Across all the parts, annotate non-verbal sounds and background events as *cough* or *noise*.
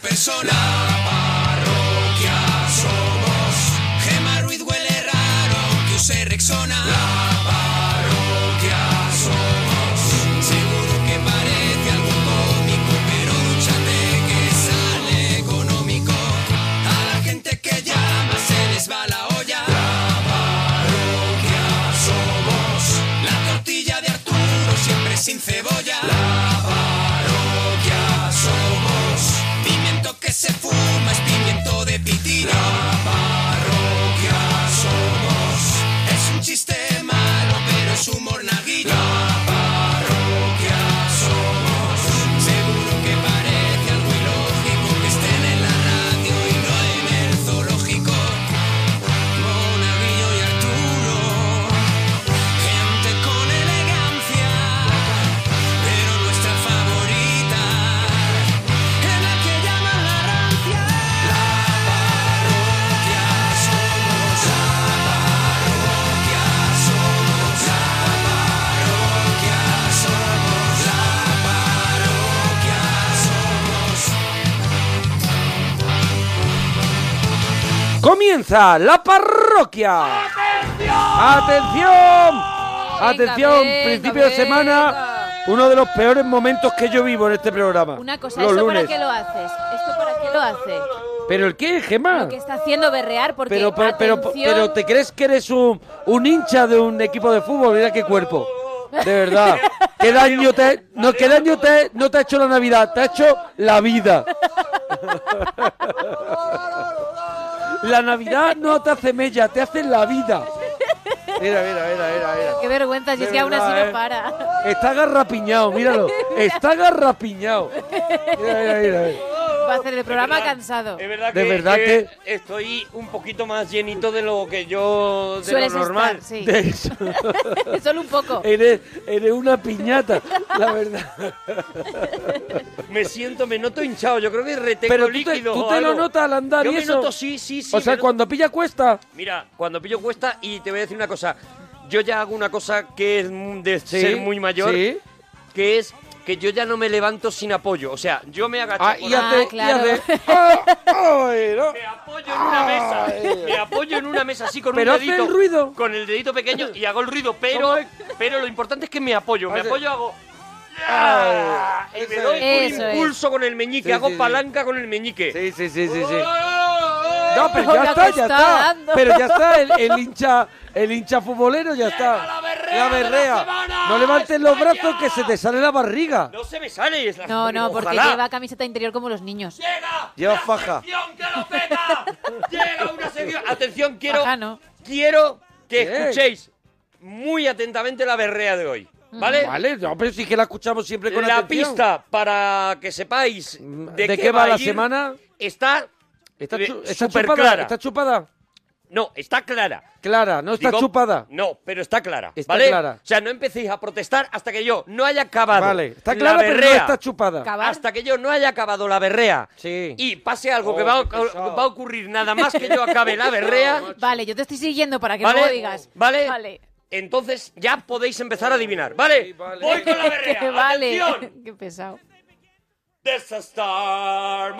persona. La parroquia somos. Gema Ruiz huele raro que use Rexona. La parroquia somos. Seguro que parece algo cómico, pero dúchate que sale económico. A la gente que llama se les va la olla. La parroquia somos. La tortilla de Arturo siempre sin cebolla. La parroquia somos. Pimiento que se fuma es pimiento de pitina. La parroquia somos. Es un chiste malo, pero es humor naguillo. La parroquia somos. Seguro que parece algo ilógico que estén en la radio y no en el zoológico. Monaguillo y Arturo. Gente con elegancia, pero nuestra favorita es la que llaman la rancia. La parroquia somos, la parroquia somos, la parroquia somos, la parroquia somos. Comienza la parroquia. ¡Atención! ¡Atención! venga, Principio de semana, uno de los peores momentos que yo vivo en este programa. Una cosa, los ¿esto lunes. para qué lo haces? ¿Esto para qué lo hace? ¿Pero el qué, Gemma? Que está haciendo berrear porque Pero, pero, pero, atención, pero ¿te crees que eres un, un hincha de un equipo de fútbol? Mira qué cuerpo. De verdad. ¿Qué daño te, no, qué daño te, no te ha hecho la Navidad? Te ha hecho la vida. La Navidad no te hace mella, te hace la vida. Mira, mira, mira, mira. mira. qué vergüenza, si De es que aún así verdad, no ¿eh? *laughs* para. Está garrapiñado, míralo. Está garrapiñado. Mira, mira, mira, mira. Va a hacer el programa cansado. De verdad que- estoy un poquito más llenito de lo que yo de Sueles lo normal. estar, sí. *laughs* De eso. Solo un poco. Eres, eres e una piñata, la verdad. *laughs* Me siento, me noto hinchado. Yo creo que retengo Pero tú te, líquido. tú o te lo algo. notas al andar Yo y me eso. noto, sí, sí, sí. O sea, me noto- cuando pilla cuesta. Mira, cuando pillo cuesta y te voy a decir una cosa. Yo ya hago una cosa que es mm, de Sí, ser muy mayor, sí. que es que yo ya no me levanto sin apoyo. O sea, yo me agacho. Ah, por y la- hace, claro. y *laughs* hace- ¡Ah! ¡Ay, no! apoyo en una mesa. Me apoyo en una mesa así con Pero un hace dedito. el ruido. Con el dedito pequeño y hago el ruido, pero, ¿Cómo es? pero lo importante es que me apoyo. Me Hace- apoyo, hago. Ah, Y me eso doy es. un Eso es. impulso con el meñique, Sí, hago sí, sí. palanca con el meñique. Sí, sí, sí, sí, sí. ¡Ah! No, pero ya Lo que está, ya está está. dando. Pero ya está, el, el hincha, el hincha futbolero ya está. la berrea de la semana, No levantes los España. brazos que se te sale la barriga. No se me sale. es la- No, no, porque Ojalá. lleva camiseta interior como los niños. Llega. Lleva la faja. sección que lo peta. Llega una sección. Atención, quiero. Faja no. Quiero que Bien. escuchéis muy atentamente la berrea de hoy. ¿Vale? Mm. Vale, no, pero sí que la escuchamos siempre con la atención. pista para que sepáis Mm, de, ¿de qué va a la ir, semana? Está, Está, eh, chu- está superclara. chupada, está chupada. no, está clara. Clara, no está Digo- chupada. No, pero está clara. Está ¿vale? clara. O sea, no empecéis a protestar hasta que yo no haya acabado. Vale, está la clara, pero no berrea. está chupada. Acabar. Hasta que yo no haya acabado la berrea Sí. y pase algo Oh, que va a, qué pesado. va a ocurrir nada más que yo acabe *laughs* la berrea, *laughs* Vale, yo te estoy siguiendo para que ¿vale? luego digas. ¿Vale? Vale. Entonces ya podéis empezar a adivinar, ¿vale? Sí, vale. Voy con la *laughs* Que berrea. vale. ¡Atención! Qué pesado. There's a starman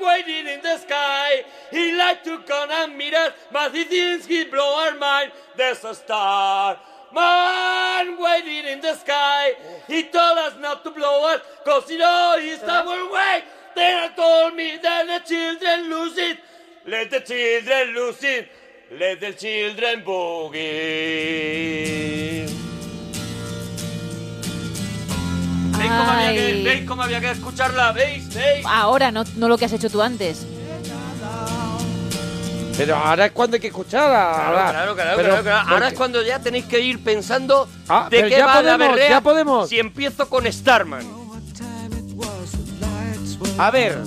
waiting in the sky. He likes to come and meet us, but he thinks he blow our mind. There's a starman waiting in the sky. He told us not to blow us, cause he knows he's our way. Then I told me that the children lose it. Let the children lose it. Let the children boogie. ¿Veis cómo, había que, Ay. veis cómo había que escucharla? ¿Veis? ¿Veis? Ahora, no, no lo que has hecho tú antes. Pero ahora es cuando hay que escuchar. Ahora, Claro, claro, claro, Ah, Pero- claro, claro. Ahora porque- es cuando ya tenéis que ir pensando Ah, de pero qué ya va la podemos, berrea ya podemos. si empiezo con Starman. A ver,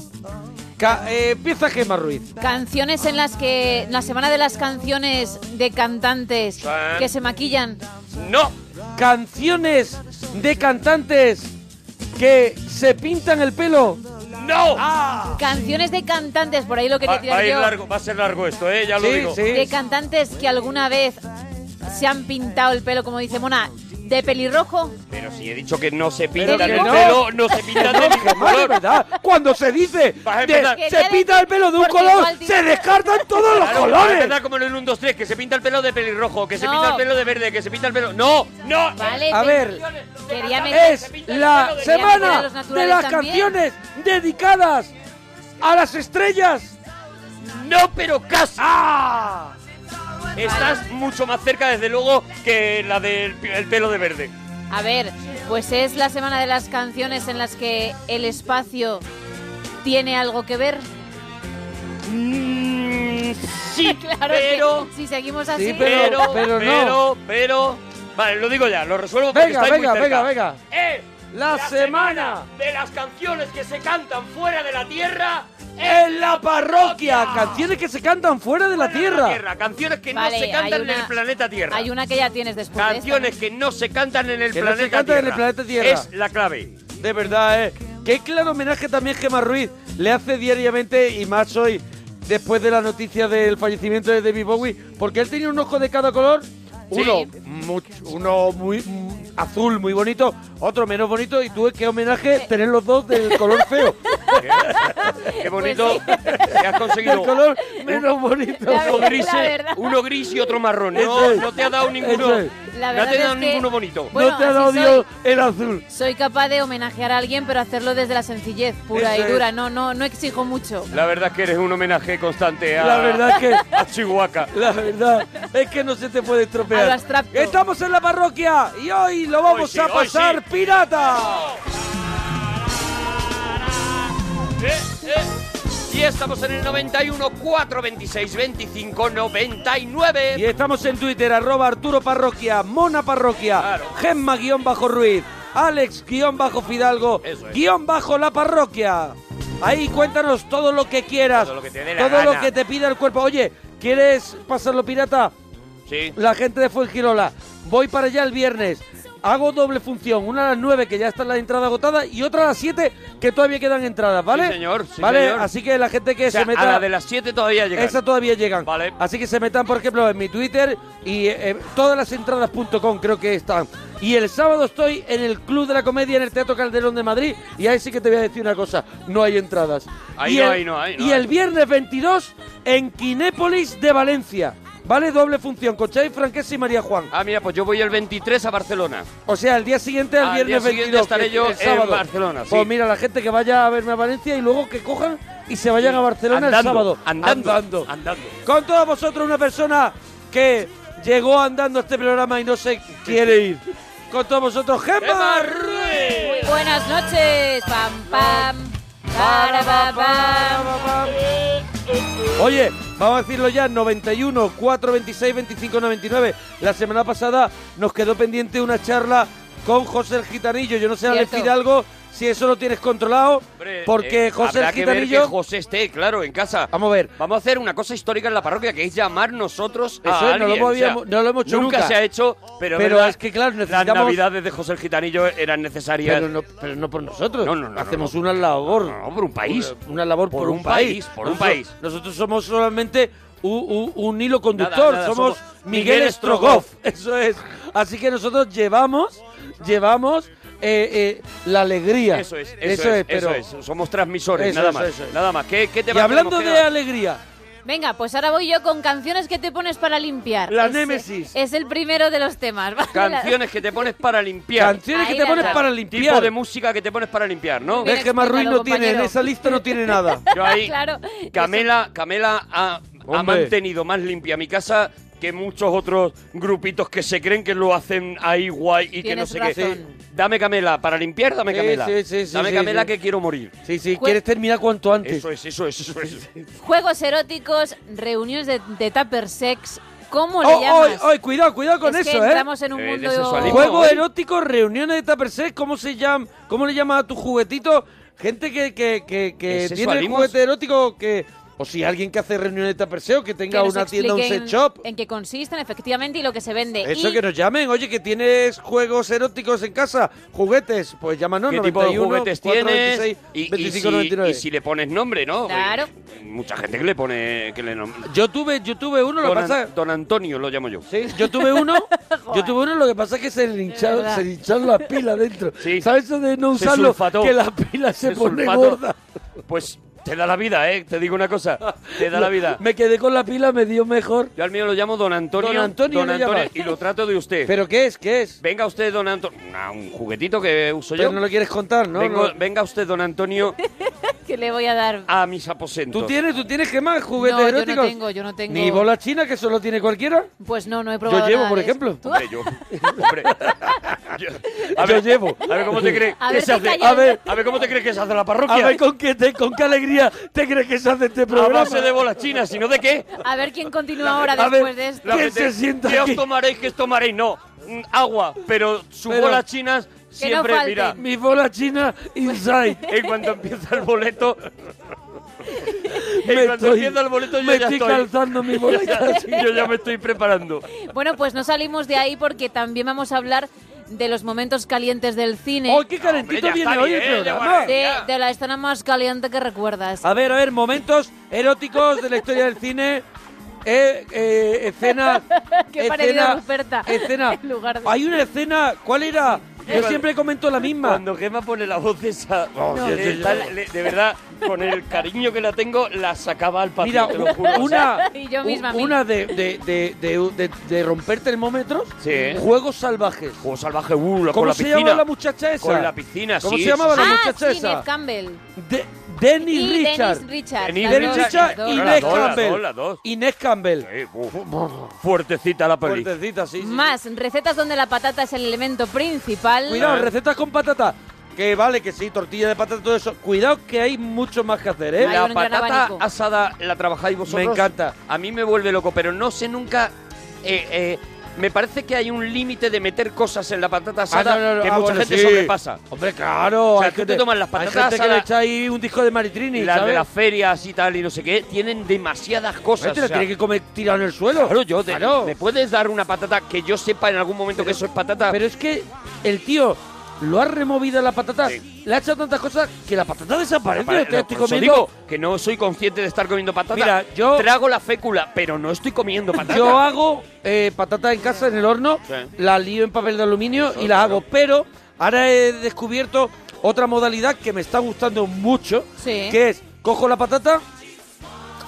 ca- eh, empieza Gemma Ruiz. Canciones en las que. La semana de las canciones de cantantes Sí. que se maquillan. ¡No! Canciones de cantantes que se pintan el pelo. ¡No! Canciones de cantantes, por ahí lo va, quería va tirar a ir yo. largo, va a ser largo esto, ¿eh? Ya lo Sí, digo. sí. de cantantes que alguna vez se han pintado el pelo, como dice Mona, de pelirrojo. Pero si Si he dicho que no se pintan que el no. pelo, Ah, no se pintan *laughs* de ningún Germán, es color. verdad. Cuando se dice *laughs* Vas a de- empezar. Que se ya pinta el pelo de un porque color, igual tiene- se descartan todos los Claro, Es colores. verdad como en el 1, 2, 3, que se pinta el pelo de pelirrojo, que se No. pinta el pelo de verde, que se pinta el pelo... ¡No! ¡No! Vale, A pe- ver, quería meter- Es la Quería meter a semana los de naturales las también. canciones dedicadas a las estrellas. ¡No, pero casi! ¡Ah! Estás mucho más cerca, desde luego, que la del pi- el pelo de verde. A ver, pues es la semana de las canciones en las que el espacio tiene algo que ver. Mm, sí, *laughs* Claro, es que pero, si seguimos así. Sí, pero, Pero- pero, pero no. pero, Vale, lo digo ya, lo resuelvo porque Venga, estáis venga, muy cerca. venga, venga. Es ¡Eh! La semana Eh, de las canciones que se cantan fuera de la tierra En la parroquia, canciones que se cantan fuera de la fuera de la tierra. tierra. Canciones que Vale, no se hay cantan en una- el planeta Tierra. Hay una que ya tienes después. de esta, ¿no? Canciones que no se cantan en el Que no se planeta cantan Tierra. en el planeta Tierra. Es la clave. De verdad, eh. Qué claro homenaje también Gemma Ruiz le hace diariamente y más hoy, después de la noticia del fallecimiento de David Bowie, porque él tenía un ojo de cada color. Uno, mucho- uno muy mm, azul, muy bonito, otro menos bonito, y tú qué homenaje tener los dos del color feo. Qué bonito Pues que has conseguido. del color menos bonito. La Uno verdad, gris, eh. la verdad. uno gris y otro marrón. Eso No, es. no te ha dado ninguno. Eso es. La no verdad te ha es dado que- ninguno bonito. Bueno, no te ha así dado soy. Dios el azul. Soy capaz de homenajear a alguien, pero hacerlo desde la sencillez pura Eso y dura. es. No, no, no exijo mucho. La verdad es que eres un homenaje constante a, La verdad es que *laughs* a Chihuahua. La verdad es que no se te puede A estropear. lo abstracto. Estamos en la parroquia y hoy lo vamos Hoy sí, a hoy pasar sí. pirata. Eh, eh. Y estamos en el 91 4 26 25 99. Y estamos en Twitter, arroba Arturo Parroquia, Mona Parroquia, Claro. Gemma guión bajo Ruiz, Alex guión bajo Fidalgo, Eso es. guión bajo la parroquia. Ahí cuéntanos todo lo que quieras, Todo lo que te dé la todo gana. lo que te pida el cuerpo. Oye, ¿quieres pasarlo pirata? Sí. la gente de Fuengirola. Voy para allá el viernes. Hago doble función, una a las 9 que ya está la entrada agotada y otra a las 7 que todavía quedan entradas, ¿vale? Sí, señor, sí, ¿Vale? señor. Así que la gente que O sea, se meta a la de las 7 todavía llega. esas todavía llegan. Vale. Así que se metan, por ejemplo, en mi Twitter y eh, todas las entradas.com creo que están. Y el sábado estoy en el Club de la Comedia en el Teatro Calderón de Madrid y ahí sí que te voy a decir una cosa, no hay entradas. Ahí y no, el, ahí no, ahí no. Y el viernes 22 en Quinépolis de Valencia. Vale, doble función con Xavi Franquesa y María Juan. Ah, mira, pues yo voy el 23 a Barcelona. O sea, el día siguiente al Al viernes día siguiente 22 estaré que yo es el sábado. en Barcelona, sí. Pues mira, la gente que vaya a verme a Valencia y luego que cojan y se vayan Sí, a Barcelona el andando, sábado. andando, andando. andando. Con todos vosotros una persona que llegó andando a este programa y no se quiere ir. Con todos vosotros, Gemma ¡Gemma Ruiz. Ruiz! Buenas noches. Pam, pam. Para, pa, pam. Oye, vamos a decirlo ya, 91, 4, 26, 25, 99. La semana pasada nos quedó pendiente una charla con José el Gitanillo. Yo no sé, Alex Cierto. Fidalgo, si eso lo tienes controlado, Hombre, porque eh, José el habrá que ver que Gitanillo... José esté, claro, en casa. Vamos a ver. Vamos a hacer una cosa histórica en la parroquia, que es llamar nosotros a Eso es, no lo alguien. habíamos- no lo hemos hecho nunca. se ha hecho, pero, Pero ¿verdad? es que, claro, Las necesitamos- navidades de José el Gitanillo eran necesarias. Pero no, pero no por nosotros. No, no, no, Hacemos no, no. una labor. No, no, por Ah, un país. Una, una labor por, un, país. por un Nosotros- país. Nosotros somos solamente u- u- un, hilo conductor. Nada, nada, somos, somos Miguel, Miguel Strogoff. *laughs* Eso es. Así que nosotros llevamos, llevamos eh, eh, la alegría. Eso es, eso, es, pero... eso es. Somos transmisores, Eso nada es, más. eso es. Nada más. ¿Qué, qué Y tema hablando de tenemos que dar? alegría, Venga, pues ahora voy yo con canciones que te pones para limpiar. La Ese Némesis. Es el primero de los temas. ¿vale? *laughs* Canciones que te pones para limpiar. canciones Ahí que te la pones claro. para Tipo limpiar. de música que te pones para limpiar, ¿no? Bien Es que más ruido no explícalo, tiene, en compañero. esa lista no tiene nada. Yo ahí, Claro. Camela, *laughs* Camela ha, ha Hombre. mantenido más limpia mi casa que muchos otros grupitos que se creen que lo hacen ahí guay y que no Tienes sé razón. qué. Dame Camela, para limpiar, dame Sí, Camela. sí, sí, sí, dame sí, Camela sí. que quiero morir. Sí, sí, Cu- quieres terminar cuanto antes. Eso es, eso es, eso es. *laughs* Juegos eróticos, reuniones de, de tupper sex. ¿Cómo Oh, le llamas? oh, oh, cuidado, cuidado con es eso, que ¿eh? entramos en un Eh, de mundo... sexualismo. Juego ¿eh? erótico, reuniones de tapercés, ¿cómo se llama? ¿Cómo le llamas a tu juguetito? Gente que, que, que, que ¿Es tiene el sexualismos? juguete erótico que. O si alguien que hace reuniones de perseo que tenga que nos una tienda, un set expliquen shop. En qué consisten, efectivamente, y lo que se vende. Eso y que nos llamen, oye, que tienes juegos eróticos en casa, juguetes, pues llámanos. ¿Qué tipo de 91 juguetes tienes? 426 y, y 2599. *laughs* si, y si le pones nombre, ¿no? Claro. Porque Mucha gente que le pone que le nombra. Yo tuve, yo tuve uno, lo que Don, pasa... An- don Antonio lo llamo yo. Sí, yo tuve *laughs* uno, yo tuve uno, lo que pasa es que se le hincharon, verdad. se le hincharon las pilas dentro. Sí. ¿Sabes eso de no Se usarlo? sulfató. Que las pilas se, Ese ponen sulfato, gordas. Pues te da la vida, ¿eh? Te digo una cosa. Te da la vida. Me quedé con la pila, me dio mejor. Yo al mío lo llamo don Antonio. Don Antonio Don le Antonio, llamas. y lo trato de usted. ¿Pero qué es? ¿Qué es? Venga usted, don Antonio. Nah, un juguetito que uso Pero yo. no lo quieres contar, ¿no? Vengo- No. Venga usted, don *laughs* Antonio, que le voy a dar. a mis aposentos. ¿Tú tienes, tú tienes que más juguetes No, yo no eróticos? tengo, yo no tengo. Ni bola china, que solo tiene cualquiera. Pues no, no he probado Yo llevo, nada por de eso. ejemplo. ¿Tú? Hombre, yo. *laughs* Hombre. Yo- a *laughs* Yo ver, llevo. A ver cómo te crees A que ver se qué hace. callo. A ver, a ver cómo te crees que se hace la A parroquia. ver, ¿con qué, te- con qué alegría te crees que se hace este a programa? base de bolas chinas, sino de qué. *laughs* A ver quién continúa ahora a ver, después de esto. la- ¿Quién se sienta ¿Qué aquí? os tomaréis? ¿Qué os tomaréis? No, mm, agua, pero sus Pero- bolas chinas siempre, falten. mira, Mi bola china inside. *laughs* en cuanto empieza el boleto, Me en cuanto estoy- empieza el boleto yo me ya estoy estoy. calzando mi bola Yo *laughs* ya- china. yo ya me estoy preparando. Bueno, pues no salimos de ahí porque también vamos a hablar de los momentos calientes del cine. ¡Oh, qué calentito Hombre, ya viene está hoy el bien, ya programa! guarda. de, de la escena más caliente que recuerdas. A ver, a ver, momentos eróticos de la historia del cine. Eh, eh, escena. *laughs* Qué parecido a Ruperta, Escena. *laughs* en lugar de- Hay una escena. ¿Cuál era? Yo Cuando- siempre comento la misma. Cuando Gemma pone la voz esa, No. eh, está- le- de verdad, con el cariño que la tengo, la sacaba al patio, Mira, ¿eh? te lo *laughs* juro. o sea, una, *laughs* Y yo misma a mí. una de, de, de, de, de- de romper termómetros. Sí, ¿eh? Juegos salvajes. Juego salvaje, uh, la- con ¿Cómo la se piscina. llama la muchacha esa? Con la piscina, ¿Cómo sí, se llamaba sí, la sí. ah, muchacha sí, esa? Neve Campbell. De- Dennis y Richard. Dennis Richard. Dennis las Dennis dos, Richard las dos. y Las Inés dos, las Campbell. dos, las dos. Inés Campbell. Eh, uh, fuertecita la peli. Fuertecita, sí, sí, sí. Más recetas donde la patata es el elemento principal. Cuidado, Ah. recetas con patata. Que vale, que sí, tortilla de patata, todo eso. Cuidado que hay mucho más que hacer, ¿eh? Hay La un gran patata abanico. asada la trabajáis vosotros. Me encanta. A mí me vuelve loco, pero no sé nunca. eh, eh, me parece que hay un límite de meter cosas en la patata asada Ah, no, no, no. que Ah, mucha bueno, gente sí. sobrepasa. Hombre, claro. O sea, hay tú gente- te tomas las Hay patatas gente que asadas- le echa ahí un disco de maritrini, Y las de ¿sabes? las ferias y tal y no sé qué, tienen demasiadas Hombre, cosas. te Este la o sea, tiene que comer tirado en el suelo. Claro, yo te- Claro. me puedes dar una patata que yo sepa en algún momento que eso es patata. Pero es que el tío lo ha removido la patata, Sí. le ha hecho tantas cosas que la patata desaparece. Para- te este la estoy por eso comiendo. digo que no soy consciente de estar comiendo patata. Mira, yo- trago la fécula, pero no estoy comiendo patata. Yo hago eh, patata en casa, en el horno, Sí. la lío en papel de aluminio y las hago. Pero ahora he descubierto otra modalidad que me está gustando mucho, Sí. que es, cojo la patata,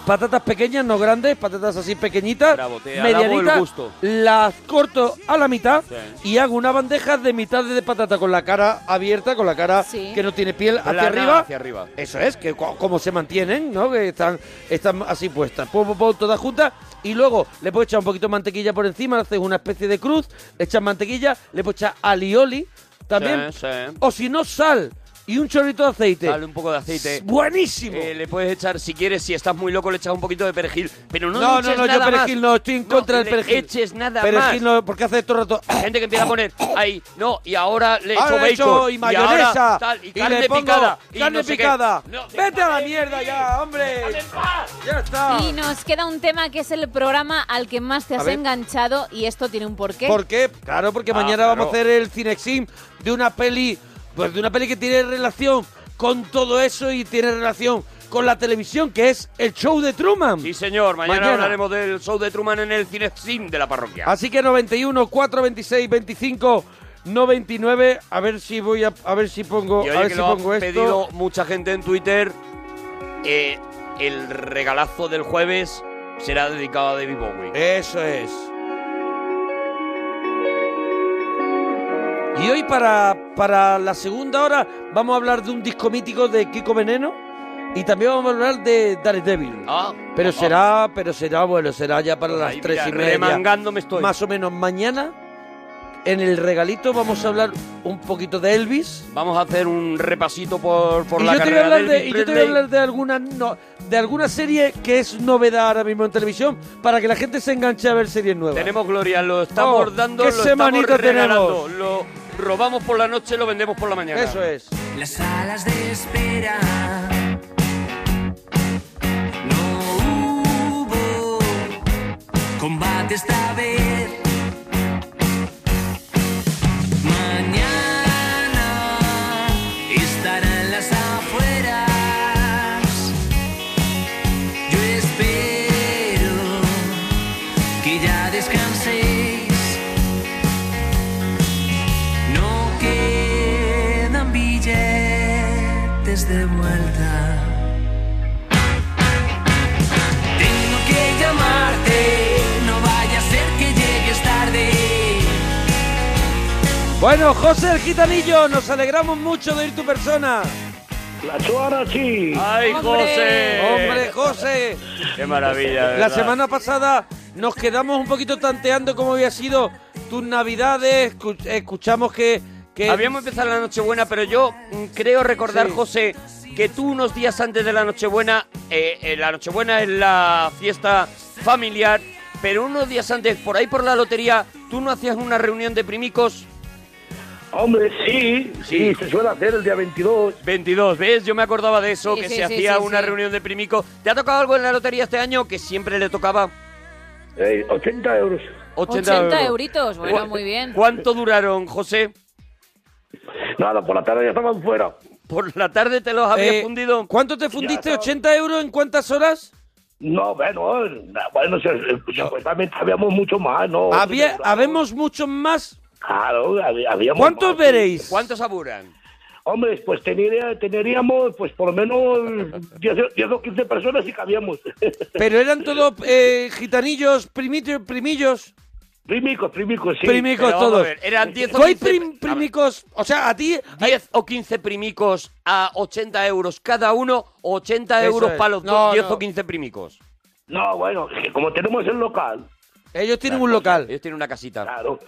patatas pequeñas, no grandes, patatas así pequeñitas, Bravo, te alabo medianitas, el gusto. las corto a la mitad Sí. y hago una bandeja de mitad de patata con la cara abierta, con la cara Sí. que no tiene piel hacia Plana arriba. hacia arriba. Eso es, que co- como se mantienen, ¿no? Que están, están así puestas, pum, pum, pum, todas juntas. Y luego le puedes echar un poquito de mantequilla por encima, haces una especie de cruz, le echas mantequilla, le puedes echar alioli también. Sí, sí. O si no, sal y un chorrito de aceite. Dale un poco de aceite. Es Buenísimo. Eh, le puedes echar, si quieres, si estás muy loco, le echas un poquito de perejil. Pero no, no, le no, eches no, yo nada perejil más. no, estoy en contra No, del le perejil. eches nada más. Perejil no, porque hace todo el rato. Gente que empieza a poner ahí, no, y ahora le echo Ahora le bacon. echo y mayonesa ahora tal, y carne le pongo picada. y carne no sé qué. picada. No, Vete a la mierda ya, hombre. déjame en paz. Ya está. Y nos queda un tema que es el programa al que más te A has ver. enganchado y esto tiene un porqué. ¿Por qué? Claro, porque Ah, mañana vamos a claro. hacer el Cinexim de una peli, pues de una peli que tiene relación con todo eso y tiene relación con la televisión, que es el show de Truman. Sí, señor, mañana, Mañana. hablaremos del show de Truman en el cine sim de la parroquia. Así que 91, 4, 26, 25, 99. A ver si voy a, a ver si pongo, y a oye, ver que si lo ha pongo esto. pedido mucha gente en Twitter. eh, el regalazo del jueves será dedicado a David Bowie. Eso es. Y hoy para, para la segunda hora vamos a hablar de un disco mítico de Kiko Veneno y también vamos a hablar de Daredevil. Ah, Pero ah, será, pero será, bueno, será ya para las Ahí, tres mira, y media. remangándome estoy. Más o menos mañana, en el regalito, vamos a hablar un poquito de Elvis. Vamos a hacer un repasito por, por y, la yo te voy a carrera hablar de, de y Elvis yo te voy a Presley. hablar de alguna, no- de alguna serie que es novedad ahora mismo en televisión para que la gente se enganche a ver series nuevas. Tenemos gloria, lo estamos Oh, dando, qué lo estamos semanita regalando. Lo robamos por la noche, lo vendemos por la mañana. Eso es. Las salas de espera no combate esta vez. Mañana estará en las afueras. Yo espero que ya descanséis. No quedan billetes de vuelta. Tengo que llamarte, no vaya a ser que llegues tarde. Bueno, José el Gitanillo, nos alegramos mucho de ir tu persona. La chuana sí. ¡Ay, José! Hombre, José. ¡Qué maravilla! de La verdad. semana pasada nos quedamos un poquito tanteando cómo había sido tus navidades. escu- Escuchamos que... que Habíamos empezado la Nochebuena, pero yo mm, creo recordar, Sí. José, que tú unos días antes de la Nochebuena, eh, eh, la Nochebuena es la fiesta familiar, pero unos días antes, por ahí por la lotería, tú no hacías una reunión de primicos. Hombre, sí, sí, se suele hacer el día 22. 22, ¿ves? Yo me acordaba de eso, Sí, que sí, se sí, hacía sí, una sí. reunión de primicos. ¿Te ha tocado algo en la lotería este año que siempre le tocaba? eh, 80 euros. 80, 80 euros. euritos, bueno, Eh, Cu- muy bien. ¿Cuánto duraron, José? Nada, por la tarde ya estaban fuera. ¿Por la tarde te los había eh, fundido? ¿Cuánto te fundiste? Ya, no. ¿80 euros en cuántas horas? No, bueno, na- bueno, se- eh, supuestamente habíamos mucho más, ¿no? Había, habemos muchos más. Claro, hab- habíamos ¿Cuántos más, sí. veréis? ¿Cuántos aburan? Hombre, pues tenir- teneríamos, pues por lo menos 10, o- 10 o 15 personas y *laughs* cabíamos. Pero eran todos eh, gitanillos, primito- primillos, primicos, primicos, sí. primicos Pero vamos a todos. ver, eran 10 o ¿Sois 15? prim- primicos? O sea, a ti... 10 o 15 primicos a 80 euros cada uno, 80 Eso euros es. para los No, dos, 10 no. o 15 primicos. No, bueno, es que como tenemos el local, Ellos tienen un local. Ellos tienen una casita. claro.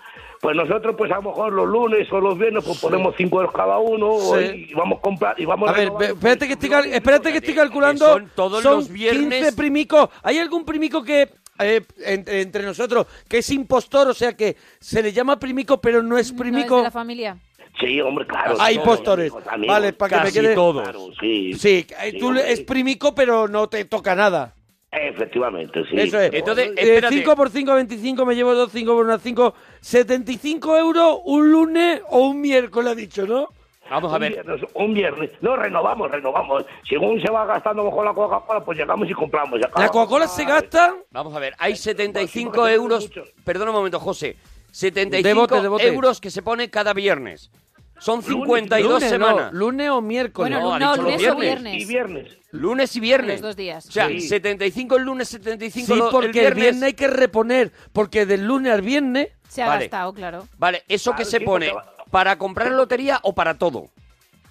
Pues nosotros, pues a lo mejor los lunes o los viernes, pues ponemos 5 euros cada uno Sí. y vamos a comprar y vamos A ver, renovando. ve- espérate que estoy, cal- espérate que estoy calculando. Son todos los viernes. 15 primicos. ¿Hay algún primico que, eh, entre, entre nosotros, que es impostor? O sea, que se le llama primico, pero no es ¿No es primico. de la familia? Sí, hombre, claro. Hay todos, postores. amigos, amigos. Vale, para que me Casi quede. todos. Claro, sí. Sí, eh, tú le- hombre. es primico, pero no te toca nada. Efectivamente, sí. Eso es. Entonces, Eh, espérate. 5 por 5, 25, me llevo 2, 5 por 1, 5. 75 euros un lunes o un miércoles, ha dicho, ¿no? Vamos a Un ver. viernes, un viernes. No, renovamos, renovamos. Según se va gastando mejor la Coca-Cola, pues llegamos y compramos. y La acabamos. Coca-Cola se gasta. Ah, Vamos a ver, hay porque 75 tenemos euros. muchos. Perdona un momento, José. De bote, de 75 bote. euros que se pone cada viernes. Son 52 lunes, no, semanas. lunes o miércoles. Bueno, no, ha no, dicho los lunes o viernes. viernes. Y viernes. Lunes y viernes. Los dos días. O sea, Sí. 75 el lunes, 75 Sí, lo- porque el viernes. hay que reponer, porque del lunes al viernes, Se ha Vale. gastado, claro. Vale, ¿eso Claro, que se sí, pone? porque va- ¿Para comprar lotería o para todo?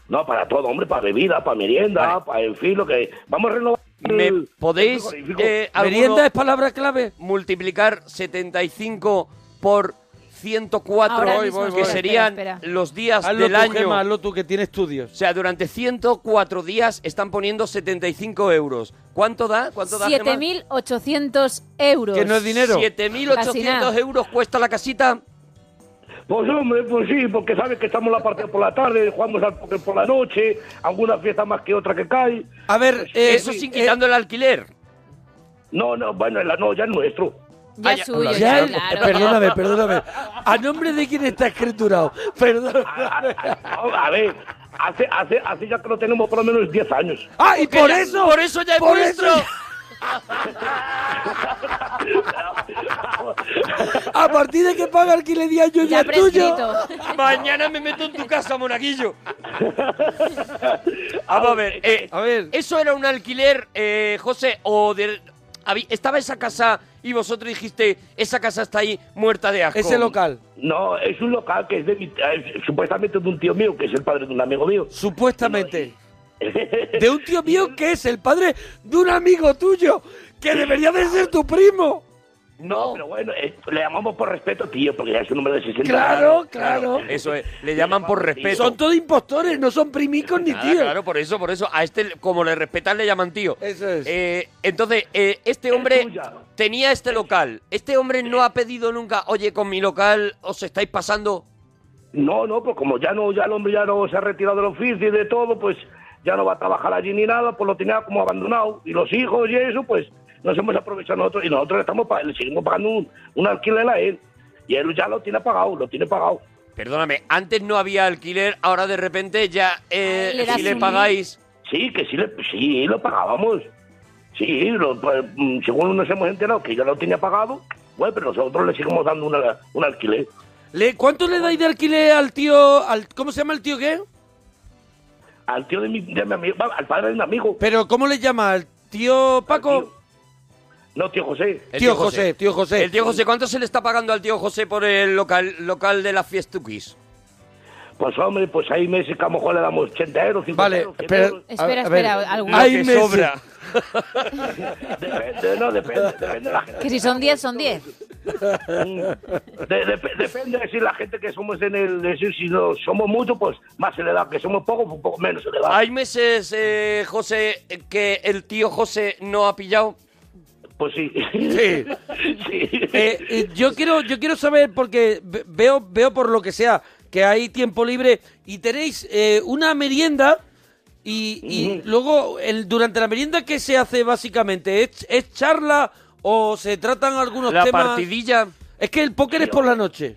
No, para todo, hombre, para bebida, para merienda, Vale. para en fin, lo Ah, que. Vamos a renovar. ¿Me el- podéis el frigorífico. eh, alguno merienda es palabra clave. multiplicar 75 por 104, Ahora mismo, que voy, voy. serían Espera, espera. los días Hazlo del tú, año. Gema, hazlo tú, que tiene estudios. O sea, durante 104 días están poniendo 75 euros. ¿Cuánto da? ¿Cuánto da? Gema? 7.800 euros. Que no es dinero. 7.800 Fascinado. euros cuesta la casita. Pues hombre, pues sí, porque sabes que estamos la partida por la tarde, jugamos al póker por la noche, alguna fiesta más que otra que cae. A ver, eh, Eso sin eh, quitando el alquiler. No, no, bueno, el no, ya es nuestro. Ya Ah, es ya- suyo, ya ya, el- claro. Perdóname, perdóname. ¿A nombre de quién está escriturado? *laughs* A, Perdóname. ah, a- a ver, hace, hace, hace ya que lo tenemos por lo menos 10 años. ¡Ah, y por Ya- eso! Por eso ya es por nuestro. eso ya- a partir de que paga alquiler diario ya Ya es tuyo. prescrito. Mañana me meto en tu casa, *laughs* monaguillo. Vamos a ver. eh, A ver. ¿Eso era un alquiler, eh, José? ¿O del- habí- estaba esa casa y vosotros dijiste, esa casa está ahí muerta de asco? Ese local, No, es un local que es de mi, eh, supuestamente de un tío mío, que es el padre de un amigo mío. supuestamente. De un tío mío que es el padre de un amigo tuyo, que debería de ser tu primo. No, pero bueno, eh, le llamamos por respeto, tío, porque ya es un hombre de 60 Claro, años. claro. Eso es, le llaman por respeto. Son todos impostores, no son primicos ni Nada, tíos. claro, por eso, por eso. A este, como le respetan, le llaman tío. Eso es. Eh, entonces, eh, este hombre tuya. tenía este local. Este hombre no ha pedido nunca, oye, con mi local os estáis pasando. No, no, pues como ya no, ya el hombre ya no se ha retirado del oficio y de todo, pues ya no va a trabajar allí ni nada, pues lo tenía como abandonado. Y los hijos y eso, pues nos hemos aprovechado nosotros y nosotros le, estamos, pa- le seguimos pagando un, un alquiler a él. Y él ya lo tiene pagado, lo tiene pagado. Perdóname, antes no había alquiler, ahora de repente ya eh, Ay, le das si le un- pagáis. Sí, que sí, le, sí, lo pagábamos. Sí, lo- pues, mm, según nos hemos enterado que ya lo tenía pagado, bueno, pero nosotros le seguimos dando una- un alquiler. Le- ¿Cuánto le dais de alquiler al tío... Al, ¿Cómo se llama el tío qué? Al tío de mi, de mi amigo, va, al padre de un amigo. Pero ¿cómo le llama? ¿Al tío Paco? Tío- No, tío José. El Tío José, tío José. El tío José, ¿cuánto se le está pagando al tío José por el local, local de las fiestuquis? Pues hombre, pues ahí meses que a lo mejor le damos 80 euros, 50 Vale, euros, 100 espera, euros. a- Espera, a ver. espera, algún- Ay, Lo que Messi. sobra. Depende, no, depende, depende de la gente. Mm, Que si son 10, son 10. De- de- depende de si la gente que somos en el... de si- si no somos muchos, pues más se le da. Que somos pocos, un poco menos se le da. Hay meses, eh, José, eh, que el tío José no ha pillado. Pues sí. Sí. sí. Eh, eh, yo quiero yo quiero saber porque ve- veo veo por lo que sea que hay tiempo libre y tenéis eh, una merienda y, y luego el, durante la merienda qué se hace básicamente es, es charla o se tratan algunos La temas partidilla. es que el póker es por la noche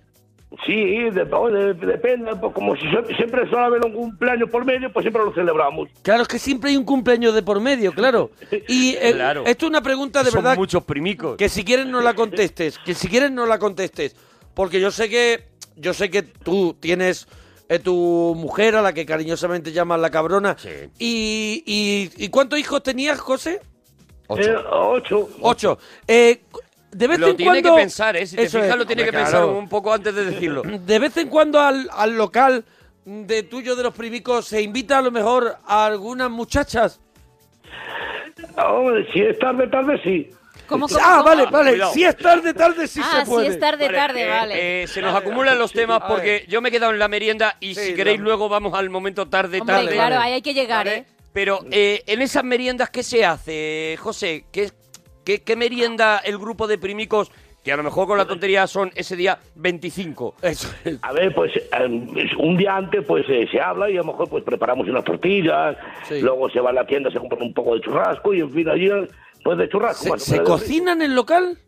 Sí, de- de- depende, pues como si sie- siempre suele haber un cumpleaños por medio, pues siempre lo celebramos. claro es que siempre hay un cumpleaños de por medio *laughs* claro y eh, Claro. esto es una pregunta de Son verdad muchos primicos. Que si quieres *laughs* no la contestes, que si quieres no la contestes, porque yo sé que yo sé que tú tienes eh, tu mujer a la que cariñosamente llamas la cabrona. Sí. Y, y- ¿y cuántos hijos tenías, José? Eh, ocho. Ocho. Eh, de vez Lo en tiene cuando- que pensar, ¿eh? Si te Eso fijas, es. lo tiene que Hombre, pensar claro. un poco antes de decirlo. *laughs* De vez en cuando al, al local de tuyo de los primicos se invita a lo mejor a algunas muchachas. Hombre, si es tarde, tarde, sí. ¿Cómo, cómo, ah, cómo? vale, vale. Cuidado. Si es *laughs* tarde, tarde sí ah, se puede. sí, es tarde, tarde, Eh, vale. eh, se nos acumulan los temas A porque yo me he quedado en la merienda y Sí, si queréis dame. luego vamos al momento tarde, Hombre, tarde. claro, ahí hay que llegar, Vale. ¿eh? Pero eh, en esas meriendas, ¿qué se hace, José? ¿Qué, qué, qué merienda el grupo de primicos, que a lo mejor con la tontería son ese día 25? Eso es. A ver, pues em, es- un día antes pues eh, se habla y a lo mejor pues preparamos unas tortillas, Sí. luego se va a la tienda, se compra un poco de churrasco y en fin, allí pues de churrasco. ¿Se, más o se menos. cocina en el local?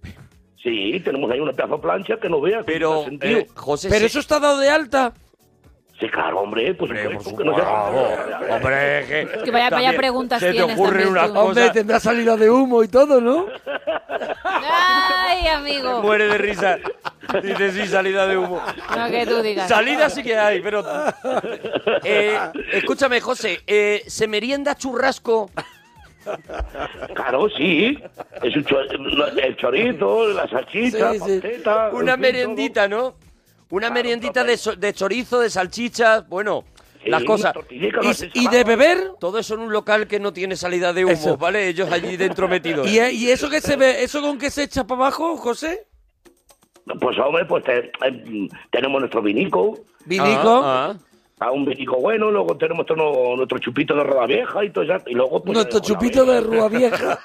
Sí, tenemos ahí una pedazo de plancha que no veas. Pero, que no tiene eh, sentido. José... Pero sí- eso está dado de alta. Sí, claro, hombre, pues Hombre, por supuesto que no sea- supuesto. Hombre, que... Que vaya- vaya también preguntas se tienes te ocurren también unas tú. cosas... Hombre, tendrá salida de humo y todo, ¿no? Ay, amigo. Muere de risa. Dice, sí, salida de humo. No, que tú digas. Salida sí que hay, pero... Eh, escúchame, José, eh, ¿se merienda churrasco? Claro, sí. Es un cho- el chorito, la salchicha, Sí, sí. panceta, Una en fin, merendita, ¿no? Una Claro, meriendita de, hombre. so- de chorizo, de salchichas, bueno, Sí, las cosas. tortillitas, las Y, y de beber. Todo eso en un local que no tiene salida de humo, Eso. ¿vale? Ellos allí dentro *laughs* metidos. ¿Y, eh, y eso que se ve, eso con qué se echa para abajo, José? Pues hombre, pues te- eh, tenemos nuestro vinico, Vinico. Ah, ah. a un vinico bueno, luego tenemos todo no- nuestro chupito de roda vieja y todo eso, y luego pues, Nuestro eh, chupito de rúa vieja.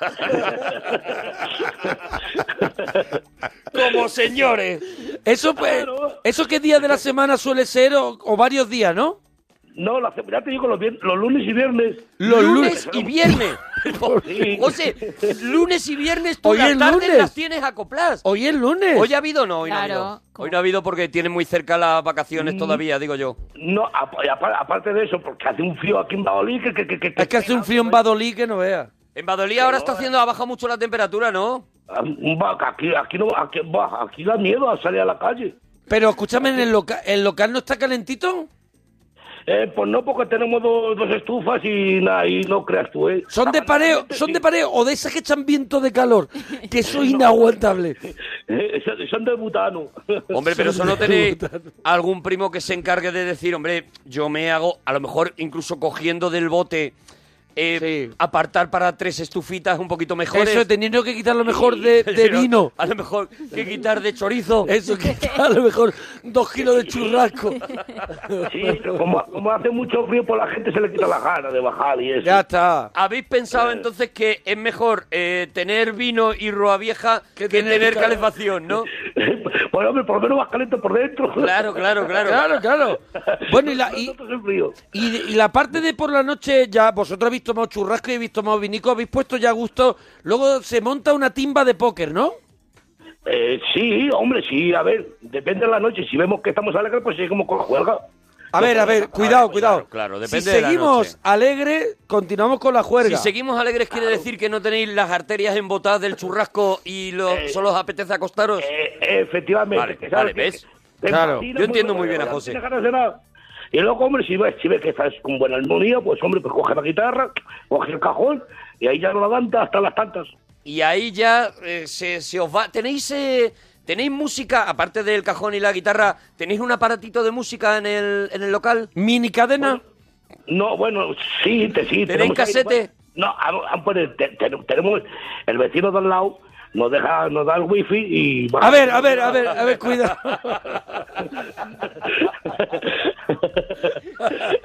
Como señores. Eso pues, Claro. eso qué día de la semana suele ser o, o varios días, ¿no? No, la, ya te digo, los, vier- los lunes y viernes. Los lunes y *laughs* viernes. Sí. José, lunes y viernes tú Hoy las es tardes lunes. las tienes acopladas. Hoy es lunes. Hoy ha habido o no, hoy Claro, no ha habido. ¿cómo? Hoy no ha habido porque tienen muy cerca las Mm. vacaciones todavía, digo yo. No, a- a- aparte de eso, porque hace un frío aquí en Valladolid que... que, que, que- es que hace un frío en Badolí que no vea. En Badolí ahora está haciendo, ha bajado mucho la temperatura, ¿no? Ah, va, Aquí, aquí, no, aquí, va, aquí da miedo a salir a la calle. Pero escúchame, ¿en el, loca- el local no está calentito? *laughs* Eh, pues no, porque tenemos dos, dos estufas y nada, y no creas tú, ¿eh? ¿Son de pareo? ¿Son de pareo o de esas que echan viento de calor? Que eso *laughs* es inaguantable. Eh, son- son de butano. *laughs* Hombre, pero eso Son no de tenéis puta, ¿no? algún primo que se encargue de decir, hombre, yo me hago, a lo mejor incluso cogiendo del bote, eh, Sí. apartar para tres estufitas un poquito mejores. Eso, teniendo que quitar lo mejor *laughs* de, de Pero vino. A lo mejor que quitar de chorizo. Eso que a lo mejor dos kilos de churrasco. *laughs* Sí, pero como, como hace mucho frío, pues la gente se le quita la gana de bajar y eso. ya está. ¿Habéis pensado entonces que es mejor eh, tener vino y roa vieja que, tener tener cal- *laughs* calefacción, no? Bueno, hombre, por lo menos vas caliente por dentro. Claro, claro, claro. Claro, claro. Bueno, y la, y, Nosotros es frío. y- y la parte de por la noche, ya vosotros habéis habéis tomado churrasco y habéis tomado vinico, habéis puesto ya a gusto. Luego se monta una timba de póker, ¿no? Eh, sí, hombre, sí, a ver, depende de la noche. Si vemos que estamos alegres, pues seguimos con la pues, juelga. A ver, a ver, cuidado, cuidado. pues claro, si depende de la seguimos noche. alegres, continuamos con la juerga. Si seguimos alegres, ¿quiere decir que no tenéis las arterias embotadas del churrasco y lo- solo os apetece acostaros? Eh, efectivamente. Vale, que vale, sabes que- ¿ves? que- que Claro. Martina, Yo entiendo muy bien a buena, José. no tiene ganas de nada. Y luego, hombre, si ves, si ves que estás con buena armonía, pues, hombre, pues coge la guitarra, coge el cajón y ahí ya no la canta hasta las tantas. Y ahí ya eh, se, se os va... ¿Tenéis, eh, ¿Tenéis música, aparte del cajón y la guitarra, tenéis un aparatito de música en el, en *laughs* el local? Mini cadena. No, bueno, sí, te, sí. ¿Tenéis tenemos ahí, casete? No, a- a- pues, te- te- tenemos el vecino del lado, nos deja, nos da el wifi y... A ver, a ver, a ver, a *laughs* ver, cuidado.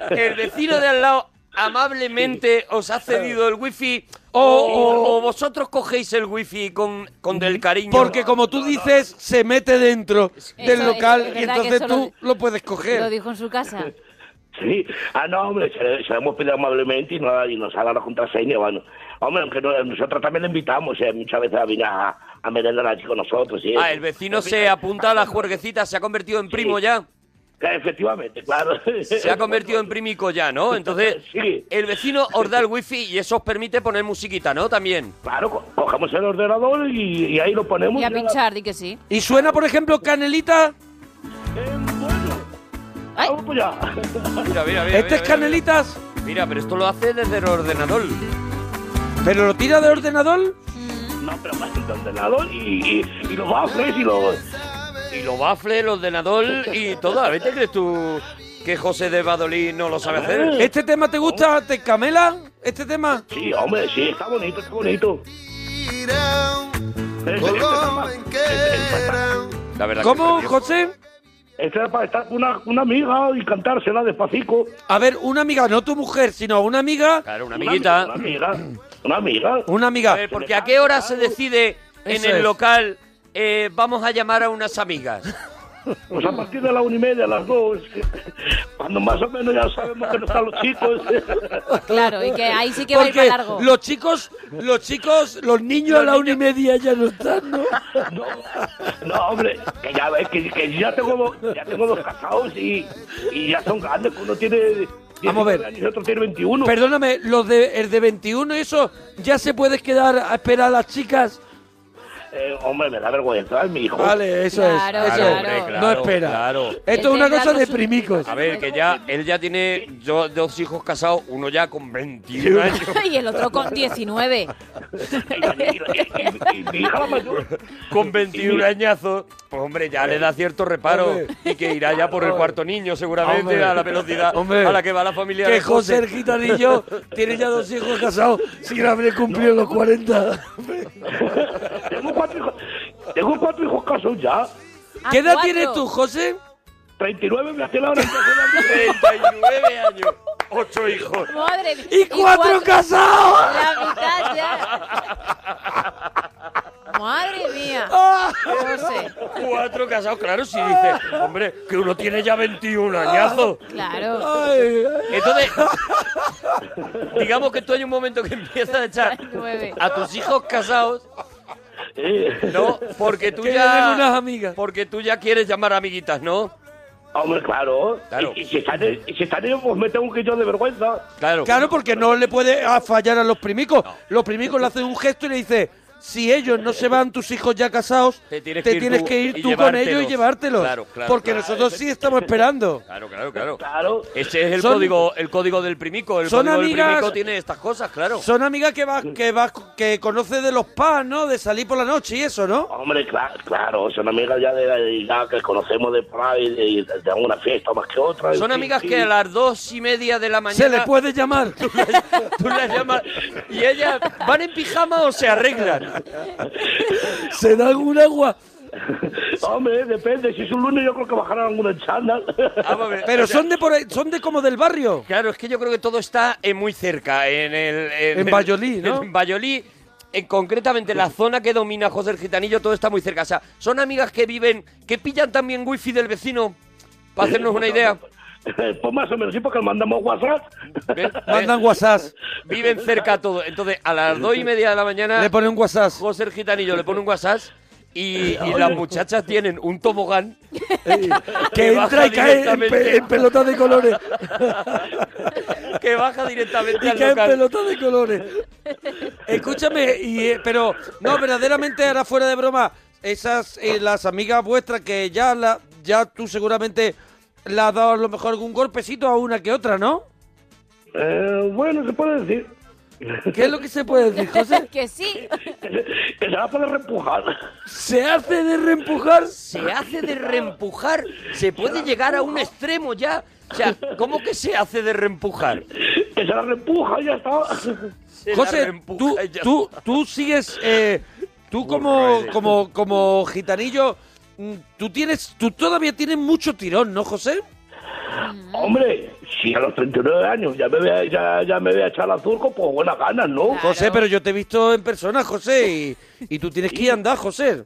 El vecino de al lado amablemente os ha cedido el wifi o, Oh. o- o vosotros cogéis el wifi con, con del cariño. Mm. Porque como tú dices, se mete dentro del Eso es, local es y verdad que entonces eso tú lo- lo puedes Lo coger. dijo en su casa. Sí, ah, no, hombre, se, le- se lo hemos pedido amablemente y, nada, y nos ha dado la contraseña. Bueno, hombre, aunque no- nosotros también le invitamos, eh, muchas veces a venir a, a merendar aquí con nosotros. y Ah, eso. el vecino se apunta a las juerguecitas, se ha convertido en primo ya. Eh, Efectivamente, claro. Se ha convertido en primico ya, ¿no? Entonces, *laughs* Sí. el vecino os da el wifi y eso os permite poner musiquita, ¿no? También. Claro, co- cogemos Pues el ordenador y, y ahí lo ponemos. Y a ya la- pinchar, di que sí. Y suena, por ejemplo, Canelita. Eh, bueno, Ay. vamos pues ya. Mira, mira, mira. Este es Canelitas. Mira, pero esto lo hace desde el ordenador. Pero lo tira del ordenador. No, pero más el ordenador y, y, y los baffles y los... Y lo bafle, el ordenador y todo. ¿A ver, te crees tú que José Este de Badolí no lo sabe hacer? ¿Este tema te gusta? ¿Te camela? ¿Este tema? Sí, hombre, sí, está bonito, está bonito. Este, este era Colón pa- en este era pa- La verdad que ¿Cómo, perdió. José? este era para estar con una, una amiga y cantársela despacito. A ver, una amiga, no tu mujer, sino una amiga. Claro, una Una amiguita. amiga. Una amiga. Una A amiga. ver, porque ¿a qué hora se decide en Eso el es. local eh, vamos a llamar a unas amigas? Pues a partir de la una y media, las dos. *laughs* Cuando más o menos ya sabemos que no están los chicos. *laughs* Pues, Claro, y que ahí sí que va a ir para Porque *laughs* largo. los chicos, los chicos, los niños a la una y media ya no están, ¿no? *laughs* No, no, hombre, que ya ves, que, que ya, tengo, dos- ya tengo dos casados y, y ya son grandes, que uno tiene. 19 Vamos a ver. Años y otro tiene 21. Perdóname, los de, el de 21 y eso, ¿ya se puedes quedar a esperar a las chicas? Eh, hombre, me da vergüenza, es mi hijo. Vale, eso Claro, es. eso claro. es. Hombre, Ah, claro, no espera. claro. Esto es El una teclado cosa de es un- primicos. A ver, que ya él ya tiene yo- dos hijos casados, uno ya *laughs* con 21 años. *laughs* y el otro *laughs* con 19. Y, y- y- y mi hija la mayor. con 21 añazos, pues hombre, ya le da cierto reparo Hombre. y que irá ya por el cuarto niño seguramente Hombre. a la velocidad Hombre. a la que va la familia Que de José el gitanillo tiene *laughs* ya dos hijos casados sin haber cumplido los 40. tengo, cuatro hijos, tengo cuatro hijos casados ya. Ah, ¿Qué edad cuatro. tienes tú, José? 39 me hace *laughs* la hora. 39 años, 8 hijos. Madre mía. ¡Y cuatro casados! La mitad ya. Madre *laughs* mía. José. Cuatro casados, claro, si dice, hombre, que uno tiene ya 21 añazos. Claro. Ay, ay. Entonces, digamos que tú hay un momento que empiezas a echar Nueve. a tus hijos casados, Eh, ¿no? Porque tú Que le den ya unas amigas. porque tú ya quieres llamar amiguitas, ¿no? Hombre, claro. Claro. Y, y si están, en- y si están ellos, pues me tengo un quillo de vergüenza. Claro. Claro, porque no le puede a- fallar a los primicos. Los primicos le hacen un gesto y le dice, si ellos no se van, tus hijos ya casados, Te te tienes tienes, que ir tú que y ir tú con ellos y llevártelos. llevártelos. Claro, claro, porque claro. nosotros sí estamos esperando. Claro, claro, claro. Claro. Ese es el Son- código, el código del primico. El Son código amigas- del primico tiene estas cosas, claro. Son amigas que vas, que vas, que conoces de los PAS, ¿no? De salir por la noche y eso, ¿no? Hombre, claro, claro, son amigas ya de, de- ya que conocemos de por ahí, de, de, alguna fiesta más que otra. en Son fin, amigas sí. que a las dos y media de la mañana Se le puede llamar. tú las llamas y ellas van en pijama o se arreglan. ¿Se da algún agua? *laughs* Hombre, depende, si es un lunes yo creo que bajarán alguna en chándal. Ah, Vamos a ver, Pero o sea, son de por ahí- son de como del barrio. Claro, es que yo creo que todo está eh, muy cerca. En el. En el- Valladolid, ¿no? En Valladolid, en concretamente la zona que domina José el Gitanillo, todo está muy cerca. O sea, son amigas que viven, que pillan también wifi del vecino, para hacernos una idea. *laughs* Pues más o menos, sí, porque mandamos WhatsApp. Mandan WhatsApp. Viven cerca todo. Entonces, a las dos y media de la mañana. Le pone un WhatsApp. José el Gitanillo le pone un WhatsApp. *laughs* Y, y las muchachas tienen un tobogán Que entra baja y cae en, directamente- pe- en pelotas de colores. que baja directamente y al cae en local. pelotas de colores. Escúchame, y, eh, pero no, verdaderamente ahora fuera de broma, esas eh, las amigas vuestras que ya la, ya tú seguramente le has dado a lo mejor algún golpecito a una que otra, ¿no? Eh, bueno, se puede decir. ¿Qué es lo que se puede decir, José? *laughs* que sí. Que se va a poder reempujar. ¿Se hace de reempujar? se hace de reempujar, se puede llegar a un extremo ya. O sea, ¿cómo que se hace de reempujar? Que se la reempuja y ya está. Se la José, reempuja tú, y ya tú, está. tú sigues, eh, tú como, como, como gitanillo, mm, tú tienes, tú todavía tienes mucho tirón, ¿no, José? Mm. Hombre, si a los 39 años ya me voy a, ya, ya me voy a echar al turco, pues buenas ganas, ¿no? Claro. José, pero yo te he visto en persona, José, y, y tú tienes que ir a andar, José.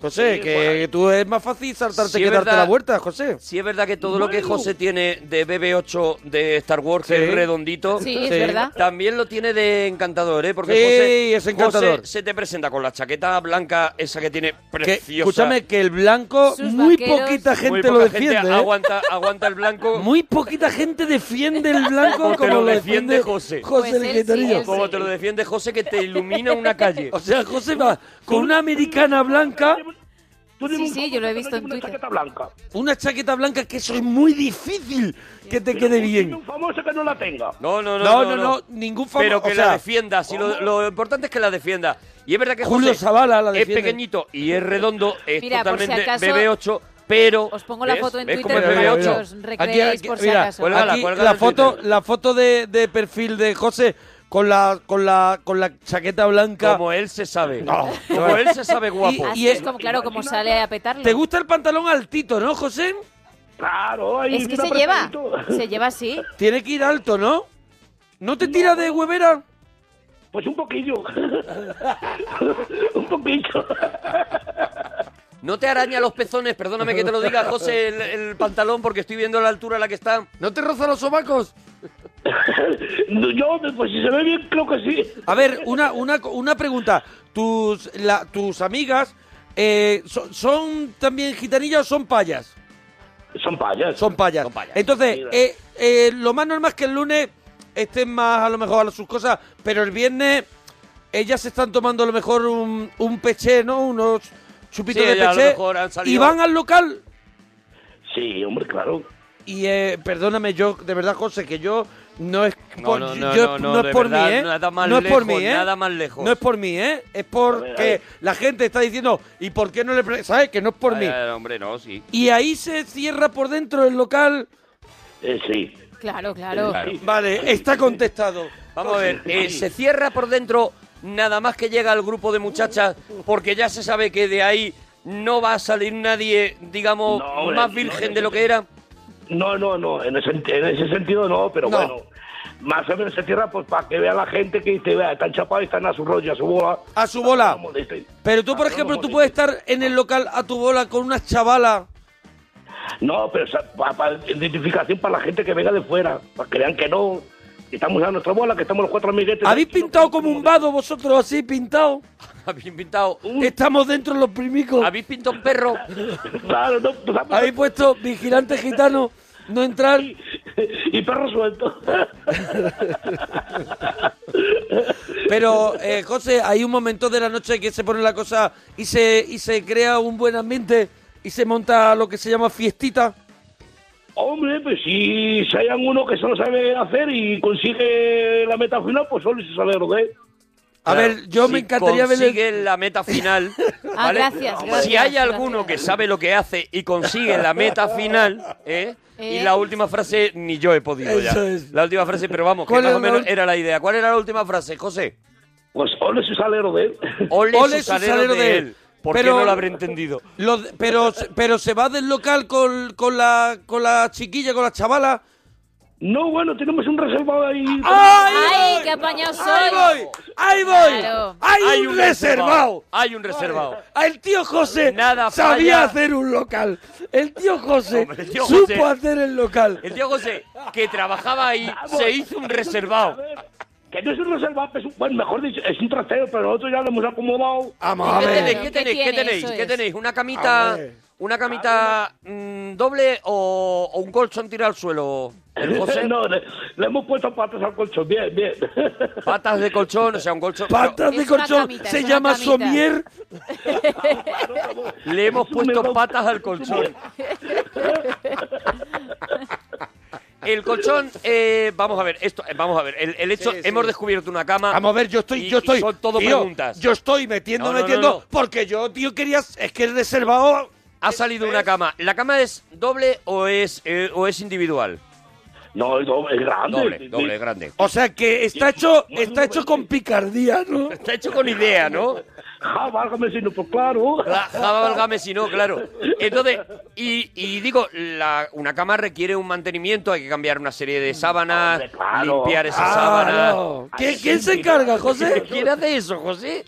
José, Sí, que bueno. tú es más fácil saltarte Sí, que es darte verdad. la vuelta, José. Si es verdad que todo lo que José tiene de BB8 de Star Wars, que Sí. es redondito, Sí, es Sí. verdad. también lo tiene de encantador, ¿eh? Porque Sí, José, es encantador. José se te presenta con la chaqueta blanca, esa que tiene Que, preciosa. escúchame, que el blanco, Sus muy vaqueros. poquita gente Muy lo poca gente defiende. ¿eh? aguanta, aguanta el blanco *laughs* Muy poquita gente defiende el blanco Como te como lo lo defiende defiende José. José Pues el él sí, Guitarrillo. él sí. como te lo defiende José, que te ilumina una calle. *laughs* O sea, José va con una americana blanca, Tú dime Sí, un sí, coco yo lo he que no visto lleve en una Twitter. chaqueta blanca. una chaqueta blanca, que eso es muy difícil que te quede Dime bien. un famoso que no la tenga. No, no, no. No, no, no, ningún famoso. Pero que o sea, la defienda. Si lo, lo importante es que la defienda. Y es verdad que Julio José Zavala la es defiende. pequeñito y es redondo, es Mira, por si totalmente acaso, BB8, pero. Os pongo la ¿ves? foto en ¿Ves Twitter cómo es Mira, mira, para que mira. BB8? os recreéis por si mira, acaso. Cuélgala, aquí cuélgala la en foto, Twitter. la foto de, de perfil de José con la con la con la chaqueta blanca. Como él se sabe. No. Como él se sabe guapo. Y- Así y es es- como, claro, como sale a petarlo. ¿Te gusta el pantalón altito, no, José? Claro, ahí Es que vino se lleva, apretadito. se lleva así. Tiene que ir alto, ¿no? ¿No te tira de huevera? Pues *laughs* un poquillo. un poquillo. No te araña los pezones, perdóname que te lo diga, José, el, el pantalón, porque estoy viendo la altura a la que está. ¿No te roza los sobacos? *laughs* Yo, pues si se ve bien, creo que sí. A ver, una, una, una pregunta. ¿Tus, la- tus amigas eh, son, son también gitanillas o son payas? Son payas. Son payas. Son payas. Entonces, Mira. eh, eh, lo más normal es que el lunes estén más a lo mejor a sus cosas, pero el viernes ellas están tomando a lo mejor un, un peché, ¿no? Unos chupitos Sí, de ya, a lo peché. mejor han salido. y van al local. Sí, hombre, claro. Y eh, perdóname, yo, de verdad, José, que yo no es por, no, no, yo- no, no, es de por mí, verdad, ¿eh? nada más no es por lejos, mí, ¿eh? nada más lejos. No es por mí, ¿eh? Es A ver, a porque ver. la gente está diciendo, ¿y por qué no le.? pre-?" ¿Sabes? Que no es por Ay, mí. ay, hombre, no, sí. Y ahí se cierra por dentro el local. Eh, sí. Claro, claro. Claro. Vale, está contestado. Vamos a ver, eh, se cierra por dentro nada más que llega al grupo de muchachas, porque ya se sabe que de ahí no va a salir nadie, digamos, No, hombre, más no, virgen no, de lo que era. No, no, no. En ese, en ese sentido no, pero No. bueno. Más o menos se cierra pues para que vea la gente que dice, vea, están chapados y están a su rollo, a su bola. A su bola. No molesten. Pero tú, por Ah, no ejemplo, lo tú molesten. puedes estar en el local a tu bola con una chavala. No, pero para, identificación para la gente que venga de fuera, para que vean que no, que estamos a nuestra bola, que estamos los cuatro amiguetes. ¿Habéis Aquí no pintado podemos como un vado vosotros así, pintado? *laughs* Habéis pintado, Estamos dentro los primicos. habéis pintado un perro. *laughs* Claro, no, tú sabes, Habéis puesto vigilante gitano, no entrar. y perro suelto. Pero, eh, José, hay un momento de la noche que se pone la cosa y se, y se crea un buen ambiente y se monta lo que se llama fiestita. Hombre, pues si, si hay alguno que solo sabe hacer y consigue la meta final, pues solo se sabe lo que es. A ver, yo me encantaría ver... el- consigue la meta final. *laughs* Ah, ¿vale? gracias, Si gracias, hay alguno gracias. que sabe lo que hace y consigue la meta final, ¿eh? ¿Eh? Y la última frase ni yo he podido ya. Eso es. La última frase, pero vamos, que ¿Cuál más es o menos la ul- era la idea. ¿Cuál era la última frase, José? Pues solo se sabe lo que es. Ole, Ole, su salero salero de él. ¿Por Pero- qué no lo habré entendido? Lo de- pero, pero se va del local con, con, la, con la chiquilla, con la chavala. No, bueno, tenemos un reservado ahí. ¡Ay, qué apañado soy! ¡Ahí voy! ¡Ahí voy! Claro. ¡Hay, Hay un, un reservado! reservado, hay un reservado. El tío José Nada sabía falla. hacer un local. El tío José Hombre, el tío supo José. hacer el local. El tío José, que trabajaba ahí, *laughs* se hizo un Ah, A reservado. ver, que no es un reservado, es un- bueno, mejor dicho, es un trasteo, pero nosotros ya lo hemos acomodado. Ah, Vamos a ¿Qué tenéis? ver. ¿qué ¿Qué tenéis? ¿Qué tiene? tenéis? Eso ¿Qué es. tenéis? ¿Una camita, Hombre. una camita mm, doble o, o un colchón tirado al suelo? El José, no, le, le hemos puesto patas al colchón, bien, bien. patas de colchón, o sea, un colchón. Patas de Es una colchón. camita, Se es una llama camita. somier. Le hemos puesto patas al colchón. El colchón, eh, vamos a ver, esto, eh, vamos a ver, el, el hecho, Sí, sí. hemos descubierto una cama. Vamos a ver, yo estoy, y- yo y estoy. son todo tío, preguntas. Yo estoy metiendo, No, no, no, metiendo. no. Porque yo, tío, quería. Es que el reservado. Ha salido una cama. ¿La cama es doble o es, eh, o es individual? No, es doble, es grande. Doble, doble, *laughs* grande. O sea que está Sí, sí. hecho, No, no, está hecho con picardía, ¿no? Está hecho con idea, ¿no? *laughs* Ja, válgame si no, pues claro. La- Java Ah, válgame si no, claro. Entonces, y, y digo, la- una cama requiere un mantenimiento, hay que cambiar una serie de sábanas, Hombre, claro. limpiar esas Ah, sábanas. no. ¿Qui- ¿Quién se encarga, José? ¿Quién hace eso, José?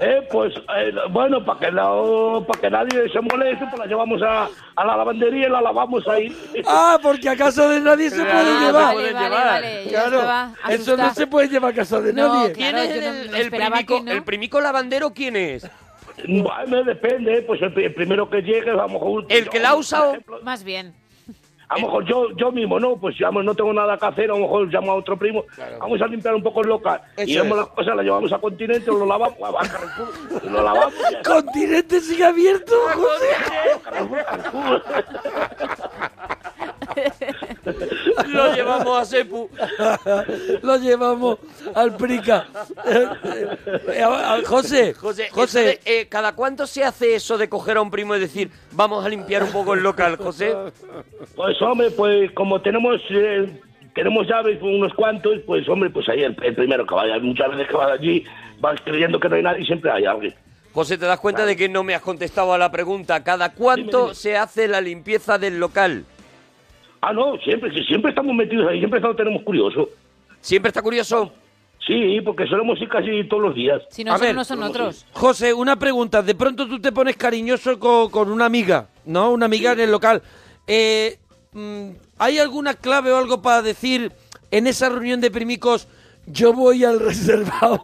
Eh, pues, eh, bueno, para que, no, para que nadie se moleste, pues la llevamos a, a la lavandería y la lavamos ahí. Ah, porque a casa de nadie se Claro, puede no se llevar. puede vale, vale, llevar. vale. Yo Claro, estaba eso no asustada. se puede llevar a casa de No, nadie. claro. ¿Quién es yo *laughs* no- el, no el esperaba primico, que no. el primico lavandero? ¿Quién es? Bueno, depende, eh, pues el, pri- el primero que llegue, a lo mejor... El que la ha yo, usado. por ejemplo, Más bien. A lo mejor yo, yo mismo, no, pues vamos, no tengo nada que hacer, a lo mejor llamo a otro primo, vamos a limpiar un poco el local. Eso y vemos es. las cosas, las llevamos a Continente, lo lavamos, a Carrefour, y lo lavamos. y ya está. ¿Continente sigue *laughs* abierto, José? Carrefour, Carrefour. Lo llevamos a Sepu. Lo llevamos al prica. Eh, a- a- José, José, José, entonces, eh, ¿cada cuánto se hace eso de coger a un primo y decir, vamos a limpiar un poco el local, José? Pues hombre, pues como tenemos eh, tenemos llaves por unos cuantos, pues hombre, pues ahí el, el primero que vaya. Muchas veces que vas allí, vas creyendo que no hay nadie y siempre hay alguien. José, ¿te das cuenta de que no me has contestado a la pregunta? ¿Cada cuánto Dime, dime. se hace la limpieza del local? Ah, no, siempre, sí, siempre estamos metidos ahí, siempre estamos, tenemos curioso. ¿Siempre está curioso? Sí, porque solemos ir casi todos los días. Si A no son ver, unos, son otros. José, una pregunta. De pronto tú te pones cariñoso co- con, una amiga, ¿no? Una amiga en el local. Eh, mm, ¿Hay alguna clave o algo para decir en esa reunión de primicos? Yo voy al *laughs* reservado.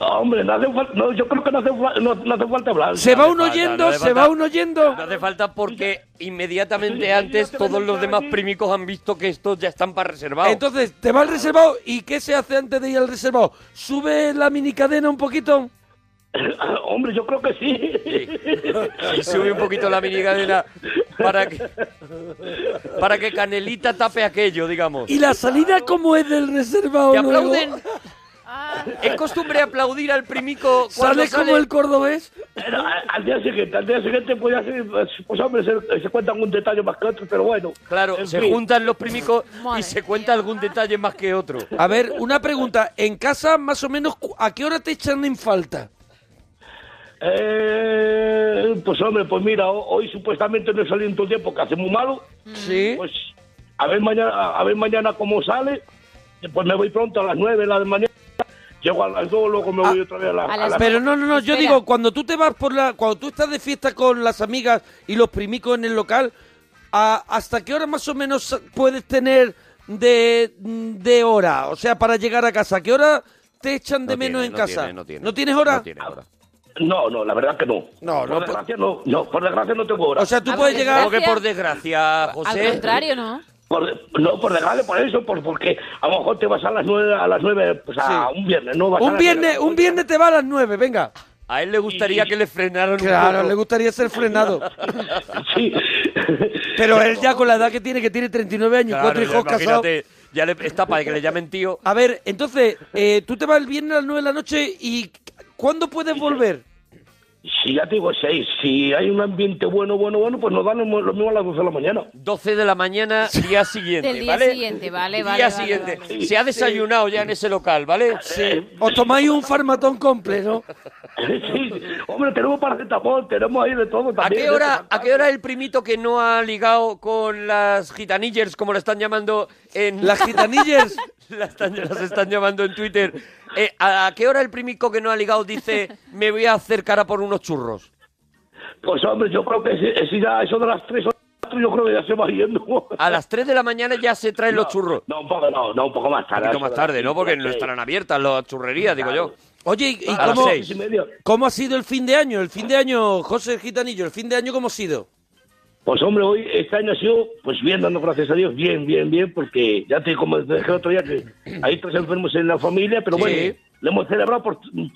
Ah, hombre, no hace falta, no, yo creo que no hace, fa- no, no hace falta hablar. Se va uno falta, yendo, no hace se falta. va uno yendo. No hace falta porque Sí, inmediatamente sí, antes ya te todos venden los claro demás aquí. primicos han visto que estos ya están para reservados. Entonces, te va al reservado y ¿qué se hace antes de ir al reservado? ¿Sube la minicadena un poquito? *coughs* hombre, yo creo que sí. y sube un poquito la minigadena para que, para que Canelita tape aquello, digamos. ¿Y la salida cómo es del reservado? ¿Te luego? aplauden? Es costumbre aplaudir al primico cuando ¿Sale como el cordobés? Pero a- al día siguiente, al día siguiente, pues, ya se, pues hombre, se, se cuentan un detalle más que otro, pero bueno. Claro, En se fin. juntan los primicos y Madre se cuenta algún detalle más que otro. A ver, una pregunta. En casa, más o menos, cu- ¿a qué hora te echan en falta? Eh, pues hombre, pues mira, ho- hoy supuestamente no he salido en todo el día porque hace muy malo. Sí. Pues a ver mañana, a ver mañana cómo sale. Pues me voy pronto a las 9 de la mañana. Llego a las 2, luego me voy otra vez a, la, a a las la- Pero no, no, no, yo Espera. digo, cuando tú te vas por la. Cuando tú estás de fiesta con las amigas y los primicos en el local, ¿a- ¿hasta qué hora más o menos puedes tener de, de hora? O sea, para llegar a casa, ¿a qué hora te echan de menos en casa? tienes hora? No, no, la verdad que no. No, por no, pues- desgracia no, no, por desgracia no tengo hora. O sea, tú Al puedes contrario. llegar. Como que por desgracia, Al José. contrario, ¿no? Por- no, por desgracia, por eso, por, porque a lo mejor te vas a las 9, a las 9, pues a Sí. un viernes, ¿no? Vas a Un las viernes, 9. un viernes te va a las nueve, venga. A él le gustaría que le frenaran un Claro, poco. le gustaría ser frenado. *laughs* Sí. Pero él ya con la edad que tiene, que tiene 39 años, Claro, cuatro ya hijos casados. imagínate, ya le, está para que le llamen tío. A ver, entonces, eh, tú te vas el viernes a las 9 de la noche y ¿cuándo puedes volver? Si ya te digo seis, si hay un ambiente bueno, bueno, bueno, pues nos dan lo, lo mismo a las 12 de la mañana. 12 de la mañana, día siguiente, Del día ¿vale? siguiente, vale, Día vale, vale, siguiente. vale, Eh, Se ha desayunado ya en ese local, ¿vale? Os tomáis un farmatón completo. *laughs* Sí, hombre, tenemos paracetamol, tenemos ahí de todo ¿A también. qué, hora, ¿A qué hora el primito que no ha ligado con las gitanillers, como la están llamando en... ¿Las *laughs* gitanillers? las, están, las están llamando en Twitter. Eh, ¿A a qué hora el primico que no ha ligado dice, me voy a acercar a por unos churros? Pues hombre, yo creo que es, es ya eso de las tres o cuatro, yo creo que ya se va yendo. A las 3 de la mañana ya se traen los churros. No, un poco, no, no, un poco más Un tarde. poquito más tarde, ¿no? Porque no estarán abiertas las churrerías, digo yo. Oye, ¿y A las cómo, seis. y medio. cómo ha sido el fin de año? El fin de año, José Gitanillo, ¿el fin de año cómo ha sido? Pues hombre, hoy este año ha sido, pues bien, dando gracias a Dios, bien, bien, bien, porque ya te como te dije el otro día que hay tres enfermos en la familia, pero Sí. bueno, lo hemos celebrado por mm,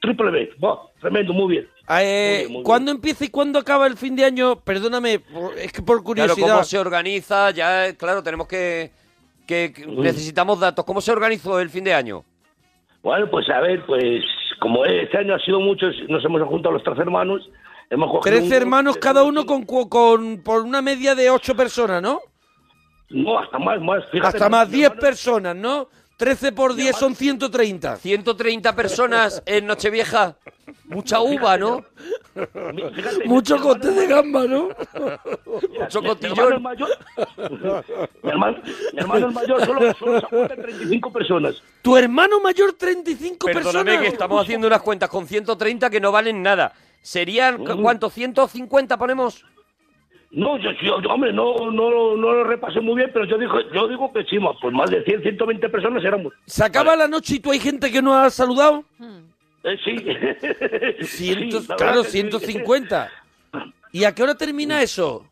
triple vez. Buah, tremendo, muy bien. Eh, Muy bien, muy bien. ¿Cuándo empieza y cuándo acaba el fin de año? Perdóname, por- es que por Claro, curiosidad. cómo se organiza, ya, eh, claro, tenemos que... que que necesitamos datos. ¿Cómo se organizó el fin de año? Bueno, pues a ver, pues como este año ha sido muchos, nos hemos juntado los tres hermanos. Hemos cogido Tres un- *laughs* hermanos, cada uno con, cu- con por una media de ocho personas, ¿no? No, hasta más, más. fíjate, Hasta más mi diez hermano- personas, ¿no? Trece por diez son 130. 130 *laughs* personas en Nochevieja. Mucha uva, ¿no? mi- *laughs* fíjate, mi Mucho hermano- coste de gamba, ¿no? Mucho Mi- mi hermano el cotillón. mayor, mi hermano, mi hermano el mayor solo, solo se juntan 35 personas. Tu hermano mayor, 35 Perdóname personas. que estamos haciendo unas cuentas con 130 que no valen nada. ¿Serían Mm. cu- cuántos? 150 ponemos. No, yo, yo- yo, hombre, no, no, no lo repasé muy bien, pero yo digo, yo digo que sí, ma, pues más de 100, 120 personas éramos. Se acaba la noche y tú hay gente que no ha saludado. Eh, sí. *laughs* Cientos- Sí, la verdad claro, que sí. Mm. 150. ¿Y a qué hora termina eso?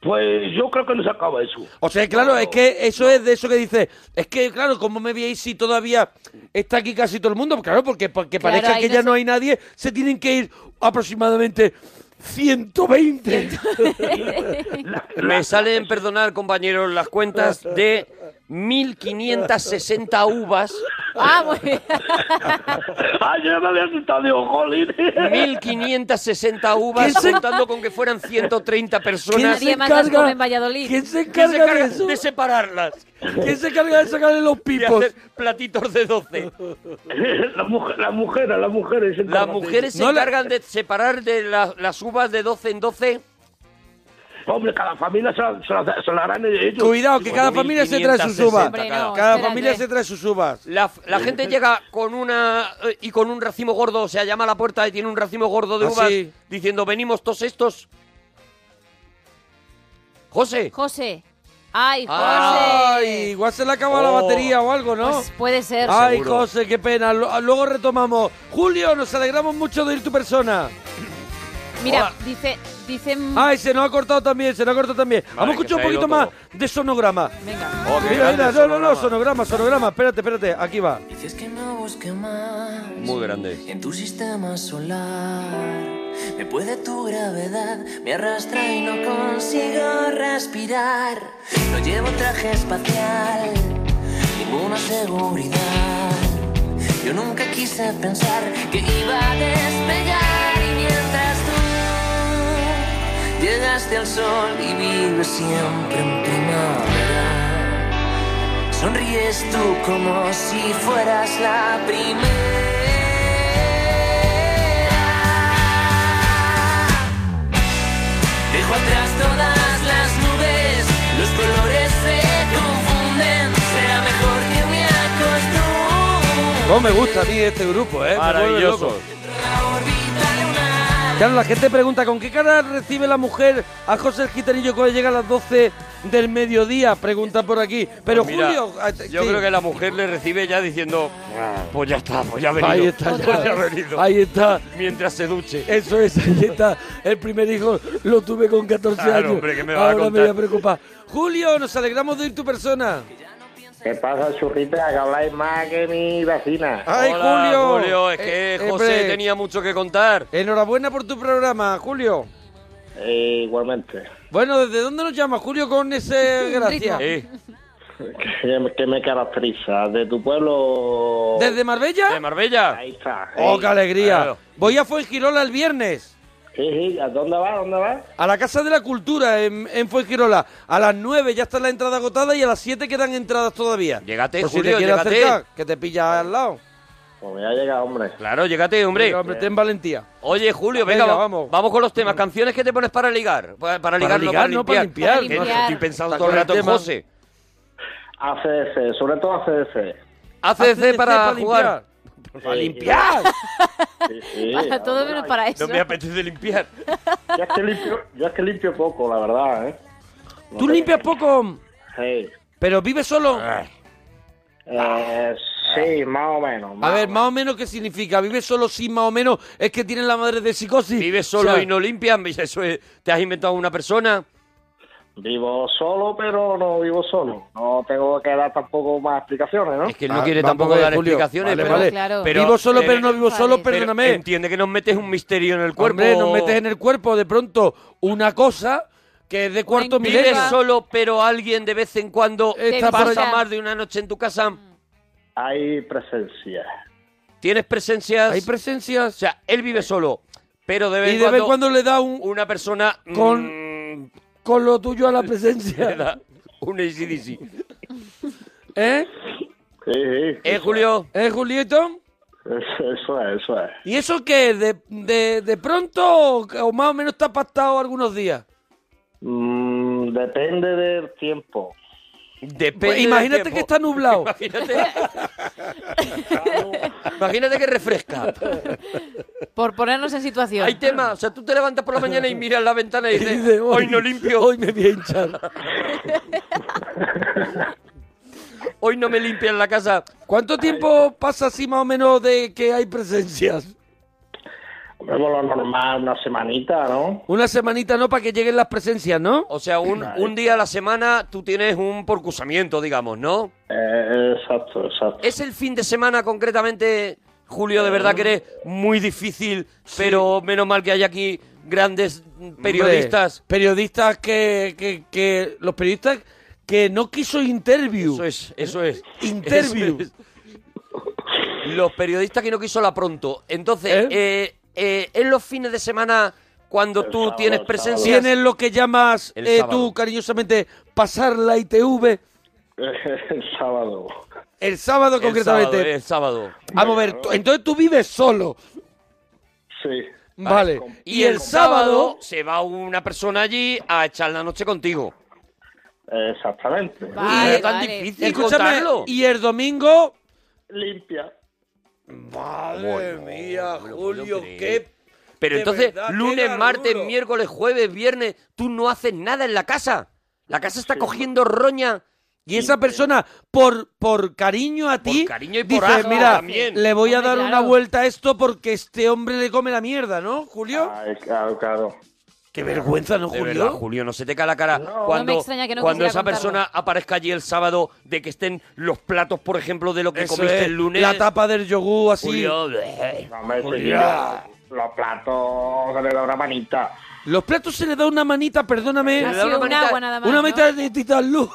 Pues yo creo que nos acaba eso. O sea, claro, es que eso es de eso que dice. Es que, claro, ¿cómo me veis si todavía está aquí casi todo el mundo? Claro, porque, porque Claro, parezca ahí que no ya se- no hay nadie, se tienen que ir aproximadamente *laughs* 120. Me salen, perdonar compañeros, las cuentas de 1.560 uvas. Ah, muy bien. *laughs* Ay, yo me había asustado, digo, jolín. 1.560 uvas, ¿Quién se- contando con que fueran 130 personas. Nadie más las come en Valladolid. ¿Quién se encarga, ¿Quién se encarga de eso? de separarlas? ¿Quién se encarga de sacarle *laughs* los De pipos? hacer platitos de 12. *laughs* La mujer, la mujer, la mujer. es el Las trabajo. mujeres se No, la- encargan de separar de la- las uvas de 12 en 12. Hombre, cada familia se la, se la- se la harán ellos. Cuidado, que cada familia se trae sus uvas. 1560 Hombre, no. Cada espérate. familia se trae sus uvas. La, la gente llega con una eh, y con un racimo gordo, o sea, llama a la puerta y tiene un racimo gordo de Ah, uvas sí. diciendo, venimos todos estos. José, José. Ay, José. Ah, Ay, igual se le acaba la Oh. batería o algo, Ah, ¿no? Pues puede ser. Ay, seguro. José, qué pena. Lo- Luego retomamos. Julio, nos alegramos mucho de ir tu persona. Mira, Hola. dice, dicen. *laughs* Ay, se nos ha cortado también, se nos ha cortado también. Vamos a que escuchar se un ha poquito ido más todo. de sonograma. Venga. Oh, qué mira, grande mira, no, el no, no, sonograma. sonograma, sonograma. Espérate, espérate, aquí va. Dices que no busque más Muy grande. en tu sistema solar. Me puede tu gravedad, me arrastra y no consigo respirar. No llevo traje espacial, ninguna seguridad. Yo nunca quise pensar que iba a despegar y mientras tú llegaste al sol y vives siempre en primavera. Sonríes tú como si fueras la primera. Dejo atrás todas las nubes, los colores se confunden. Será mejor que me acostumbre. No me gusta a mí este grupo, ¿eh? Me vuelve Maravilloso. loco. La órbita lunar. Claro, la gente pregunta, ¿con qué cara recibe la mujer a José el Gitanillo cuando llega a las 12 del mediodía? Pregunta por aquí. Pero Pues Mira, Julio... ah, yo sí. creo que la mujer le recibe ya diciendo, pues ya está, pues ya ha venido. Ahí está, pues ya. ya ha venido. ahí está. Mientras se duche. Eso es, ahí está. El primer hijo lo tuve con 14 Claro, años. hombre, ¿qué me va a Ahora me contar? voy a preocupar. Julio, nos alegramos de ir tu persona. ¿Qué pasa, churrita? Que habláis más que mi vecina. ¡Ay, Hola, Julio! es que Eh, José hombre, tenía mucho que contar. Enhorabuena por tu programa, Julio. Eh, igualmente. Bueno, ¿desde dónde nos llama Julio con *laughs* ese gracia? Eh, ¿Qué, me- qué me caracteriza? ¿De tu pueblo? ¿Desde Marbella? de Marbella. Ahí está. Eh, ¡Oh, qué alegría! Claro. Voy a Fuengirola el viernes. Sí, sí. ¿A dónde va? ¿Dónde va? A la Casa de la Cultura en, en Fuengirola. A las 9 ya está la entrada agotada y a las 7 quedan entradas todavía. Llégate, Por si Julio, te quieres llégate. acercar, que te pilla al lado. Pues ya llega, hombre. Claro, llégate, hombre. Venga, hombre, ten valentía. Oye, Julio, venga, Venga, va- vamos. con los temas. Canciones que te pones para ligar. Pa- Para, ligar, no ligar, no, para limpiar. Que Para Estoy limpiar. pensando Está todo el con el rato en tema. José. ACDC, sobre todo ACDC. ACDC para jugar. Para *laughs* Sí. limpiar. Para todo menos para eso. No me apetece limpiar. Yo es que limpio, yo es que limpio poco, la verdad, ¿eh? ¿Tú limpias poco? Sí. ¿Pero vives solo? Ah, Eh, sí, más o menos. A más ver, más o menos, ¿qué significa? ¿Vives solo sin más o menos? ¿Es que tienes la madre de psicosis? Vives solo y no limpias. Eso es- ¿Te has inventado una persona? Vivo solo, pero no vivo solo. No tengo que dar tampoco más explicaciones, ¿no? Es que él Ah, no quiere tampoco dar explicaciones. pero, Vivo solo, pero no vivo solo, pero perdóname. Entiende que nos metes un misterio en el cuerpo. Hombre, nos metes en el cuerpo de pronto una cosa que es de *laughs* cuarto Vives milenio. solo, pero alguien de vez en cuando Está por pasa allá. más de una noche en tu casa. Hay presencia. ¿Tienes presencias? Hay presencias. O sea, él vive solo, pero de vez Y en de vez cuando, en cuando le da un... una persona mm, Con- Con lo tuyo a la *laughs* le presencia. da un ACDC. ¿Eh? Sí, sí. ¿Eh, Julio? ¿Eh, Julieto? Eso, eso es, eso es. ¿Y eso qué? es? ¿De, de, de pronto o, o más o menos está pactado algunos días? Mm, depende del tiempo. Depende Pues del imagínate tiempo. que está nublado. *laughs* Imagínate, imagínate que refresca. Por ponernos en situación. Hay temas, o sea, tú te levantas por la mañana y miras la ventana y dices, Dice, hoy no limpio, Hoy me voy a hinchar. hoy no me limpian la casa. ¿Cuánto tiempo pasa así más o menos de que hay presencias? Vemos lo normal, una semanita, ¿no? Una semanita, ¿no? Para que lleguen las presencias, ¿no? O sea, un, un día a la semana tú tienes un porcusamiento, digamos, ¿no? Eh, exacto, exacto. ¿Es el fin de semana concretamente, Julio? De verdad que eres muy difícil, pero menos mal que hay aquí grandes periodistas. Hombre, periodistas que, que, que- Los periodistas que no quiso interview. Eso es, eso es. *laughs* Interview. Eso es. Los periodistas que no quiso la pronto. Entonces, eh, eh, en los fines de semana, cuando tú sábado, tienes el presencia... Tienes lo que llamas El eh, sábado. tú cariñosamente pasar la ITV *laughs* El sábado. el sábado el concretamente. sábado, el sábado. Vamos a ver, tú- entonces tú vives solo. Sí. Vale. Y, el sábado, se va una persona allí a echar la noche contigo. Exactamente. Vale, es tan vale. difícil escúchame, contarlo. y el domingo. Limpia. Madre mía, Julio, creer. qué. Pero De entonces, verdad, qué lunes, martes, garrulo. miércoles, jueves, viernes, tú no haces nada en la casa. La casa está cogiendo roña. Y esa persona, por, por cariño a ti, cariño y por dice, asco mira, también". le voy a Hombre, dar una claro. vuelta a esto porque este hombre le come la mierda, ¿no, Julio? Ah, Ay, claro, claro. qué vergüenza, ¿no, De Julio? verdad, Julio, no se te cae la cara. Cuando, No me extraña que no cuando quisiera esa contarlo. persona aparezca allí el sábado, de que estén los platos, por ejemplo, de lo que Eso comiste es, el lunes. La tapa del yogur, así. Julio, eh. bleh. No me enseña los platos de la manita. Los platos se le da una manita, perdóname. Ha Le da una sido un manita- agua nada más. Una ¿no? manita de Titan *laughs* Luz.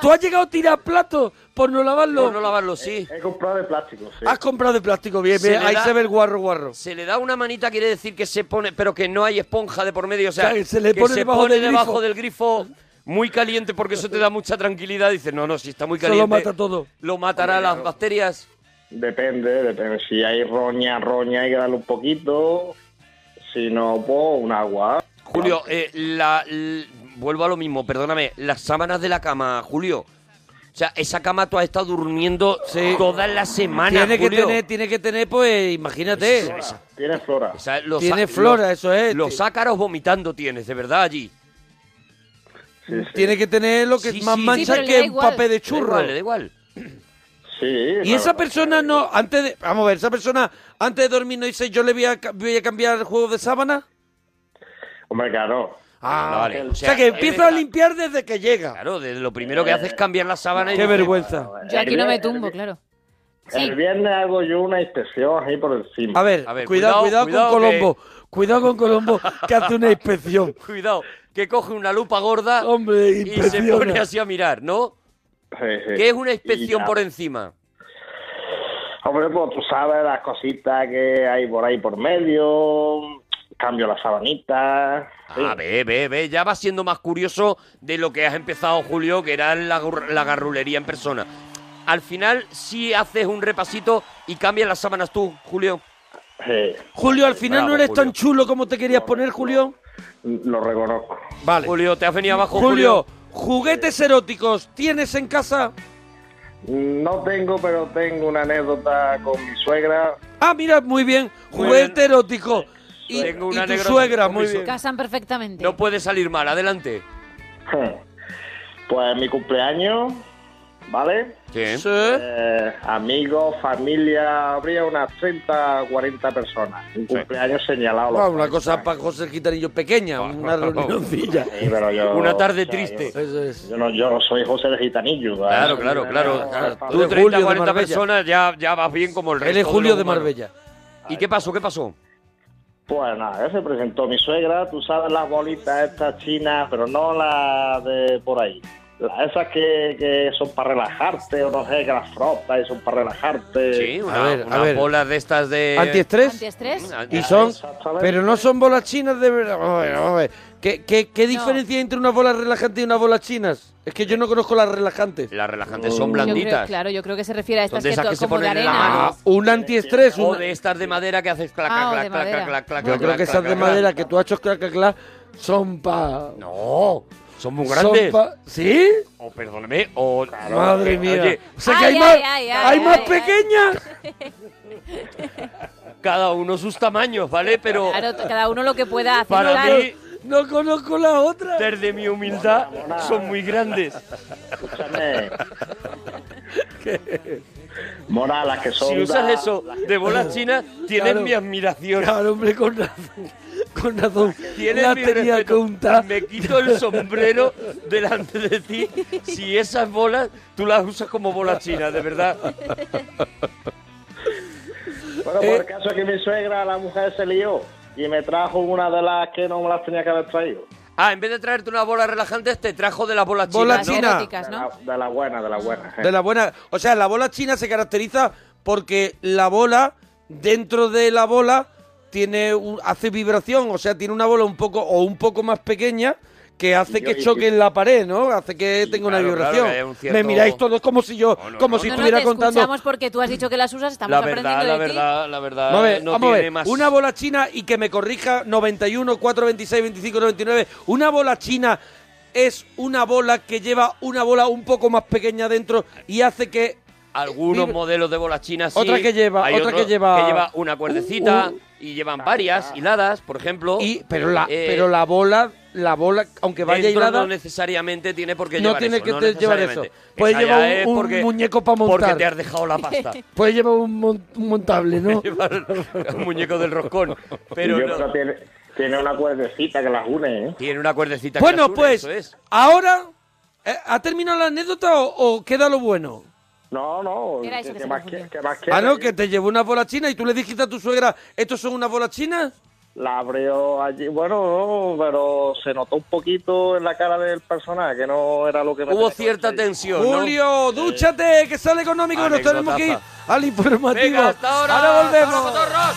Tú has llegado a tirar platos por no lavarlo. Por no lavarlo, sí. He comprado de plástico, sí. Has comprado de plástico, bien, Se bien. le Ahí da- se ve el guarro, guarro. Se le da una manita, quiere decir que se pone, pero que no hay esponja de por medio. O sea, O sea, que se le que pone se debajo pone del debajo grifo. del grifo muy caliente porque eso te da mucha tranquilidad. Dices, no, no, si está muy Eso lo caliente. mata todo. Lo matará las bacterias. Depende, depende. Si hay roña, roña, hay que darle un poquito. Si no, pues un agua. Julio, eh, la, l- vuelvo a lo mismo, perdóname. Las sábanas de la cama, Julio. O sea, esa cama tú has estado durmiendo toda la semana, Tiene que, Julio. tener, tiene que tener, pues, imagínate. Tiene flora. O sea, los Tiene á- flora, los- eso es. Los ácaros vomitando tienes, de verdad, allí. Sí, sí. Tiene que tener lo que Sí, es más sí. mancha Sí, pero le da que un igual. papel de Le da churro. igual, le da igual. Sí, Y la esa verdad. persona no, antes de, vamos a ver, esa persona antes de dormir no dice yo le voy a, ca- voy a cambiar el juego de sábana. Hombre, claro. Ah, vale. O sea que él empieza a está- limpiar desde que llega. Claro, de- lo primero que hace es cambiar la sábana y Qué dice, vergüenza. Yo aquí no me El- tumbo, claro. Sí. El viernes hago yo una inspección ahí por encima. A ver, A ver, cuidado, cuidado, cuidado, cuidado con que- Colombo. Cuidado con Colombo que hace una inspección. Cuidado, que coge una lupa gorda Hombre, y se impresiona. pone así a mirar, ¿no? Sí, sí. Que es una inspección Y ya. por encima. Hombre, pues tú sabes las cositas que hay por ahí por medio. Cambio las sabanitas. Sí. Ah, ve, ve, ve, ya va siendo más curioso de lo que has empezado, Julio, que era la, gur- la garrulería en persona. al final sí haces un repasito y cambias las sábanas tú, Julio. Julio, al final Bravo, no eres tan Julio. chulo como te querías poner, Julio. Lo reconozco. Vale. Julio, te has venido abajo, Julio, juguetes eróticos, ¿tienes en casa? No tengo, pero tengo una anécdota con mi suegra. Ah, mira, muy bien, juguete erótico. Y, Tengo y una tu anécdota suegra, con mi muy suegra. bien. Casan perfectamente. No puede salir mal, adelante. *laughs* Pues mi cumpleaños, ¿vale? Sí. Sí. Eh, amigos, familia, habría unas 30, 40 personas. Un cumpleaños señalado. Ah, una cosa para José Gitanillo pequeña, una *laughs* reunioncilla. Sí, pero yo- Una tarde o sea, triste. Eso es. Yo, yo no, yo no soy José de Gitanillo. ¿vale? Eh, Claro, claro, Pues claro. claro. Tú Tú eres 30, Julio de 40 Marbella. personas ya, ya vas bien como el resto. Él es de Julio los de humanos. Marbella. ¿Y qué pasó? ¿Qué pasó? Pues nada, se presentó mi suegra, tú sabes las bolitas estas chinas, pero no las de por ahí. Las- Esas que, que son para relajarte, o no sé, que las frotas y son para relajarte. Sí, una, ver, a una ver. bola de estas de... ¿Antiestrés? ¿Antiestrés? Y son, exactamente. pero no son bolas chinas de verdad. Vamos a ver, vamos a ver. ¿Qué, qué, qué No. diferencia hay entre una bola relajante y una bola chinas? Es que yo no conozco las relajantes. Mm. Las relajantes son Yo creo- blanditas. claro, yo creo que se refiere a Son estas de que, esas to- que se como de ponen en la arena. mano. ¿no? Un antiestrés, O un- de estas de madera que haces clac, Ah, o clac, de clac, clac, madera. clac, clac, yo clac, creo que clac, esas de clac, madera que tú has hecho clac, clac, clac, son pa... No, son muy son grandes. pa- ¿Sí? O perdóname, o... Madre eh, Oye, mía. o sea que Ay, hay ay, más, ay, ay, hay más ay, ay. pequeñas. cada uno sus tamaños, ¿vale? Pero Claro, t- cada uno lo que pueda hacer. Para claro. mí- No conozco la otra. desde mi humildad son muy grandes. *laughs* Escúchame. Mona, las que son. Si usas las- eso de bolas chinas, tienes Claro. mi admiración. Claro, hombre, con razón. Con razón. Tienes La mi tenía respeto. contada. Me quito el *laughs* sombrero delante de ti. Si esas bolas, tú las usas como bolas chinas, de verdad. Bueno, Eh. por el caso es que mi suegra, la mujer, se lió y me trajo una de las que no me las tenía que haber traído. Ah, en vez de traerte una bola relajante, te trajo de las bolas chinas. Bola Las ¿no? china. eróticas, De, ¿no? la, de la buena, de la buena. De la buena. O sea, la bola china se caracteriza porque la bola, dentro de la bola, tiene un- hace vibración. O sea, tiene una bola un poco o un poco más pequeña que hace Y que yo- y- choque en la pared, ¿no? Hace que tenga una claro, vibración. claro, que hay un cierto- Me miráis todos como si yo, No, no, como no, si No, no, estuviera te contando. escuchamos porque tú has dicho que las usas, estamos La verdad, aprendiendo la de ti. verdad, la verdad. Vamos a ver, no vamos a tiene ver. más. Una bola china y que me corrija 91, 4, 26, 25, 99. Una bola china es una bola que lleva una bola un poco más pequeña dentro y hace que Algunos Dime. modelos de bolas chinas sí. Otra que lleva- Hay otra otros que lleva- una cuerdecita y llevan varias hiladas, por ejemplo. Y, pero la, Eh, pero la bola, la bola, aunque vaya dentro hilada, no necesariamente tiene por qué No llevar tiene eso, que no te- llevar necesariamente. eso. Puede Esa llevar ya un- es un muñeco pa' Porque montar. te has dejado *laughs* la pasta. *laughs* puede llevar un, mon- un montable, ¿no? Llevar un muñeco del roscón. Pero Yo no. creo que tiene, tiene una cuerdecita que las une, ¿eh? tiene una cuerdecita que la bueno, sube, pues, eso es. ahora, eh, ¿ha terminado la anécdota o, o queda lo bueno? No, no. Era eso ¿qué- qué que se más confundió. quie- qué más Ah, no, que quieres? te llevó una bola china y tú le dijiste a tu suegra, ¿estos son unas bolas chinas? La abrió allí. Bueno, no, pero se notó un poquito en la cara del personaje que no era lo que me Hubo tenía cierta que decir. tensión, ¿no? Julio, dúchate, que sale económico, que nos tenemos que ir Anecdotaza. al informativo. Venga, hasta ahora. Ahora volvemos. Hasta ahora, cotorros.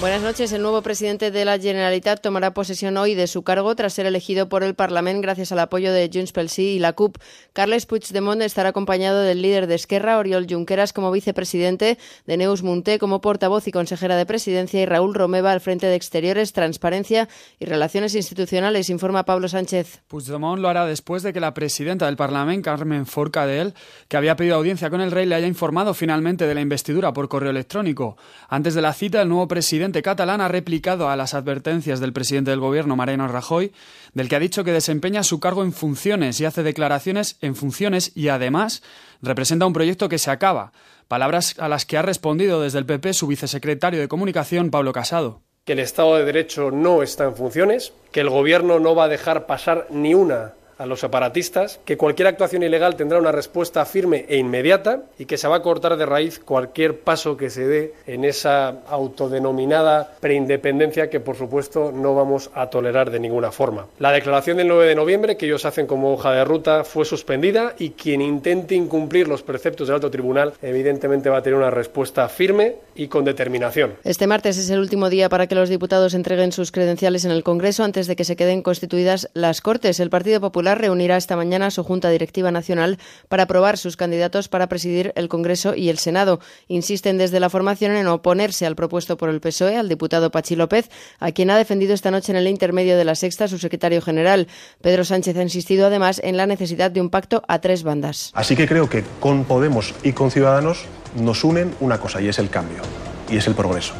Buenas noches. El nuevo presidente de la Generalitat tomará posesión hoy de su cargo tras ser elegido por el Parlament gracias al apoyo de Junts pel Sí y la CUP. Carles Puigdemont estará acompañado del líder de Esquerra, Oriol Junqueras, como vicepresidente, de Neus Munté como portavoz y consejera de presidencia y Raúl Romeva al frente de Exteriores, Transparencia y Relaciones Institucionales, informa Pablo Sánchez. Puigdemont lo hará después de que la presidenta del Parlamento, Carmen Forcadell, que había pedido audiencia con el rey, le haya informado finalmente de la investidura por correo electrónico. Antes de la cita, el nuevo presidente presidente catalán ha replicado a las advertencias del presidente del gobierno, Mariano Rajoy, del que ha dicho que desempeña su cargo en funciones y hace declaraciones en funciones y además representa un proyecto que se acaba. Palabras a las que ha respondido desde el PP su vicesecretario de Comunicación, Pablo Casado. que el Estado de Derecho no está en funciones, que el Gobierno no va a dejar pasar ni una a los separatistas, que cualquier actuación ilegal tendrá una respuesta firme e inmediata y que se va a cortar de raíz cualquier paso que se dé en esa autodenominada preindependencia que, por supuesto, no vamos a tolerar de ninguna forma. La declaración del 9 de noviembre que ellos hacen como hoja de ruta fue suspendida y quien intente incumplir los preceptos del alto tribunal evidentemente va a tener una respuesta firme y con determinación. Este martes es el último día para que los diputados entreguen sus credenciales en el Congreso antes de que se queden constituidas las Cortes. El Partido Popular reunirá esta mañana su Junta Directiva Nacional para aprobar sus candidatos para presidir el Congreso y el Senado. Insisten desde la formación en oponerse al propuesto por el PSOE, E, al diputado Pachi López, a quien ha defendido esta noche en el intermedio de la sexta su secretario general. Pedro Sánchez ha insistido además en la necesidad de un pacto a tres bandas. Así que creo que con Podemos y con Ciudadanos nos unen una cosa y es el cambio y es el progreso.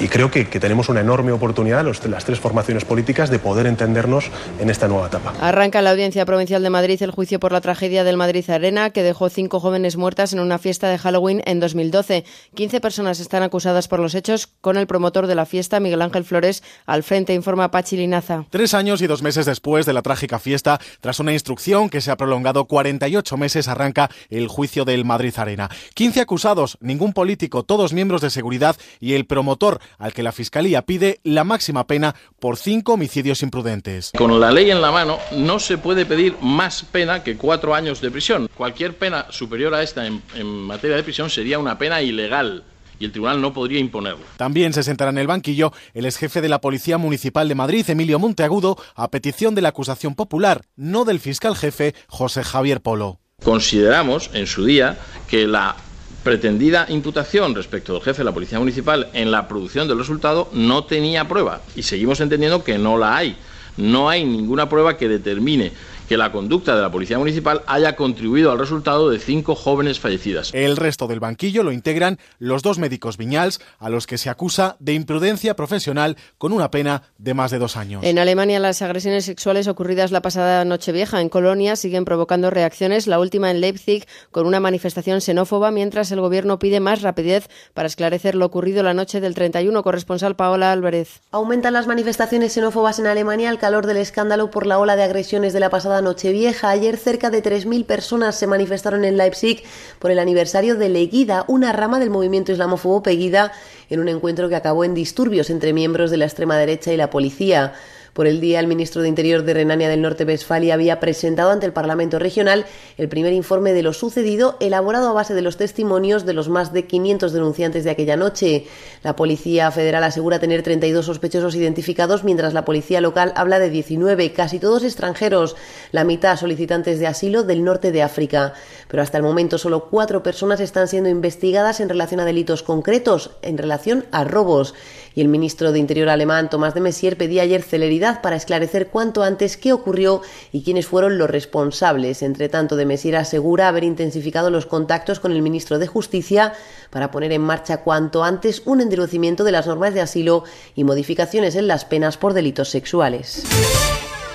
Y, y creo que, que tenemos una enorme oportunidad, los- las tres formaciones políticas, de poder entendernos en esta nueva etapa. Arranca en la Audiencia Provincial de Madrid el juicio por la tragedia del Madrid Arena, que dejó cinco jóvenes muertas en una fiesta de Halloween en 2012. 15 personas están acusadas por los hechos, con el promotor de la fiesta, Miguel Ángel Flores, al frente, informa Pachi Linaza. Tres años y dos meses después de la trágica fiesta, tras una instrucción que se ha prolongado 48 meses, arranca el juicio del Madrid Arena. 15 acusados, ningún político, todos miembros de seguridad y el promotor, al que la Fiscalía pide la máxima pena por cinco homicidios imprudentes. Con la ley en la mano no se puede pedir más pena que cuatro años de prisión. Cualquier pena superior a esta en, en materia de prisión sería una pena ilegal y el tribunal no podría imponerla. También se sentará en el banquillo el exjefe de la Policía Municipal de Madrid, Emilio Monteagudo, a petición de la acusación popular, no del fiscal jefe, José Javier Polo. Consideramos en su día que la pretendida imputación respecto del jefe de la Policía Municipal en la producción del resultado no tenía prueba y seguimos entendiendo que no la hay. No hay ninguna prueba que determine que la conducta de la Policía Municipal haya contribuido al resultado de cinco jóvenes fallecidas. El resto del banquillo lo integran los dos médicos Viñals, a los que se acusa de imprudencia profesional con una pena de más de dos años. En Alemania, las agresiones sexuales ocurridas la pasada Nochevieja en Colonia siguen provocando reacciones, la última en Leipzig, con una manifestación xenófoba, mientras el gobierno pide más rapidez para esclarecer lo ocurrido la noche del 31. Corresponsal Paola Álvarez. Aumentan las manifestaciones xenófobas en Alemania al calor del escándalo por la ola de agresiones de la pasada Nochevieja. Ayer cerca de 3.000 personas se manifestaron en Leipzig por el aniversario de Legida, una rama del movimiento islamófobo Pegida, en un encuentro que acabó en disturbios entre miembros de la extrema derecha y la policía. Por el día, el ministro de Interior de Renania del Norte-Westfalia había presentado ante el Parlamento Regional el primer informe de lo sucedido, elaborado a base de los testimonios de los más de 500 denunciantes de aquella noche. La Policía Federal asegura tener 32 sospechosos identificados, mientras la Policía Local habla de 19, casi todos extranjeros, la mitad solicitantes de asilo del norte de África. Pero hasta el momento solo cuatro personas están siendo investigadas en relación a delitos concretos, en relación a robos. Y el ministro de Interior alemán, Tomás de Messier, pedía ayer celeridad para esclarecer cuanto antes qué ocurrió y quiénes fueron los responsables. Entre tanto, de Messier asegura haber intensificado los contactos con el ministro de Justicia para poner en marcha cuanto antes un endurecimiento de las normas de asilo y modificaciones en las penas por delitos sexuales.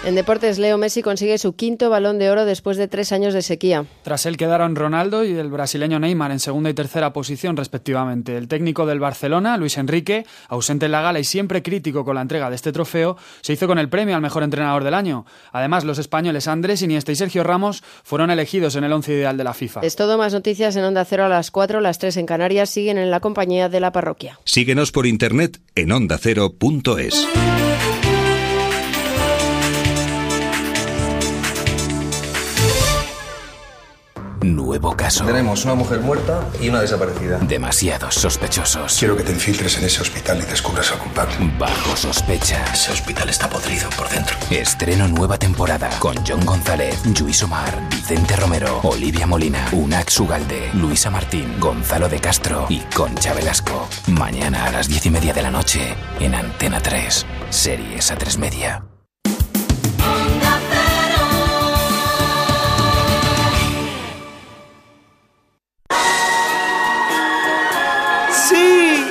En deportes, Leo Messi consigue su quinto balón de oro después de tres años de sequía. Tras él quedaron Ronaldo y el brasileño Neymar en segunda y tercera posición respectivamente. El técnico del Barcelona, Luis Enrique, ausente en la gala y siempre crítico con la entrega de este trofeo, se hizo con el premio al mejor entrenador del año. Además, los españoles Andrés Iniesta y Sergio Ramos fueron elegidos en el once ideal de la FIFA. Es todo, más noticias en Onda Cero a las 4, las 3 en Canarias, siguen en la compañía de la parroquia. Síguenos por internet en ondacero.es. Nuevo caso. Tenemos una mujer muerta y una desaparecida. Demasiados sospechosos. Quiero que te infiltres en ese hospital y descubras al culpable. Bajo sospecha. Ese hospital está podrido por dentro. Estreno nueva temporada con John González, Luis Omar, Vicente Romero, Olivia Molina, Unax Ugalde, Luisa Martín, Gonzalo de Castro y Concha Velasco. Mañana a las diez y media de la noche en Antena 3. Series a tres media. Sí,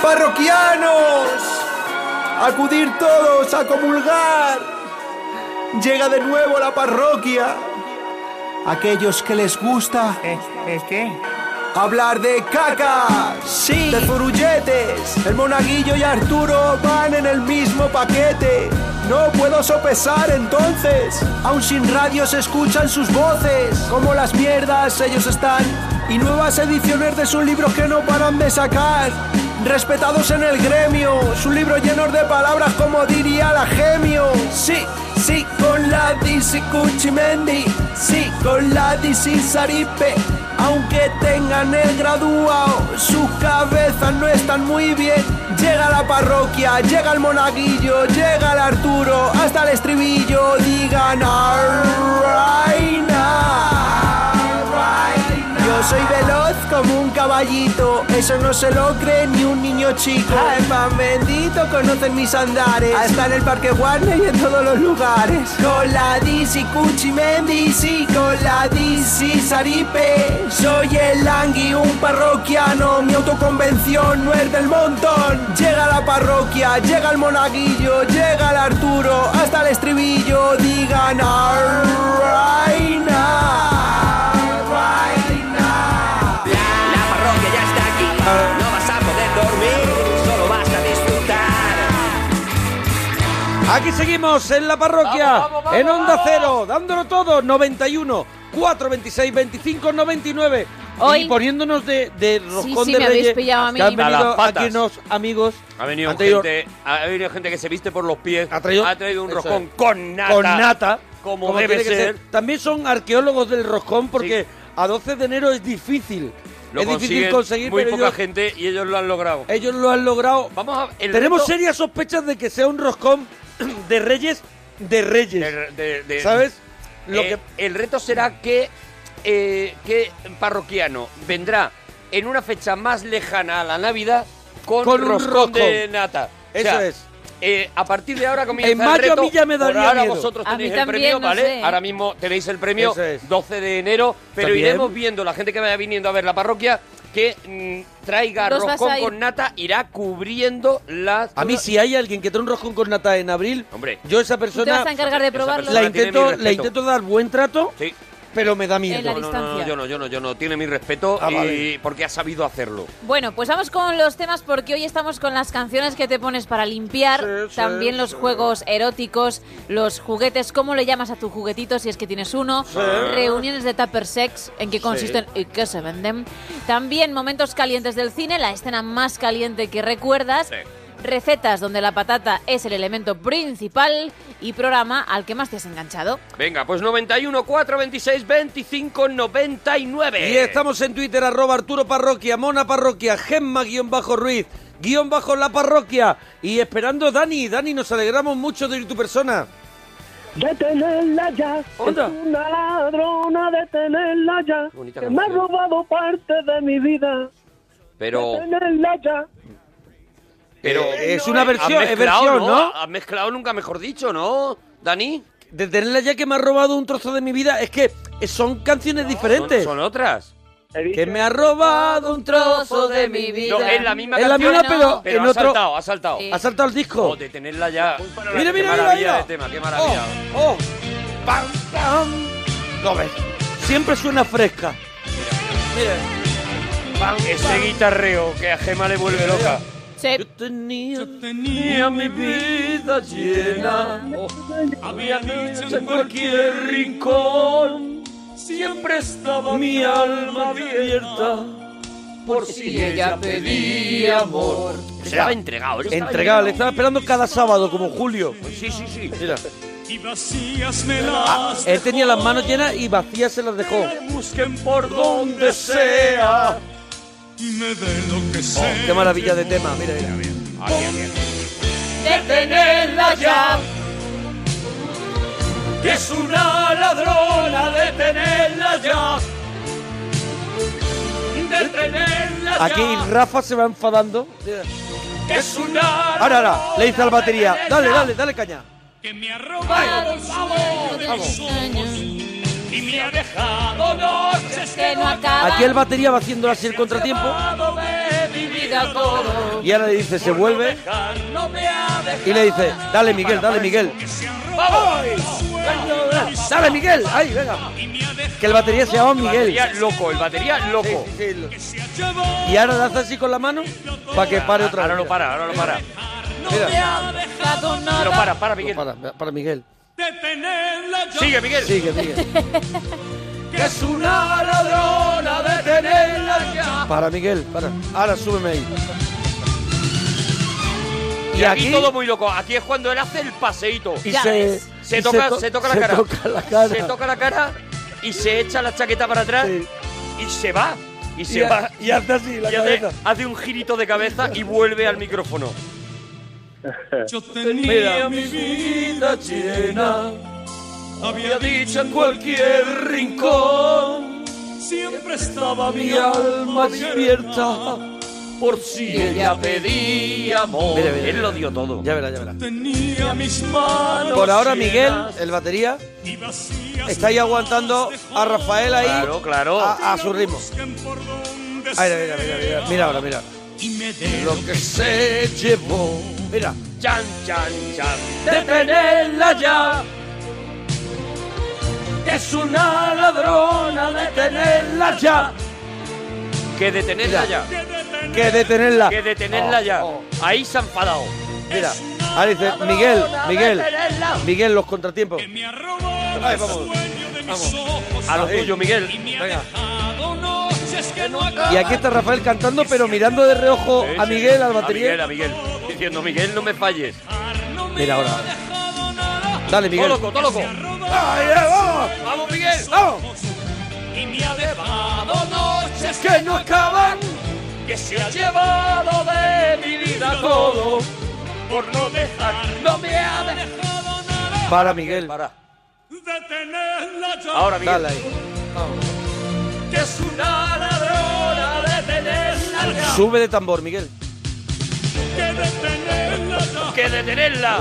para parroquianos, acudir todos a comulgar. Llega de nuevo la parroquia. Aquellos que les gusta. ¿Es, qué? Hablar de cacas, sí. de furulletes. El monaguillo y Arturo van en el mismo paquete. No puedo sopesar entonces. Aún sin radio se escuchan sus voces. Como las mierdas ellos están. Y nuevas ediciones de sus libros que no paran de sacar. Respetados en el gremio. Sus libros llenos de palabras como diría la gemio. Sí, sí, con la DC Cuchimendi. Sí, con la DC Saripe. Aunque tengan el graduado, sus cabezas no están muy bien. Llega la parroquia, llega el monaguillo, llega el Arturo, hasta el estribillo, digan Arraina. Yo soy veloz como un caballito, eso no se lo cree ni un niño chico. Ay, pan bendito, conocen mis andares, hasta en el parque Warner y en todos los lugares. Con la DC Cuchi Mendy, sí, con la DC Saripe. Soy el Langui, un parroquiano, mi autoconvención no es del montón. Llega la parroquia, llega el monaguillo, llega el Arturo, hasta el estribillo, digan Arraina. La parroquia ya está aquí, Ah. no vas a poder dormir, solo vas a disfrutar. Aquí seguimos en la parroquia, en Onda Cero, dándolo todo, 91, 4, 26, 25, 99. Hoy- y poniéndonos de, de Sí, roscón sí, de me habéis reyes, pillado a mí. que han A las venido patas. aquí unos amigos. Ha venido, anterior- gente, ha venido gente que se viste por los pies. Ha traído- un Eso roscón es. con nata. Con nata. Como, debe tiene que ser. También son arqueólogos del roscón porque a 12 de enero es difícil. Lo es difícil consiguen conseguir, muy pero poca ellos, gente y ellos lo han logrado. ellos lo han logrado. Vamos a- el Tenemos reto- serias sospechas de que sea un roscón *clears throat* de reyes de reyes. de- de- ¿Sabes? Lo Eh, El reto será que, eh, que parroquiano vendrá en una fecha más lejana a la Navidad con, Con un roscón, roscón. de nata. O Eso sea, es. eh, a partir de ahora comienza En mayo el reto. a mí ya me Por daría ahora miedo. vosotros A mí tenéis el también, premio, no ¿vale? sé. Ahora mismo tenéis el premio Eso es. 12 de enero, pero También. iremos viendo la gente que vaya viniendo a ver la parroquia que mm, traiga Dos vas a roscón ir- con nata, irá cubriendo las... A mí si hay alguien que trae un roscón con nata en abril, yo esa persona vas a encargar de Esa persona probarlo? la tiene mi intento, respeto. le intento dar buen trato, pero me da miedo. En la No, no, no, distancia. yo no, yo no, yo no. Tiene mi respeto Ah, y vale. porque ha sabido hacerlo. Bueno, pues vamos con los temas porque hoy estamos con las canciones que te pones para limpiar, también los juegos eróticos, los juguetes, cómo le llamas a tu juguetito si es que tienes uno, Sí. reuniones de tupper sex, en qué consisten y qué se venden, también momentos calientes del cine, la escena más caliente que recuerdas. Recetas donde la patata es el elemento principal y programa al que más te has enganchado. Venga, pues 91, 4, 26, 25, 99. Y estamos en Twitter, arroba Arturo Parroquia, Mona Parroquia, Gemma guión bajo Ruiz, guión bajo La Parroquia. Y esperando Dani, Dani, nos alegramos mucho de ir tu persona. Detenerla ya, Onda. es una ladrona, detenerla ya, bonita que me ha canción. robado parte de mi vida, Pero, detenerla ya. pero Eh, es una versión, Has es mezclado, versión, ¿no? Has mezclado nunca mejor dicho, ¿no? Dani. De tenerla ya que me ha robado un trozo de mi vida, es que son canciones diferentes. Son, otras. Que me ha robado un trozo de mi vida. No, es la misma Es la canción, misma, pero, pero en ha otro. saltado, ha saltado. Ha saltado el disco. Oh, de tenerla ya. Mira, mira, qué mira, maravilla mira. de tema, qué maravilla. Oh, pam, pam. Oh, Lo ves. Siempre suena fresca. Ese guitarreo este que a Gema le vuelve loca. Yo tenía, mi vida llena. Había dicho en cualquier rincón, siempre estaba mi alma abierta, por si ella pedía amor. Estaba entregado, Entregado, él estaba le entregado. estaba esperando cada sábado, como Julio. Sí, sí, sí. Mira. Y vacías me Ah, las él tenía las manos llenas y vacías se las dejó. busquen por donde sea. Y me den lo que sea. Oh, Qué maravilla de tema, mira, mira. Detenerla ya. Que es una ladrona, detenerla ya. Detenerla Aquí ya. Rafa se va enfadando. Que es una Ahora, ahora, le dice al batería. Dale, dale, dale caña. robado el sueño de mis sueños. Y me ha dejado noches que no acaban. Aquí el batería va haciendo así el contratiempo. Acabado de vivir. vida todo. Y ahora le dice, se vuelve No me ha y le dice, dale Miguel, dale Miguel. ¡Vamos! ¡Dale Miguel! ¡Ay, venga! Que el batería se llama Miguel. Batería loco, el batería loco. Y ahora le hace así con la mano para que pare otra vez. Ahora no para, ahora no para. Mira. dejado Pero para, para, Miguel. Para, para Miguel. Sigue, Miguel. Sigue, Miguel. *laughs* Que es una ladrona de tenerla ya. Para Miguel, para. Ahora súbeme ahí. Y, aquí, todo muy loco. Aquí es cuando él hace el paseíto. Y Ya se- ves. se y toca, se se, to- toca la se cara. toca la cara. Se toca la cara y se echa la chaqueta para atrás y se va. Y se Y ha- va. y hace así la Y hace- cabeza. hace un girito de cabeza y vuelve al micrófono. *laughs* Yo tenía mi vida llena, había dicho en cualquier rincón. Siempre estaba mi alma despierta, por si ella pedía amor. Él lo dio todo. Ya verá, ya verá. Tenía mis manos. Por ahora Miguel, llenas el batería, y vacías está ahí aguantando a Rafael ahí Claro, claro. A, a su ritmo. Ahí, mira, mira, mira, mira, mira ahora, mira. Lo que se llevó. Mira. Chan, chan, chan. De tenerla ya. Es una ladrona de tenerla ya. Que detenerla Mira. ya. Que detenerla. Que detenerla Oh, ya. Ahí se ha enfadado. Mira. Ahora dice, Miguel, Miguel, Miguel, los contratiempos. Ahí vamos. Vamos. A lo tuyo, Miguel. Venga. Y aquí está Rafael cantando, pero mirando de reojo a Miguel, al batería. A Miguel, a Miguel. Diciendo, Miguel, no me falles. Mira ahora. Dale, Miguel. Todo loco, todo loco. ¡Ay, eh, vamos! ¡Vamos, Miguel! ¡Vamos! Y me ha llevado noches que no acaban, que se ha llevado de mi vida todo, por no dejar, no me ha dejado Para, Miguel. de tenerla ya. Ahora, Miguel. Dale ahí. Que es una ladrona de tenerla ya. Sube de tambor, Miguel. Que de tenerla ya. Que de tenerla.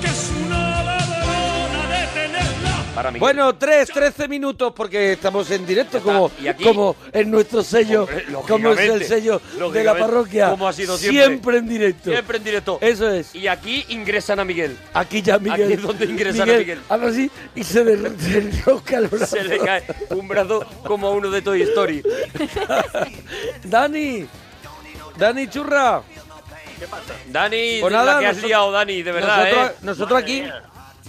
Que es una ladrona de tenerla. Para Miguel. Bueno, 3, 13 minutos porque estamos en directo como, Y aquí- como en nuestro sello, como es el lógicamente, sello de la lógicamente, parroquia. como ha sido siempre. en directo. Siempre en directo. Eso es. Y aquí ingresan a Miguel. Aquí ya Miguel. Aquí es donde ingresan a Miguel. Ahora sí, y se *laughs* le se le enrosca el brazo. Se le cae un brazo como a uno de Toy Story. *laughs* Dani, Dani Churra. Dani, Pues la nada, que has nosotros- liado, Dani, de verdad, nosotros, ¿eh? Nosotros aquí,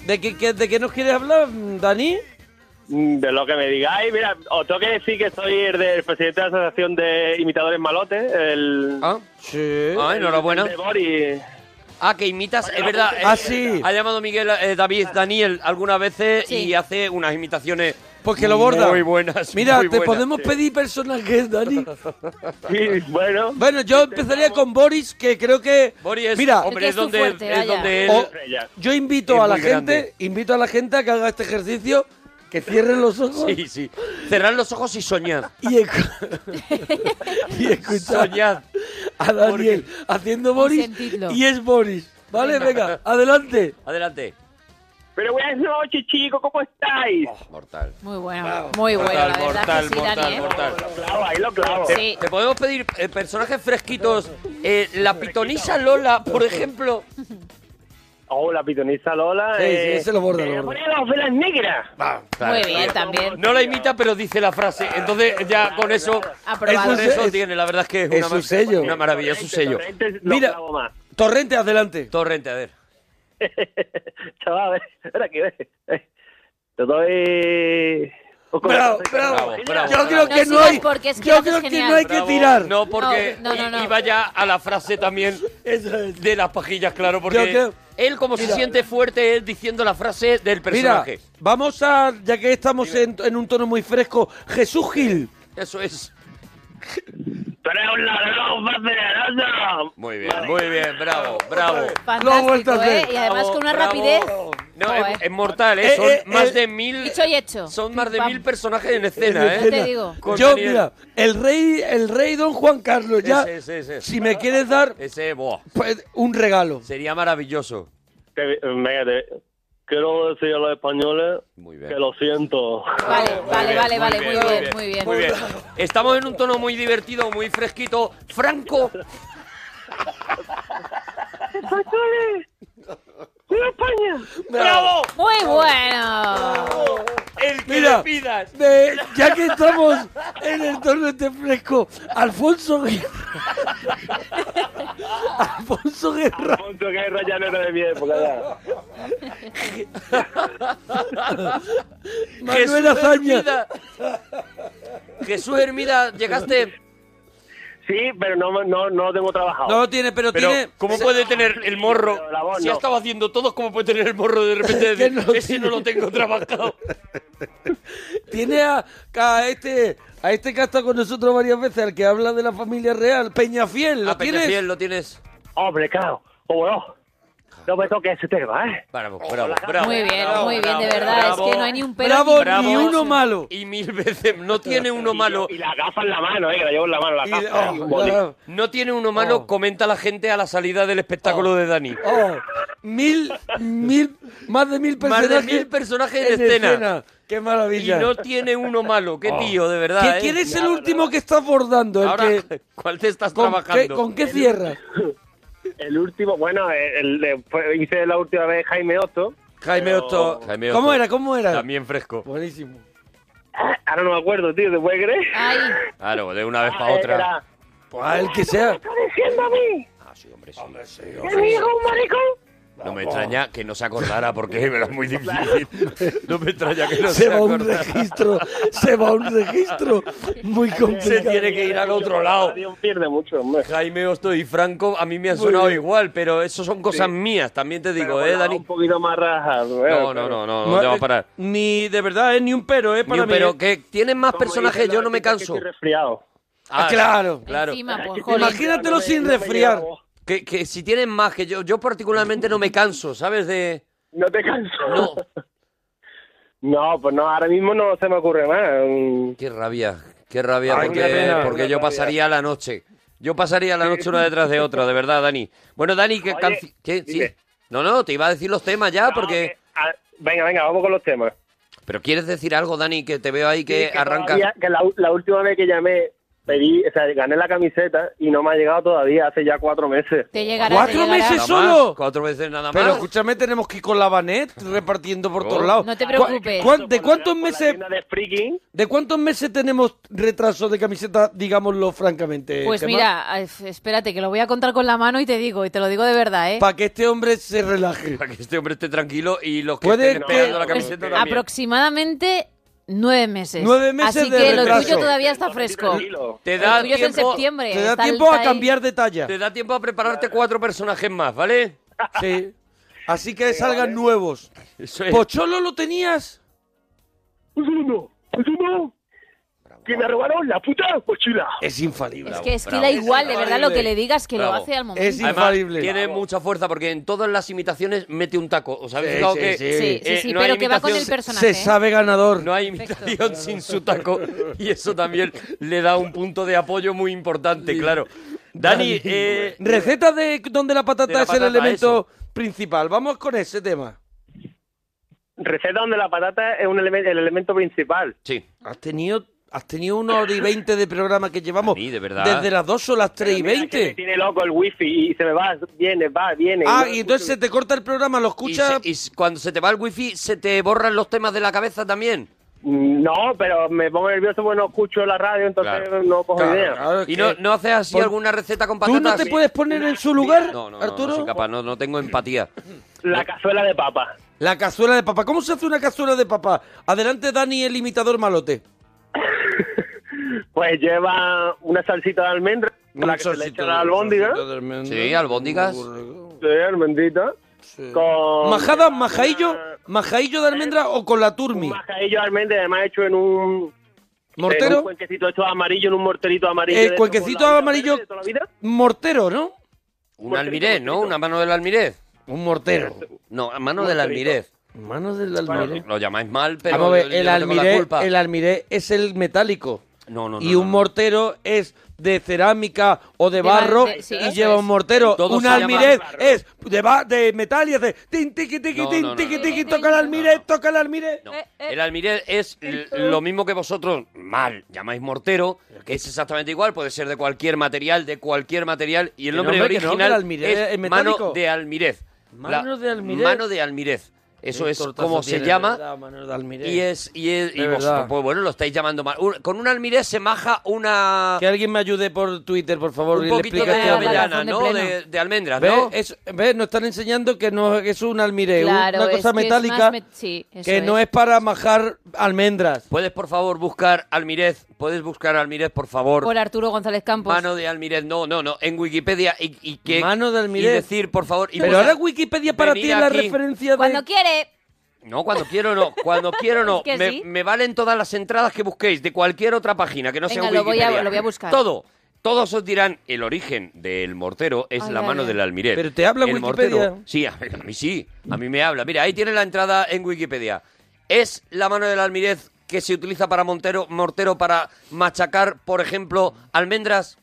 ¿de qué, qué- ¿de qué nos quieres hablar, Dani? Mm, De lo que me digáis, mira, os tengo que decir que soy el del presidente de la Asociación de Imitadores Malotes, el... Ah, sí. Ah, enhorabuena. De Boris. Ah, que imitas, es verdad. Ah, eh, sí. Ha llamado Miguel, eh, David, Daniel algunas veces y hace unas imitaciones. Porque Pues lo borda. Muy buenas. Mira, muy te buenas. podemos Sí. pedir personajes, Dani. bueno. Bueno, yo empezaría con Boris, que creo que. Boris es- Mira, hombre, es Es que es donde- su fuerte, es vaya. donde él- O- yo invito Es a la muy gente, grande. invito a la gente a que haga este ejercicio, que cierren los ojos. Sí, sí. Cerrad los ojos y soñad. *laughs* Y, escu- y escuchar a Daniel haciendo Boris Sentidlo. y es Boris. Vale, venga, adelante. Adelante. Pero buenas noches, chicos, ¿cómo estáis? Oh. mortal. Muy bueno, muy bueno, mortal, la verdad mortal, que sí, mortal, Dani, ¿eh? mortal. Ahí lo clavo. Te, Sí. te podemos pedir eh, personajes fresquitos. Eh, la pitonisa Lola, por ejemplo. Oh, la pitonisa Lola. Sí, sí, eh, ese lo borda, eh, lo borda. ponía las velas negras. Claro. bien, también. No la imita, pero dice la frase. Entonces, ya con eso. Aprobado. Con eso tiene, la verdad es que es, es una, su mar- sello. una maravilla, es su sello. Mira, Torrente, adelante. Torrente, a ver. *laughs* Chaval, espera que ve. eh, Te doy... Bravo, bravo, bravo. Yo creo que No no sigas hay. porque es que yo lo haces creo que genial. no hay que Bravo. tirar. No, porque No, no, no, no. iba ya a la frase *laughs* también de las pajillas, claro, Yo porque creo- él como se Mira. siente fuerte es diciendo la frase del personaje. Mira, vamos a, ya que estamos en, en un tono muy fresco, Jesús Gil. Eso es. ¡Tú eres un ladrón, fascinador! Muy bien, muy bien, bravo, bravo. Fantástico, ¿eh? Y además con una rapidez. No, Joder. es, es mortal, ¿eh? Son más de mil... Dicho y hecho. Son más de Pam. mil personajes en escena, ¿eh? Escena. Te digo. Con Yo, Daniel. mira, el rey, el rey don Juan Carlos, ya. Ese, ese, ese. Si me quieres dar Ese, buah, pues, un regalo. sería maravilloso. Que, venga, te- quiero decir a los españoles que lo siento. Vale, vale, vale, muy bien, muy bien. muy bien. Estamos en un tono muy divertido, muy fresquito. Franco, ¡Españoles! ¡Viva España! ¡Bravo! Muy bueno. El que Mira, le pidas. de- ya que estamos en el torneo este fresco, Alfonso Guerra. *laughs* Alfonso Guerra. Alfonso Guerra ya no era de mi época, ya. Manuel Jesús Azaña. Hermida. Jesús Hermida, llegaste. Sí, pero no, no, no lo tengo trabajado. No lo tiene, pero, tiene. ¿Cómo puede tener el morro? Si ha estado haciendo todos, ¿cómo puede tener el morro de *laughs* repente? de decir, Ese no lo tengo trabajado. Tiene a, a este a este que ha estado con nosotros varias veces, al que habla de la familia real, Peñafiel. ¿Lo tienes? Ah, Peñafiel, lo tienes. Hombre, claro, cómo no. No me toques ese tema, ¿eh? Bravo, bravo, bravo. Muy bien, bravo, muy bien, de bravo, verdad. bravo. es que no hay ni un pelo. Bravo, ni- bravo. malo. Y mil veces, no tiene uno malo. Y la gafa en la mano, eh, que la llevo en la mano, la gafa. oh, eh, boli. No tiene uno malo, comenta la gente a la salida del espectáculo de Dani. Oh, mil, mil, más de mil Más de personajes. mil personajes en escena. Qué Y maravilla. no tiene uno malo, qué Oh. tío, de verdad. ¿Qué- eh. ¿Quién es el último que estás bordando? El Ahora, que- ¿cuál te *laughs* estás ¿Con qué, trabajando? ¿Con qué cierra? El último, bueno, el, el- fue- hice la última vez Jaime Otto. Jaime pero- Otto. Ah, ¿Cómo era? ¿Cómo era? También fresco. Buenísimo. Ahora no me acuerdo, tío, de Buegre. Claro, de una vez Ah, para otra. Era- Pues el que sea. ¿Estás diciendo a mí? Hombre, sí. ¿Que mi hijo es un maricón? No me extraña que no se acordara *laughs* porque era muy difícil. No me *laughs* extraña que no se, se va un acordara. registro, se va un registro muy Se complicado. tiene que ir al otro lado. pierde mucho, hombre. Jaime Osto y Franco a mí me han Muy sonado bien. igual, pero eso son cosas mías, también te digo, Pero ¿eh, bueno, Dani? Un poquito más rajas. No, no, no, no, no te va a parar. eh, Ni de verdad, es ni un pero, ¿eh? Para para un mí, pero, ¿eh? que tienen más personajes, yo no me canso. resfriado. eh, Ah, claro, claro. Encima, pues, jolín. Imagínatelo sin no me resfriar. llevo. Que, que si tienen más, que yo, yo particularmente no me canso, ¿sabes? De... No te canso. No. No, pues no, ahora mismo no se me ocurre más. Qué rabia, qué rabia, Ay, porque, qué pena. porque Qué yo rabia. pasaría la noche. Yo pasaría la noche una detrás de otra, de verdad, Dani. Bueno, Dani, ¿qué Oye, canci- qué- sí. dime. No, no, te iba a decir los temas ya, porque... Ah, venga, venga, vamos con los temas. Pero quieres decir algo, Dani, que te veo ahí que, Sí, que arranca... todavía- que la, u- la última vez que llamé, pedí, o sea, gané la camiseta y no me ha llegado todavía, hace ya cuatro meses. Te llegará, te ¿Cuatro llegará. meses Nada más, solo? Cuatro veces nada Pero más. escúchame, tenemos que ir con la banet repartiendo por todos lados. No te ¿Cu- preocupes. cuán- ¿De cuántos meses? De, cuántos meses tenemos retraso de camiseta, digámoslo francamente? Pues mira, eh, espérate, que lo voy a contar con la mano y te digo, y te lo digo de verdad, ¿eh? Para que este hombre se relaje. Para que este hombre esté tranquilo y los que Puede estén que- esperando la Pues, camiseta también. aproximadamente nueve meses. Nueve meses Así de que lo retraso. tuyo todavía está fresco. Te Lo da tuyo es en tiempo- septiembre. te da está- tiempo está a ahí. cambiar- de talla. Te da tiempo a prepararte cuatro personajes más, ¿vale? Sí. Así que salgan nuevos. Eso es. ¿Pocholo lo tenías? Un segundo, un segundo. Que me robaron la puta mochila. Es infalible. Es que es que da igual, de verdad, lo que le digas que lo Bravo. hace al momento. Además, tiene mucha fuerza porque en todas las imitaciones mete un taco. ¿Os habéis Sí, fijado sí, que eh, sí. Sí, sí, sí, hay pero que va con imitación- el personaje, ¿eh? Se sabe ganador. No hay imitación sin su taco y eso también le da un punto de apoyo muy importante, claro. Dani, eh, Receta de donde la patata de la es patata, el elemento principal. Vamos con ese tema. Receta donde la patata es un elemen- el elemento principal. Sí. Has tenido, has tenido una hora y veinte de programa que llevamos desde las dos o las tres y Mira, es que me veinte. tiene loco el wifi y se me va, viene, va, viene. Ah, no y entonces se te corta el programa, lo escuchas. y s- cuando se te va el wifi, ¿se te borran los temas de la cabeza también? No, pero me pongo nervioso porque no escucho la radio, entonces no cojo Claro, Pues idea. claro, es ¿Y no- que- no haces así Pon- alguna receta con ¿Tú no patatas? te puedes poner en su lugar, No, no, no, Arturo? no soy capaz, no, no tengo empatía. La cazuela de papa. La cazuela de papá. ¿Cómo se hace una cazuela de papá? Adelante, Dani, el imitador malote. Pues lleva una salsita de almendra, la que se le echa a la albóndiga, Sí, albóndigas. de almendrita, con... ¿Majada, majaillo, majaillo de almendra o con la turmi? Majadillo de almendra, además hecho en un... ¿Mortero? En un cuenquecito hecho amarillo, en un morterito pues, amarillo. Eh, de cuenquecito esto, con la vida amarillo. verde de toda la vida. Mortero, ¿no? Un almirez, ¿no? Una mano del almirez. Un mortero. No, a mano del almirez. Mano del Bueno, almirez. lo llamáis mal, pero Vamos a ver, yo- yo el no tengo la almiré, culpa. el almiré es el metálico. No, no, no, y no, un no. mortero es de cerámica o de De barro barro, sí, y eso lleva es. un mortero. Y todo un se llama almirez es de, ba- de metal y hace tin, tiqui, tiqui, No, tin, no, no, tiqui, no, tiqui, toca el almirez, toca el almirez. El almirez es l- lo mismo que vosotros, mal, llamáis mortero, que es exactamente igual, puede ser de cualquier material, de cualquier material, y el Que nombre no, hombre, que no, que original el almirez es es mano metálico. de almirez. La- Mano de almirez. Mano de almirez. Eso Qué es tortazo como se tiene, llama. ¿verdad, mano de almirez? Y es, y es, y De vosotros, verdad. pues bueno, lo estáis llamando mal. Un- con un almirez se maja una. Que alguien me ayude por Twitter, por favor, y un le poquito explique de esto a Belén. avellana, ¿no? De, de almendras, ¿Ves? ¿no? Es- ¿Ves? Nos están enseñando que no que es un almirez, una Claro, cosa es que es más metálica met- sí, eso que no es para majar almendras. ¿Puedes, por favor, buscar almirez? ¿Puedes buscar almirez, por favor? Por Arturo González Campos. Mano de Almirez, no, no, no, en Wikipedia y, y que Mano de Almirez. y decir, por favor, y Pero buscar- ahora Wikipedia para ti venir es la aquí. referencia de Cuando quiere. No, cuando quiero no, cuando quiero no. Es *laughs* que me, sí. me valen todas las entradas que busquéis de cualquier otra página que no sea Venga, lo voy a- Wikipedia. lo voy a buscar. Todo. Todos os dirán el origen del mortero es Ay, la ay, mano ay. del almirez. Pero te habla El Wikipedia. mortero- sí, a, a mí sí, a mí me habla. Mira, ahí tiene la entrada en Wikipedia. Es la mano del almirez que se utiliza para montero, mortero para machacar, por ejemplo, almendras.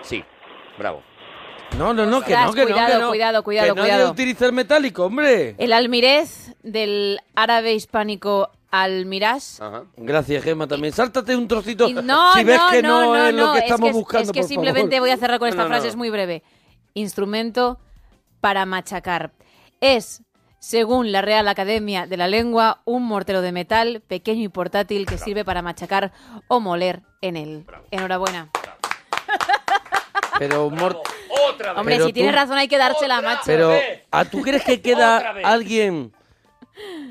Sí, bravo. No, no, no, que Ostras, no, que no, cuidado, que no. cuidado, cuidado, que no cuidado. de utilizar metálico, hombre. El almirez del árabe hispánico almirás. Gracias, Gemma, también. Sáltate un trocito *laughs* Y no, si ves no, que no, no, es lo no, que estamos es, buscando, Es que por simplemente favor. voy a cerrar con esta No, no, frase, no. es muy breve. Instrumento para machacar. Es, según la Real Academia de la Lengua, un mortero de metal pequeño y portátil que sirve para machacar o moler en él. Enhorabuena. Pero Ah. un mor- Otra Hombre, Pero si tienes tú- razón hay que dársela, macho. Pero, ¿a tú crees que queda alguien?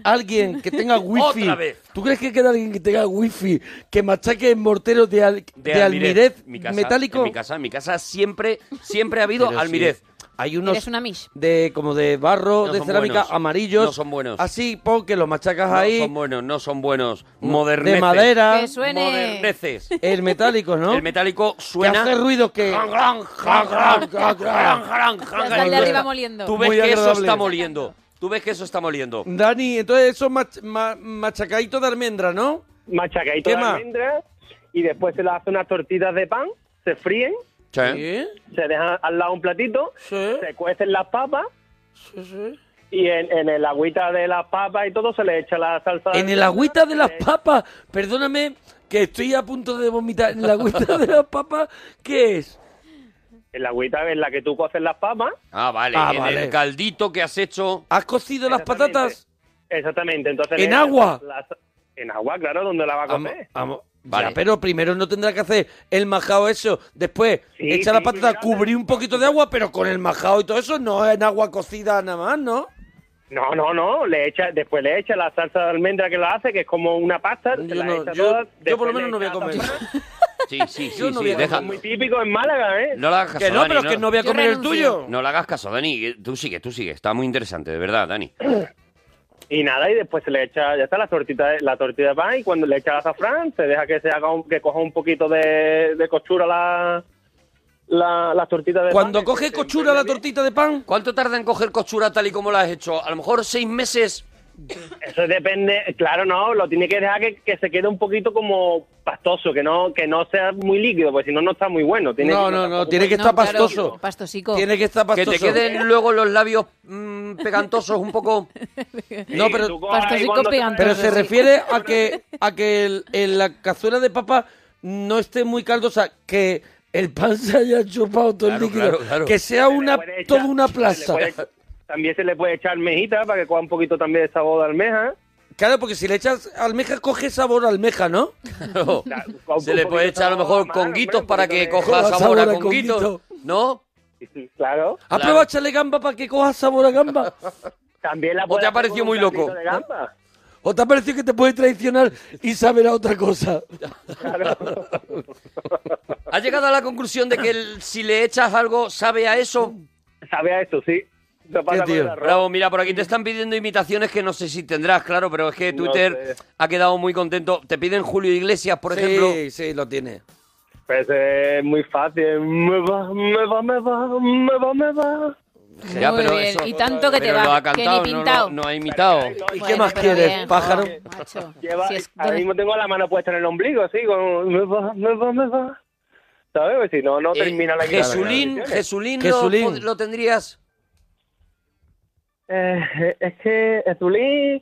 Alguien que tenga wifi. Otra vez. ¿Tú crees que queda alguien que tenga wifi que machaque morteros de, al- de, de almirez, almirez mi casa, metálico? En mi casa, en mi casa siempre, siempre ha habido Pero sí, almirez. Hay unos Eres una mish. de como de barro, No de son cerámica, buenos. amarillos. No son buenos. Así, pon que los machacas No ahí. son buenos, no son buenos. De Moderneces. madera. Que suene. Moderneces. El metálico, ¿no? El metálico suena. hace ruido que- Gran, gran, gran, gran, gran, gran, gran, gran. Hasta el de arriba moliendo. Tú ves Muy que eso agradable. está moliendo. Tú ves que eso está moliendo. Dani, entonces eso mach- ma- machacadito de almendra, ¿no? Machacadito ¿Qué de más? almendras y después se las hace unas tortitas de pan, se fríen, se dejan al lado un platito, se cuecen las papas y en, en el agüita de las papas y todo se le echa la salsa. En el agüita de las papas, perdóname que estoy a punto de vomitar. En la agüita de las papas, ¿qué es? En la agüita en la que tú coces las papas. Ah, vale. Ah, en vale. el caldito que has hecho. ¿Has cocido las patatas? Exactamente, entonces... ¿En le echas agua? la- en agua, claro, donde la va a cocer. Vamos. Ya, pero primero no tendrá que hacer el majao eso. Después, Sí, echar las sí, patatas, cubrir un poquito de agua, pero con el majao y todo eso, no en agua cocida nada más, ¿no? No, no, no, le echa, después le echa la salsa de almendra que la hace, que es como una pasta, se la no, echa yo- toda, yo después por lo menos le no voy a echa comer. azafrán. Sí, sí, sí. Yo no sí, voy a deja- comer. Muy típico en Málaga, ¿eh? No le hagas caso, Que no, Dani, pero es que no voy a Yo comer el renuncio. tuyo. No le hagas caso, Dani. Tú sigue, tú sigue. Está muy interesante, de verdad, Dani. *coughs* Y nada, y después se le echa, ya está, la tortita de, la tortilla de pan, y cuando le echa el azafrán, se deja que se haga un- que coja un poquito de, de costura la, la, la tortita de Cuando pan. coge cochura la tortita de pan. ¿Cuánto tarda en coger cochura tal y como la has hecho? A lo mejor seis meses. Eso depende, claro, no, lo tiene que dejar que, que se quede un poquito como pastoso, que no que no sea muy líquido, porque si no, no está muy bueno. Tiene No, no, no, tiene que estar pastoso. Pastosico. Tiene que estar Que pastoso. te queden luego los labios mm, pegantosos un poco. No, pero, Pastosico pegantoso. pero se sí. refiere a que, a que el- en la cazuela de papa no esté muy caldosa, que el pan se haya chupado todo el Claro, líquido, claro, claro. que sea una toda una plaza. También se le puede echar mejita para que coja un poquito también de sabor de almeja. Claro, porque si le echas almeja, coge sabor a almeja, ¿no? *laughs* Se le puede echar a lo mejor conguitos para que coja sabor a conguitos. ¿No? Claro. *laughs* ¿Has probado echarle gamba para que coja sabor a gamba? También la ¿O te ha parecido muy loco? ¿O te ha parecido que te puede traicionar y saber a otra cosa? ¿Has llegado a la conclusión de que el- si le echas algo sabe a eso? Sabe a eso, sí. pasa con el tío? arroz. Bravo, mira, por aquí te están pidiendo imitaciones que no sé si tendrás, claro, pero es que No Twitter sé. ha quedado muy contento. Te piden Julio Iglesias, por Sí, ejemplo. sí, lo tiene. eh, Pues es muy fácil. Me va, me va, me va, me va, me va. Ya, Muy pero bien, eso- y tanto que te pero va, lo ha que ni cantado, no lo- pintao. no ha imitado. ¿Y qué más quieres, pájaro? macho. Lleva- *laughs* Si es- ahora mismo tengo la mano puesta en el ombligo, así, con... Me va, me va, me va. ¿Sabes? Pues si no, no termina la guitarra. Eh, Jesulín, Jesulín, Jesulín. Lo, pod- lo tendrías. Eh, es que Zulín...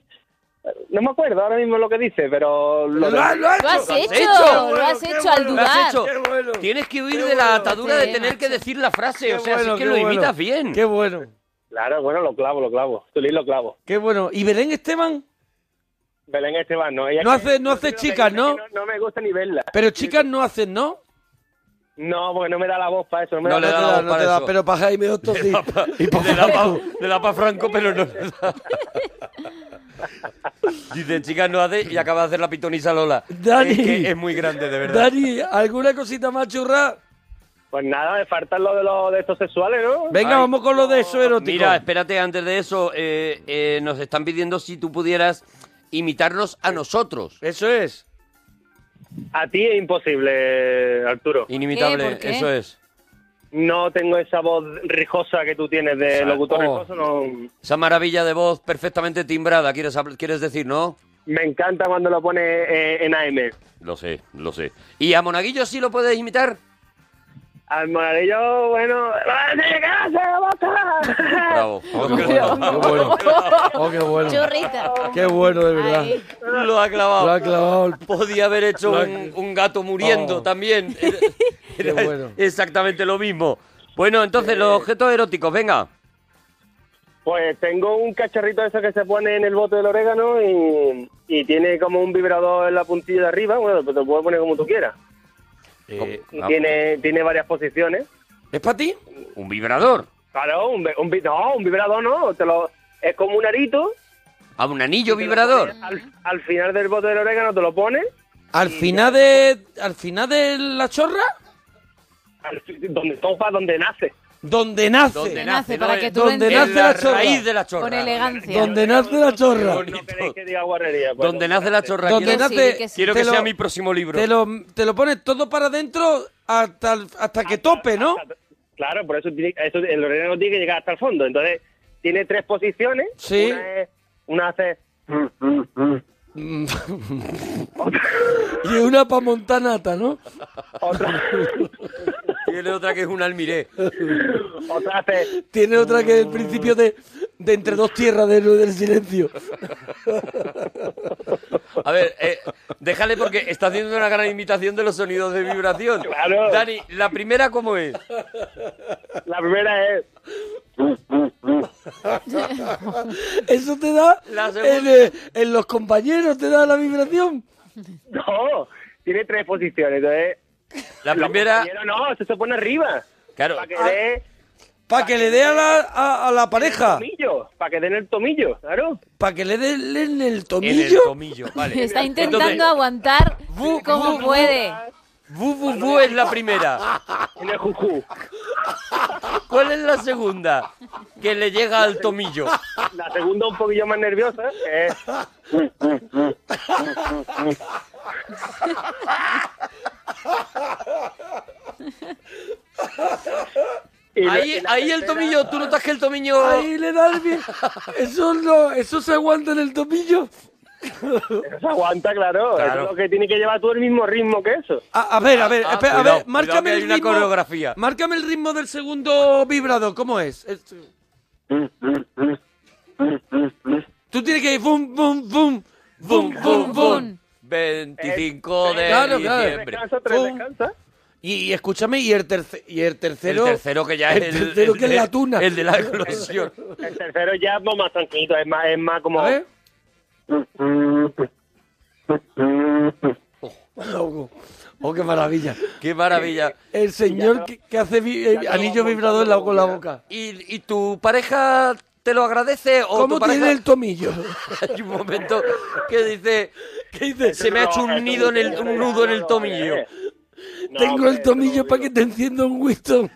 No me acuerdo ahora mismo lo que dice, pero... Lo ha- lo ha Lo has hecho, lo has hecho al Lo has dudar. hecho. Tienes que huir de la atadura de tener que decir la frase. O sea, sí que lo imitas bien. Qué bueno. Claro, bueno, lo clavo, lo clavo. Zulín lo clavo. Qué bueno. ¿Y Belén Esteban? Belén Esteban, no. Ella No es que- hace, no hace chicas, ¿no? No me gusta ni verla. Pero chicas no hacen, ¿no? No, porque no me da la voz para eso. No, me No da le da la voz para eso. pero para Jaime Otto sí. Y le da pa- le da pa' Franco, pero no le da. Dicen, chicas, no hace y acaba de hacer la pitonisa Lola. Dani. es, que es muy grande, de *laughs* verdad. Dani, ¿alguna cosita más churra? Pues nada, me faltan lo de, los de estos sexuales, ¿no? Venga, Ay, vamos con lo de eso erótico. Mira, espérate, antes de eso, eh, eh, nos están pidiendo si tú pudieras imitarnos a nosotros. Eso es. A ti es imposible, Arturo. Inimitable, ¿Qué? ¿Eh? ¿Por qué? eso es. No tengo esa voz rijosa que tú tienes de Esa- locutor oh. rijoso, no... Esa maravilla de voz perfectamente timbrada, quieres, habl- quieres decir, ¿no? Me encanta cuando lo pone eh, en AM. Lo sé, lo sé. ¿Y a Monaguillo sí lo puedes imitar? Al monarillo, bueno... ¡Ah, *laughs* Bravo. qué bueno, qué *laughs* bueno. Oh, qué bueno. Churrita. Qué bueno, de verdad. Lo ha clavado. *laughs* Lo ha clavado. Podía haber hecho Lo ha- Oh. un, un gato muriendo *laughs* también. Era- era Exactamente lo mismo. Bueno, Eh. entonces, los objetos eróticos, venga. Pues tengo un cacharrito de esos que se pone en el bote del orégano y, y tiene como un vibrador en la puntilla de arriba. Bueno, pues te lo puedes poner como tú quieras. Eh, Ah, Y tiene, pues. tiene varias posiciones. ¿Es para ti? Un vibrador. Claro, un, vi- un vi- no, un vibrador no. Te lo, es como un arito. A Ah, un anillo vibrador. Al, al final del bote del orégano te lo *laughs* pones. *laughs* Al final de. Al final de la chorra. al fi- donde topa, donde nace. Donde nace. Donde nace, para que tú lo Donde entiendas. nace la, La chorra. raíz de la chorra. Con elegancia. Donde nace la chorra. Que diga guarrería. pues, Donde nace la chorra. Donde quiero nace- que, quiero que te lo- sea mi próximo libro. Te lo, te lo pones todo para adentro hasta, el- hasta que tope, ¿no? Claro, por eso, tiene- eso el orégano tiene que llegar hasta el fondo. Entonces, tiene tres posiciones. Sí. Una, es- una hace... *laughs* y una pa' montanata, ¿no? Tiene otra que es un almiré. Tiene otra que es el principio de, de entre dos tierras de Héroe del silencio. A ver, eh, déjale porque está haciendo una gran imitación de los sonidos de vibración. Dani, ¿la primera cómo es? La primera es... *laughs* Eso te da La segunda. en, eh, en los compañeros te da la vibración. No, tiene tres posiciones. Entonces, la primera- No, eso se pone arriba. Claro. Para que Ah. dé Para que le dé a la, a, a la pareja. tomillo, para que den el tomillo, claro. Para que le dé el- en el tomillo. En el tomillo, vale. Está intentando Entonces, aguantar como bu, puede. bu, bu, bu es la *laughs* primera. ¿Cuál es la segunda? Que le llega al tomillo. La segunda un poquillo más nerviosa ¿eh? es... Y la- Ahí, y la ahí el tercera- tomillo, tú notas que el tomillo... Ahí le da el bien. Eso no, *laughs* eso se aguanta en el tomillo. Se aguanta, claro. Claro. Eso es lo que tiene que llevar tú el mismo ritmo que eso. A, a ver, a ver, espera, Ah, a cuidado, ver, cuidado márcame que hay el una ritmo. coreografía. Márcame el ritmo del segundo vibrado, ¿cómo es? Es- Tú tienes que ir bum bum bum bum bum bum. Eh, 25 de Claro, claro. diciembre. Bum. Y, y escúchame, y el, terce- y el tercero. El tercero que ya es el el- tercero el que es de- la tuna. el de *laughs* la explosión. El tercero ya es más tranquilo, es más, es más como... Oh, oh, qué maravilla. Eh, Qué maravilla. El señor que, que hace vi- eh, anillo vibrador en la- con la boca. ¿Y, y tu pareja te lo agradece? O ¿Cómo tu pareja- tiene el tomillo? *laughs* Hay un momento que dice... Se me ha No, hecho eso un, nido en no, el, eso un nudo en el tomillo. eh. Tengo el tomillo para que te encienda un *laughs* Winston.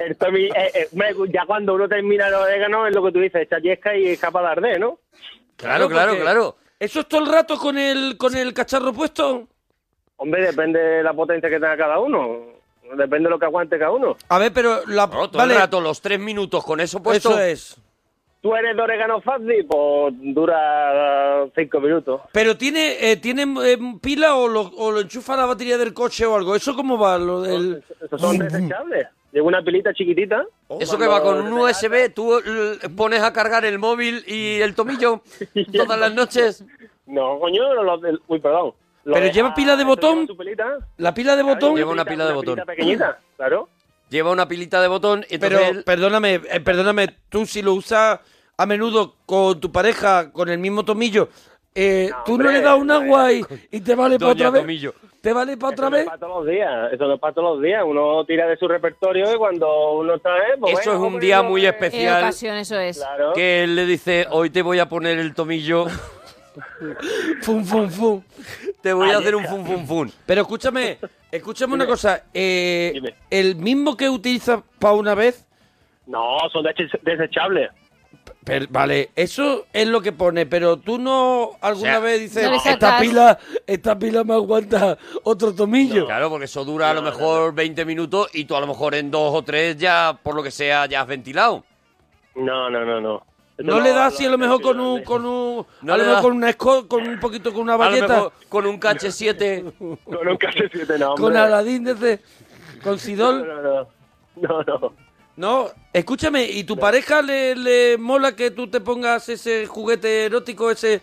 El tomi- eh, eh, hombre, ya cuando uno termina el orégano es lo que tú dices, chayesca y escapa de arder, ¿no? Claro, claro, porque claro. ¿Eso es todo el rato con el, con el cacharro puesto? Hombre, depende de la potencia que tenga cada uno. depende de lo que aguante cada uno. A ver, pero la. todo el rato, los tres minutos con eso puesto. Eso es. Tú eres de orégano fácil, pues dura eh, cinco minutos. Pero tiene, eh, tiene eh, pila o lo, o lo enchufa a la batería del coche o algo. ¿Eso cómo va? Lo del... Estos son desechables. Llevo una pilita chiquitita. Eso que va con un USB, tú eh, l- pones a cargar el móvil y *laughs* el tomillo todas las noches. No, coño, no, los del- uy, perdón. Lo Pero Ah, deja- lleva pila de botón. su pilita. ¿La pila de botón? Lleva una pila de botón. pilita *clears throat* pequeñita, claro. Lleva una pilita de botón. Pero Entonces, él- perdóname, eh, perdóname, tú si lo usas a menudo con tu pareja, con el mismo tomillo, eh, tú no hombre, le das un agua y, y te vale para Doña otra vez. Tomillo. ¿Te vale para otra vez? Eso nos pasa todos los días, eso nos pasa todos los días. Uno tira de su repertorio y cuando uno está... eh, pues Eso es venga, un pues, día yo- muy En especial ocasión, eso es. que él le dice, hoy te voy a poner el tomillo, Fum, fum, fum. te voy a hacer un fum, fum, fum. Pero escúchame, escúchame una cosa. eh, el mismo que utilizas para una vez, No, son desecha- desechables. per- vale, eso es lo que pone, pero tú no alguna O sea, vez dices, no le esta sacas". pila, esta pila me aguanta otro tomillo. Claro, porque eso dura a lo mejor 20 minutos y tú a lo mejor en dos o tres ya, por lo que sea, ya has ventilado. No, no, no, no. No le das así a lo mejor con un, con un, No a le lo mejor das. con una esco- con un poquito con una A lo bayeta, mejor con un cache 7. *laughs* con un cache 7, no, con Aladín desde, con Sidol. No, no, no. No, no. No, escúchame, ¿y tu pareja le, le mola que tú te pongas ese juguete erótico, ese?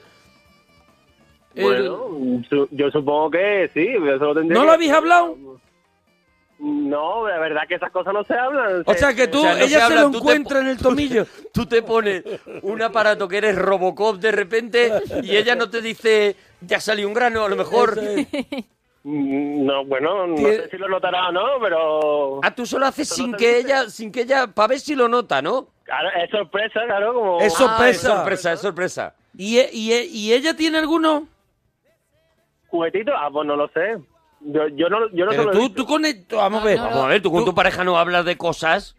el- Bueno, su- yo supongo que sí. Eso lo tendría ¿No que- lo habéis hablado? No, la verdad que esas cosas no se hablan. O Se- sea, que tú, sea, no se ella se, habla, lo tú te encuentra en el tomillo. Tú te pones un aparato que eres Robocop de repente y ella no te dice, te ha salido un grano, a lo mejor. Mm, No, bueno, no Tiene- sé si lo notará o no, pero... Ah, tú solo haces sin que ella, sin que ella, para ver si lo nota, ¿no? Claro, es sorpresa, claro, como... Es sorpresa. Ah, sorpresa, es sorpresa. ¿Y, e- y, e- y ella tiene alguno? ¿Juguetito? Ah, pues no lo sé. Yo, yo no, yo Pero no se lo he tú- dicho. Tú con el- vamos a ver. Vamos a ver, tú con tu pareja no hablas de cosas.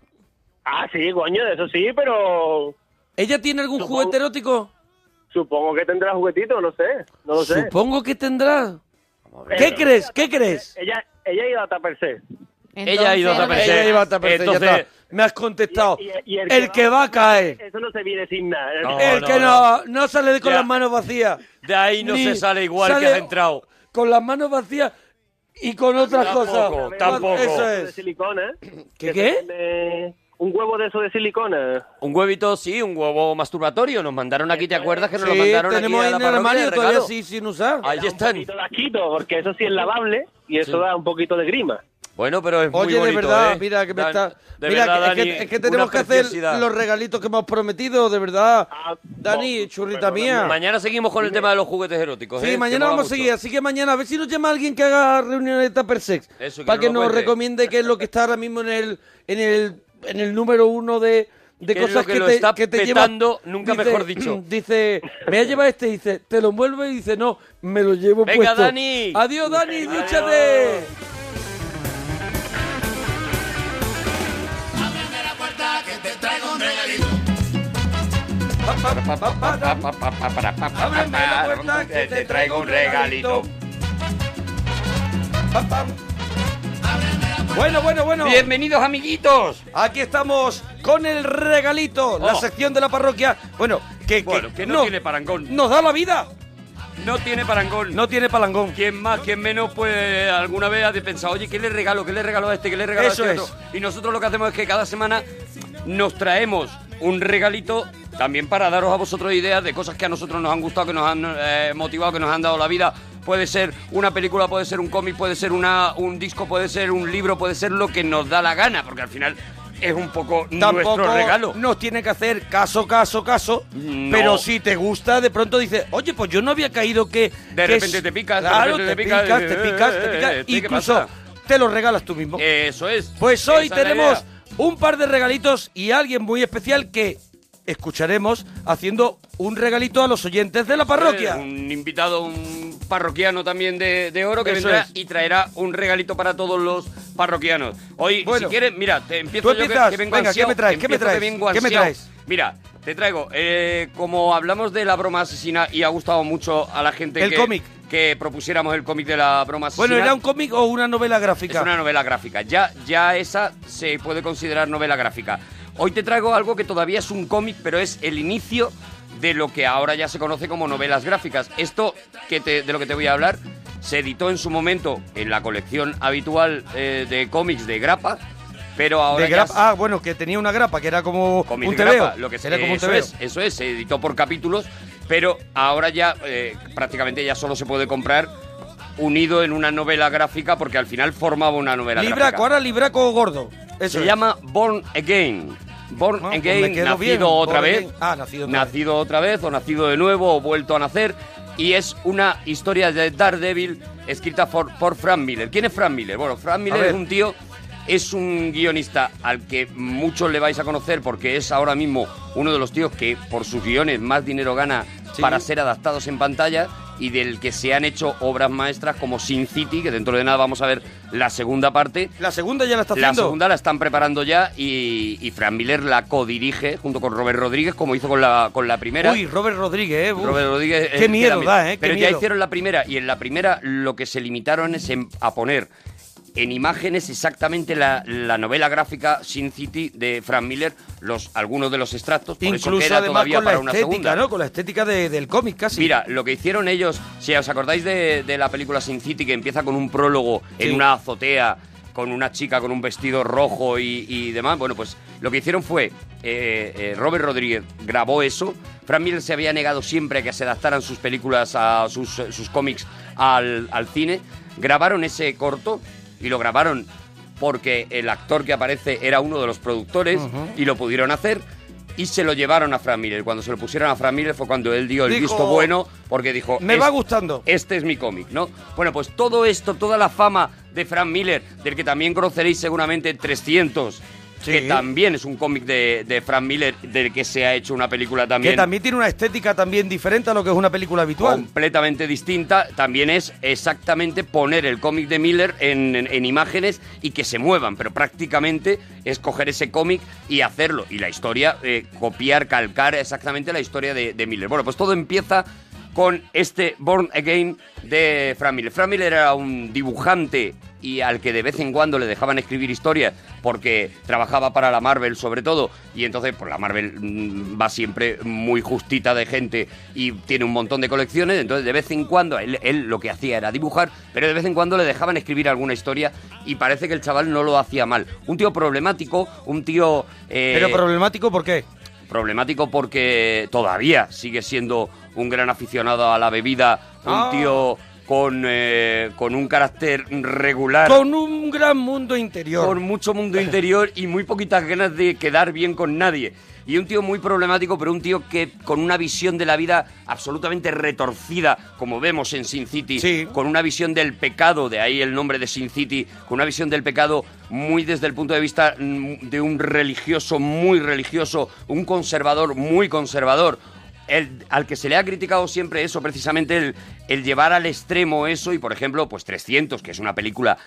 Ah, sí, coño, eso sí, pero... ¿Ella tiene algún juguete erótico? Supongo que tendrá juguetito, no sé, no lo sé. Supongo que tendrá. ver. ¿Qué crees? ¿Qué crees? Ella, ella iba a taperse. Ella ha ido a taparse. Ella iba a taparse, ya Entonces- está. Me has contestado. y el, que va a caer. Eso no se viene sin nada. el que no, no, sale de- con las manos vacías. De ahí no Ni se sale igual sale que has entrado. Con las manos vacías y con otras Tampoco, cosas. tampoco. Eso De es. silicona. ¿Qué que qué? se vende Un huevo de eso de silicona. Un huevito, sí, un huevo masturbatorio. Nos mandaron aquí, ¿te acuerdas que nos Sí, lo mandaron tenemos aquí ahí a la en el parroquia de armario todavía regalo? sí, sin usar. Ahí están. Las quito, porque eso sí es lavable y Sí. eso da un poquito de grima. Bueno, pero es muy Oye, de bonito, verdad, ¿eh? mira que me Dan- está. de mira, verdad, que- es, Dani, que, es que una tenemos que hacer preciosidad. los regalitos que hemos prometido, de verdad. Ah, Dani, churrita mía. Mañana seguimos con el tema de los juguetes eróticos. Sí, ¿eh? mañana Que mola vamos a mucho. seguir, así que mañana a ver si nos llama alguien que haga reuniones de Tupper Sex. Eso, que para no que lo nos cuente. recomiende qué es lo que está ahora mismo en el en el, en el número uno de, de ¿Qué es lo cosas que que, lo te, está que te lleva. petando? Nunca mejor dicho. *clears throat* Dice, me ha llevado este, dice, te lo envuelvo y dice, no, me lo llevo Venga, puesto. Dani. Adiós, Dani, dúchate. que te traigo un regalito. Ábreme la puerta que te traigo un regalito. Bueno, bueno, bueno. Bienvenidos, amiguitos. Oh. Aquí estamos con el regalito, la sección de la parroquia. Bueno, que, Bueno, que no tiene parangón. Nos da la vida. No tiene parangón. No tiene palangón. Quien más, quien menos, pues alguna vez ha de pensar, oye, ¿qué le regalo? ¿Qué le regalo a este? ¿Qué le regalo Eso a este otro? Y nosotros lo que hacemos es que cada semana nos traemos un regalito también para daros a vosotros ideas de cosas que a nosotros nos han gustado, que nos han eh, motivado, que nos han dado la vida. Puede ser una película, puede ser un cómic, puede ser una, un disco, puede ser un libro, puede ser lo que nos da la gana, porque al final es un poco Tampoco nuestro regalo. nos tiene que hacer caso, caso, caso. No. Pero si te gusta, de pronto dices, oye, pues yo no había caído que. De que repente es- te picas, de Claro, repente te te picas, picas, te eh, picas, te eh, picas. eh, ¿qué Incluso pasa? te lo regalas tú mismo. Eso es. Pues hoy Esa es la tenemos idea. un par de regalitos y alguien muy especial que escucharemos haciendo un regalito a los oyentes de la parroquia. Eh, Un invitado, un parroquiano también de, de oro que Eso vendrá es. y traerá un regalito para todos los parroquianos. Hoy, Bueno. si quieres, mira, te empiezo Tú yo que- empiezas. que, vengo Venga, ansiado, ¿qué me traes? ¿Qué me empiezo que traes? vengo ¿Qué me ansiado. traes? Mira, te traigo, eh, como hablamos de la broma asesina y ha gustado mucho a la gente El que- cómic. que propusiéramos el cómic de la broma Bueno, asesina. ¿era un cómic o una novela gráfica? Es una novela gráfica. Ya, ya esa se puede considerar novela gráfica. Hoy te traigo algo que todavía es un cómic, pero es el inicio de lo que ahora ya se conoce como novelas gráficas. Esto que te- de lo que te voy a hablar se editó en su momento en la colección habitual eh, de cómics de grapa, pero ahora De ya grapa- Ah, bueno, que tenía una grapa, que era como Cómic un de tebeo. grapa, lo que se, era como un eso tebeo. es, eso es, se editó por capítulos, pero ahora ya eh, prácticamente ya solo se puede comprar unido en una novela gráfica porque al final formaba una novela gráfica. Libraco, ahora libraco gordo. Eso se es. llama Born Again. Born Ah, pues Again, me quedo nacido bien, otra Born vez. Again. Ah, nacido otra vez. nacido otra vez o nacido de nuevo o vuelto a nacer. Y es una historia de Daredevil escrita por, por Frank Miller. ¿Quién es Frank Miller? Bueno, Frank Miller ver. es un tío, es un guionista al que muchos le vais a conocer porque es ahora mismo uno de los tíos que por sus guiones más dinero gana Sí. para ser adaptados en pantalla y del que se han hecho obras maestras como Sin City, que dentro de nada vamos a ver la segunda parte. La segunda ya la está La haciendo. segunda la están preparando ya y, y Fran Miller la codirige junto con Robert Rodríguez, como hizo con la, con la primera. Uy, Robert Rodríguez, eh. uf. Robert Rodríguez. eh, Qué miedo queda- da, eh. qué Pero ya miedo. hicieron la primera y en la primera lo que se limitaron es en- a poner en imágenes exactamente la, la novela gráfica Sin City de Fran Miller, los, algunos de los extractos. Por eso Incluso queda además todavía con la para una segunda. estética, ¿no? Con la estética de- del cómic casi. Mira, lo que hicieron ellos, si os acordáis de, de la película Sin City, que empieza con un prólogo en Sí. una azotea, con una chica con un vestido rojo y, y demás, bueno, pues lo que hicieron fue, eh, eh, Robert Rodríguez grabó eso, Frank Miller se había negado siempre a que se adaptaran sus películas, a sus, eh, sus cómics al, al cine, grabaron ese corto y lo grabaron porque el actor que aparece era uno de los productores Ujú. y lo pudieron hacer. Y se lo llevaron a Frank Miller. Cuando se lo pusieron a Frank Miller fue cuando él dio el Dijo, visto bueno porque dijo... Me va "Es- gustando. este es mi cómic, ¿no? Bueno, pues todo esto, toda la fama de Frank Miller, del que también conoceréis seguramente 300, que también es un cómic de, de Frank Miller, del que se ha hecho una película también, Que también tiene una estética también diferente a lo que es una película habitual. completamente distinta, también es exactamente poner el cómic de Miller en, en- en imágenes y que se muevan, pero prácticamente es coger ese cómic y hacerlo. Y la historia, eh, copiar, calcar exactamente la historia de, de Miller. Bueno, pues todo empieza con este Born Again de Frank Miller. Frank Miller era un dibujante y al que de vez en cuando le dejaban escribir historias porque trabajaba para la Marvel sobre todo y entonces pues la Marvel mm, va siempre muy justita de gente y tiene un montón de colecciones entonces de vez en cuando él, él lo que hacía era dibujar pero de vez en cuando le dejaban escribir alguna historia y parece que el chaval no lo hacía mal un tío problemático un tío eh, Pero problemático, ¿por qué? problemático porque todavía sigue siendo un gran aficionado a la bebida, un Ah. tío con, eh, con un carácter regular. Con un gran mundo interior. Con mucho mundo interior y muy poquitas ganas de quedar bien con nadie. Y un tío muy problemático, pero un tío que con una visión de la vida absolutamente retorcida, como vemos en Sin City, con una visión del pecado, de ahí el nombre de Sin City, con una visión del pecado muy desde el punto de vista mm, de un religioso muy religioso, un conservador muy conservador, el- al que se le ha criticado siempre eso, precisamente el, el llevar al extremo eso, y por ejemplo, pues 300, que es una película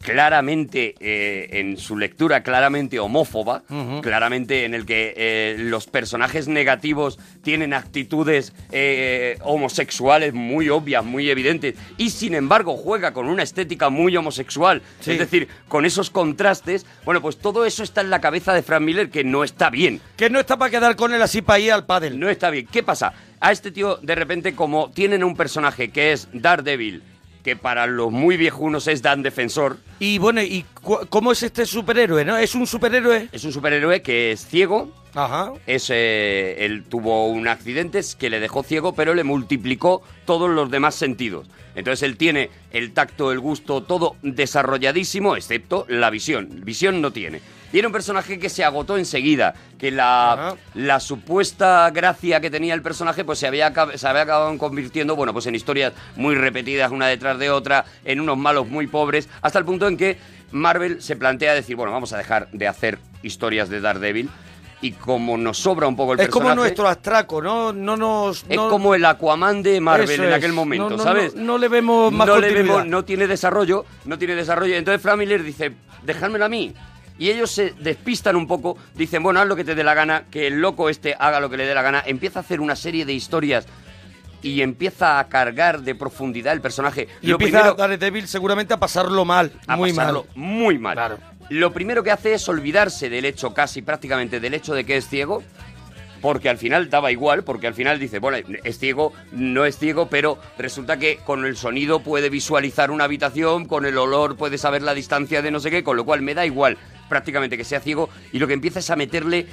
claramente eh, en su lectura claramente homófoba, Ujú. claramente en el que eh, los personajes negativos tienen actitudes eh, homosexuales muy obvias, muy evidentes, y sin embargo juega con una estética muy homosexual, Sí. es decir, con esos contrastes, bueno, pues todo eso está en la cabeza de Frank Miller que no está bien. Que no está para quedar con él así para ir al pádel. No está bien. ¿Qué pasa? A este tío, de repente, como tienen un personaje que es Daredevil, que para los muy viejunos es Dan Defensor, Y bueno, ¿y cu- cómo es este superhéroe, no? ¿Es un superhéroe? Es un superhéroe que es ciego. Ajá. Es, eh, él tuvo un accidente que le dejó ciego, pero le multiplicó todos los demás sentidos. Entonces él tiene el tacto, el gusto, todo desarrolladísimo, excepto la visión. Visión no tiene. Y era un personaje que se agotó enseguida, que la, la supuesta gracia que tenía el personaje pues se había, acab- se había acabado convirtiendo bueno, pues en historias muy repetidas una detrás de otra, en unos malos muy pobres, hasta el punto en que Marvel se plantea decir, bueno, vamos a dejar de hacer historias de Daredevil y como nos sobra un poco el es personaje... como nuestro astraco, ¿no? No nos... Es no- como el Aquaman de Marvel Eso en es. aquel momento, No, no, ¿sabes? No, no le vemos más no le continuidad. vemos- no tiene desarrollo, no tiene desarrollo. Entonces Frank Miller dice, dejármelo a mí. Y ellos se despistan un poco, dicen, bueno, haz lo que te dé la gana, que el loco este haga lo que le dé la gana. Empieza a hacer una serie de historias y empieza a cargar de profundidad el personaje. Y empieza a Daredevil seguramente a pasarlo mal, a muy pasarlo mal. muy mal. Lo primero que hace es olvidarse del hecho, casi prácticamente del hecho de que es ciego, porque al final daba igual, porque al final dice, bueno, es ciego, no es ciego, pero resulta que con el sonido puede visualizar una habitación, con el olor puede saber la distancia de no sé qué, con lo cual me da igual prácticamente que sea ciego, y lo que empieza es a meterle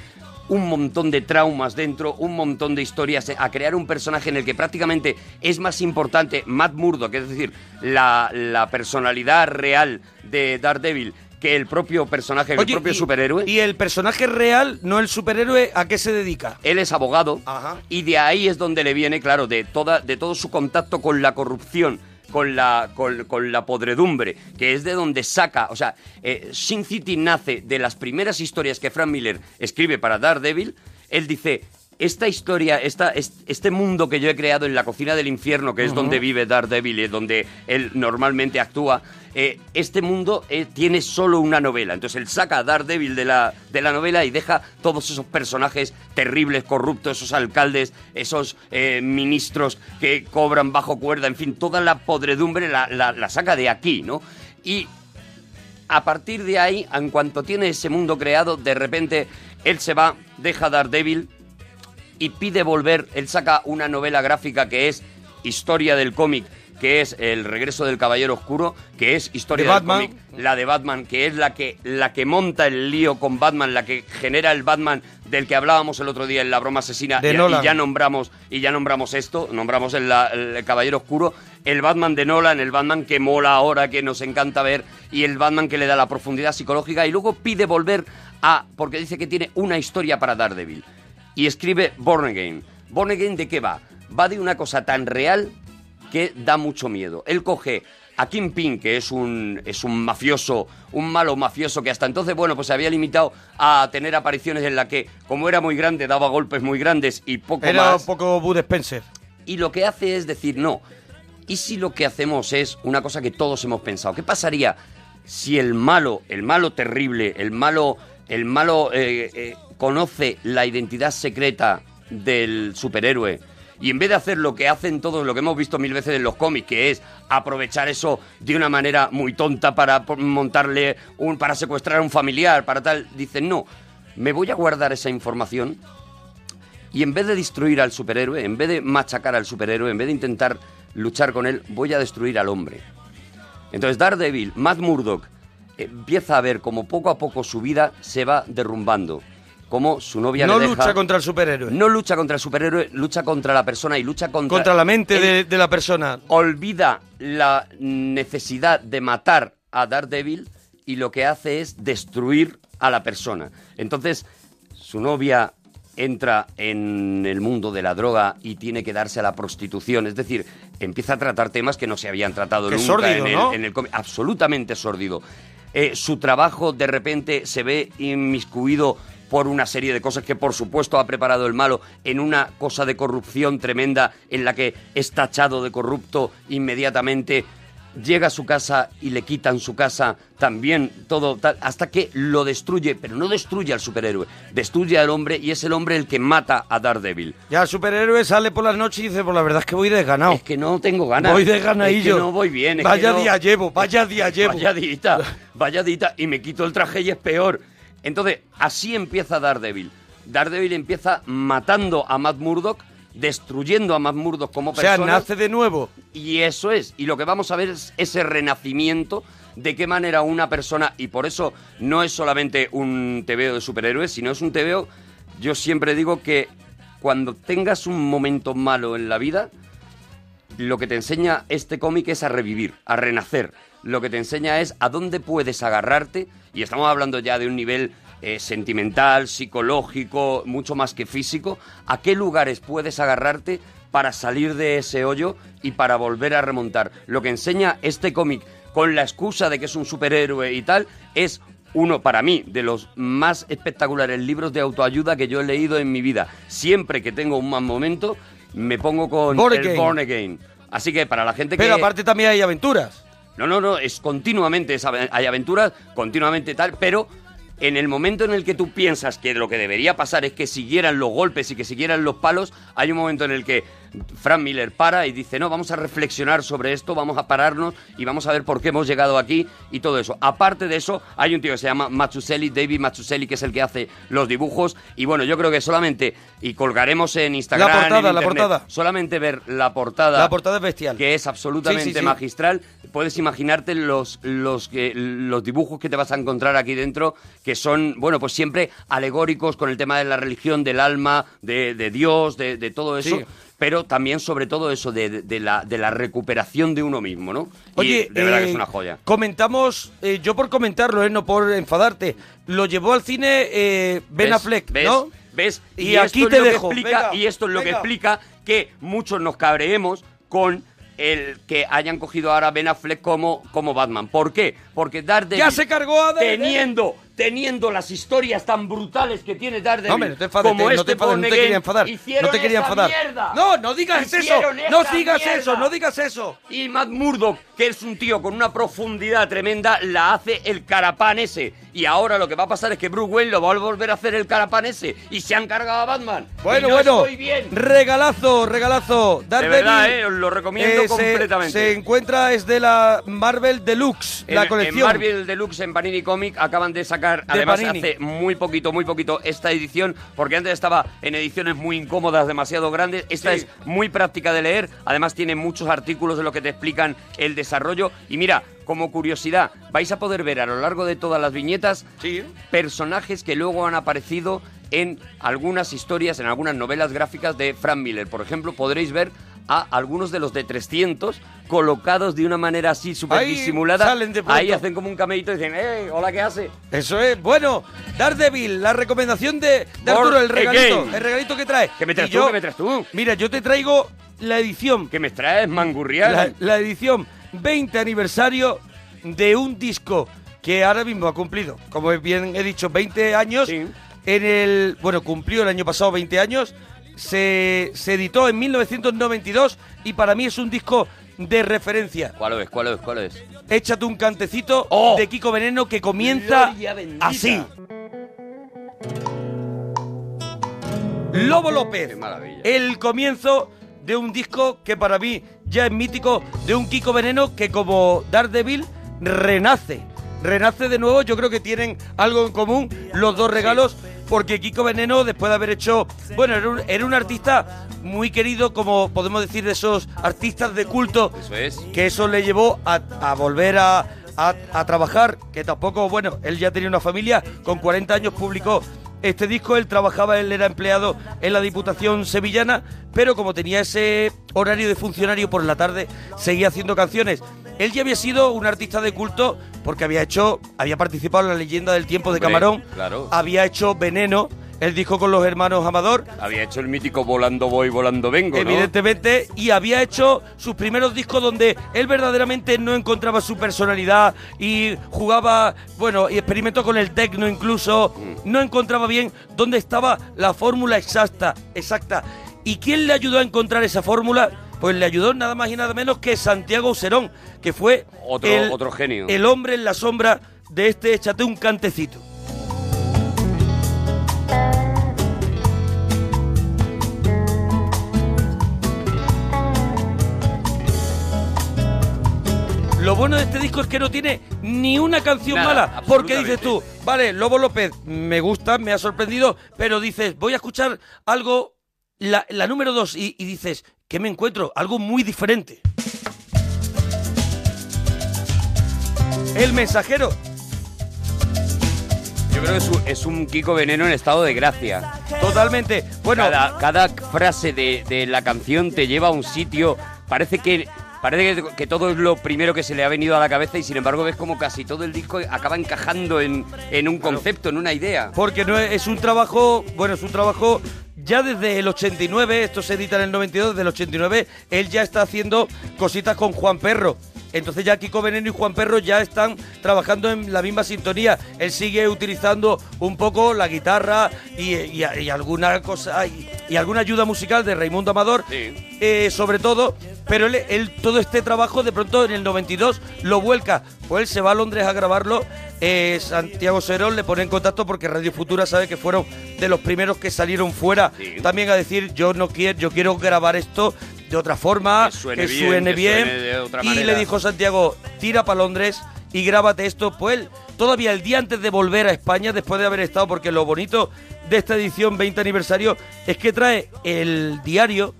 un montón de traumas dentro, un montón de historias, a crear un personaje en el que prácticamente es más importante Matt Murdock, es decir, la, la personalidad real de Daredevil, que el propio personaje, que Oye, el propio y- superhéroe. Y el personaje real, no el superhéroe, ¿a qué se dedica? Él es abogado y de ahí es donde le viene, claro, de, toda, de todo su contacto con la corrupción, con la, con, con la podredumbre, que es de donde saca, o sea, eh, Sin City nace de las primeras historias que Frank Miller escribe para Daredevil, él dice... Esta historia, esta, est- este mundo que yo he creado en la cocina del infierno, que es Ujú. donde vive Daredevil y es donde él normalmente actúa, eh, este mundo eh, tiene solo una novela. Entonces él saca a Daredevil de la, de la novela y deja todos esos personajes terribles, corruptos, esos alcaldes, esos eh, ministros que cobran bajo cuerda, en fin, toda la podredumbre la, la- la saca de aquí, ¿no? Y a partir de ahí, en cuanto tiene ese mundo creado, de repente él se va, deja a Daredevil y pide volver. Él saca una novela gráfica que es Historia del cómic, que es El regreso del caballero oscuro, que es Historia De del Batman. cómic, la de Batman, que es la que, la que monta el lío con Batman, la que genera el Batman del que hablábamos el otro día en la broma asesina De y, y Nolan. ya nombramos y ya nombramos esto, nombramos el, la- el caballero oscuro, el Batman de Nolan, el Batman que mola ahora, que nos encanta ver y el Batman que le da la profundidad psicológica y luego pide volver a porque dice que tiene una historia para Daredevil y escribe Born Again. Born Again de qué va? Va de una cosa tan real que da mucho miedo. Él coge a Kim Ping, que es un, es un mafioso, un malo mafioso que hasta entonces, bueno, pues se había limitado a tener apariciones en la que, como era muy grande, daba golpes muy grandes y poco Era más. un poco Bud Spencer. Y lo que hace es decir, no, ¿y si lo que hacemos es una cosa que todos hemos pensado? ¿Qué pasaría si el malo, el malo terrible, el malo, el malo eh, eh, conoce la identidad secreta del superhéroe? Y en vez de hacer lo que hacen todos, lo que hemos visto mil veces en los cómics, que es aprovechar eso de una manera muy tonta para po- montarle un, para secuestrar a un familiar, para tal, dicen no, me voy a guardar esa información y en vez de destruir al superhéroe, en vez de machacar al superhéroe, en vez de intentar luchar con él, voy a destruir al hombre. Entonces Daredevil, Matt Murdock, empieza a ver como poco a poco su vida se va derrumbando. Como su novia No le deja- lucha contra el superhéroe. No lucha contra el superhéroe, lucha contra la persona y lucha contra... Contra la mente Él de, de la persona. Olvida la necesidad de matar a Daredevil y lo que hace es destruir a la persona. Entonces, su novia entra en el mundo de la droga y tiene que darse a la prostitución. Es decir, empieza a tratar temas que no se habían tratado Qué nunca sórdido, en, el, ¿no? en el cómic. Absolutamente sórdido. Eh, su trabajo de repente se ve inmiscuido por una serie de cosas que por supuesto ha preparado el malo en una cosa de corrupción tremenda en la que es tachado de corrupto inmediatamente. Llega a su casa y le quitan su casa también, todo tal, hasta que lo destruye, pero no destruye al superhéroe, destruye al hombre y es el hombre el que mata a Daredevil. Ya el superhéroe sale por las noches y dice, por la verdad es que voy desganado. Es que no tengo ganas. Voy Es que desganadillo. no voy bien. es que Vaya no- día llevo, vaya *laughs* día llevo. *laughs* Vaya dita, vaya dita, y me quito el traje y es peor. Entonces, así empieza Daredevil. Daredevil empieza matando a Matt Murdock, destruyendo a Matt Murdock como O sea, persona. nace de nuevo. Y eso es. Y lo que vamos a ver es ese renacimiento de qué manera una persona. Y por eso no es solamente un TVO de superhéroes, sino es un TVO. Yo siempre digo que cuando tengas un momento malo en la vida, lo que te enseña este cómic es a revivir, a renacer. Lo que te enseña es a dónde puedes agarrarte. Y estamos hablando ya de un nivel eh, sentimental, psicológico, mucho más que físico. A qué lugares puedes agarrarte para salir de ese hoyo y para volver a remontar. Lo que enseña este cómic con la excusa de que es un superhéroe y tal es uno para mí de los más espectaculares libros de autoayuda que yo he leído en mi vida. Siempre que tengo un mal momento me pongo con Born el Again. Born Again. Así que para la gente Pero que... aparte también hay aventuras. No, no, no, es continuamente, es ave- hay aventuras, continuamente tal, pero en el momento en el que tú piensas que lo que debería pasar es que siguieran los golpes y que siguieran los palos, hay un momento en el que Frank Miller para y dice, no, vamos a reflexionar sobre esto, vamos a pararnos y vamos a ver por qué hemos llegado aquí y todo eso. Aparte de eso, hay un tío que se llama Machuselli, David Machuselli, que es el que hace los dibujos. Y bueno, yo creo que solamente, y colgaremos en Instagram, La portada, en la internet, portada. solamente ver la portada. La portada es bestial. Que es absolutamente Sí, sí, sí. magistral. Puedes imaginarte los, los, que- los dibujos que te vas a encontrar aquí dentro, que son, bueno, pues siempre alegóricos con el tema de la religión, del alma, de, de Dios, de, de todo eso. Sí. Pero también, sobre todo, eso de, de- de la, de la recuperación de uno mismo, ¿no? y de verdad que eh, es una joya. Comentamos, eh, yo por comentarlo, eh, no por enfadarte, lo llevó al cine eh, Ben ¿Ves? Affleck, ¿Ves? ¿no? ¿Ves? Y, esto aquí es te lo que dejo. explica- Venga, y esto es lo que venga. explica que muchos nos cabreemos con el que hayan cogido ahora a Ben Affleck como, como Batman. ¿Por qué? Porque Daredevil... Ya se cargó a Daredevil. Teniendo, teniendo las historias tan brutales que tiene Daredevil... No, hombre, no te enfades, como te- no este te enfades, no te Paul quería Negan, enfadar. No hicieron te quería esta enfadar. mierda. No, no digas eso, Hicieron no esta digas mierda. eso, no digas eso. Y Matt Murdock, que es un tío con una profundidad tremenda, la hace el carapán ese. Y ahora lo que va a pasar es que Bruce Wayne lo va a volver a hacer el carapán ese. Y se han cargado a Batman. Bueno, Y no bueno, estoy bien. regalazo, regalazo. Daredevil, verdad, eh, os lo recomiendo se- completamente. Se, encuentra, es de la Marvel Deluxe, En- la colección. En Marvel Deluxe, en Panini Comic, acaban de sacar, De además Panini. hace muy poquito, muy poquito, esta edición, porque antes estaba en ediciones muy incómodas, demasiado grandes. Esta es muy práctica de leer, además tiene muchos artículos en los que te explican el desarrollo. Y mira, como curiosidad, vais a poder ver a lo largo de todas las viñetas personajes que luego han aparecido en algunas historias, en algunas novelas gráficas de Frank Miller. Por ejemplo, podréis ver a algunos de los de 300 colocados de una manera así súper Ahí disimulada. salen de pronto. Ahí hacen como un cameíto y dicen, ¡eh, hola, qué hace! Eso es, bueno, Daredevil, la recomendación de, de Born Arturo, el regalito, again. el regalito que trae. ¿Qué me traes Y tú? yo- ¿Qué me traes tú? Mira, yo te traigo la edición. ¿Qué me traes, Mangurrial? La, la edición 20 aniversario de un disco que ahora mismo ha cumplido, como bien he dicho, 20 años. En el, bueno, cumplió el año pasado 20 años. Se, se editó en 1992 y para mí es un disco de referencia. ¿Cuál es? ¿Cuál es? ¿Cuál es? Échate un cantecito de Kiko Veneno que comienza Oh. Gloria bendita. así. Lobo López. El comienzo de un disco que para mí ya es mítico, de un Kiko Veneno que como Daredevil renace. Renace de nuevo, yo creo que tienen algo en común los dos regalos, porque Kiko Veneno, después de haber hecho, bueno, era un, era un artista muy querido, como podemos decir, de esos artistas de culto, que eso le llevó a, a volver a, a- a trabajar, que tampoco, bueno, él ya tenía una familia, con 40 años publicó este disco, él trabajaba, él era empleado en la Diputación Sevillana, pero como tenía ese horario de funcionario por la tarde, seguía haciendo canciones. Él ya había sido un artista de culto porque había hecho, había participado en la leyenda del tiempo de Hombre, Camarón, claro. había hecho Veneno, el disco con los hermanos Amador, Había hecho el mítico Volando voy, volando vengo, ¿no? Evidentemente, y había hecho sus primeros discos donde él verdaderamente no encontraba su personalidad y jugaba, bueno, y experimentó con el techno incluso, no encontraba bien dónde estaba la fórmula exacta, exacta. ¿Y quién le ayudó a encontrar esa fórmula? Pues le ayudó nada más y nada menos que Santiago Userón, que fue Otro- el- otro genio. el hombre en la sombra de este Échate un cantecito. Lo bueno de este disco es que no tiene ni una canción Nada, mala. Porque dices tú, vale, Lobo López, me gusta, me ha sorprendido, pero dices, voy a escuchar algo, la, la número dos, y, y dices, ¿qué me encuentro? Algo muy diferente. El mensajero. Yo creo que es un, es un Kiko Veneno en estado de gracia. Totalmente. Bueno, cada, cada frase de, de la canción te lleva a un sitio. Parece que parece que, que todo es lo primero que se le ha venido a la cabeza y sin embargo ves como casi todo el disco acaba encajando en, en un concepto, en una idea. Porque no es, es un trabajo, bueno, es un trabajo ya desde el 89, esto se edita en el 92, desde el 89 él ya está haciendo cositas con Juan Perro. Entonces ya Kiko Veneno y Juan Perro ya están trabajando en la misma sintonía. Él sigue utilizando un poco la guitarra y, y- y alguna cosa y, y alguna ayuda musical de Raimundo Amador, eh, sobre todo. Pero él, él todo este trabajo de pronto en el 92 lo vuelca. Pues él se va a Londres a grabarlo. eh, Santiago Serón le pone en contacto porque Radio Futura sabe que fueron de los primeros que salieron fuera. También a decir, yo no quiero, yo quiero grabar esto de otra forma, que suene suene, bien. bien, que suene de otra y manera. le dijo Santiago, tira para Londres y grábate esto. Pues él, todavía el día antes de volver a España, después de haber estado, porque lo bonito de esta edición 20 aniversario es que trae el diario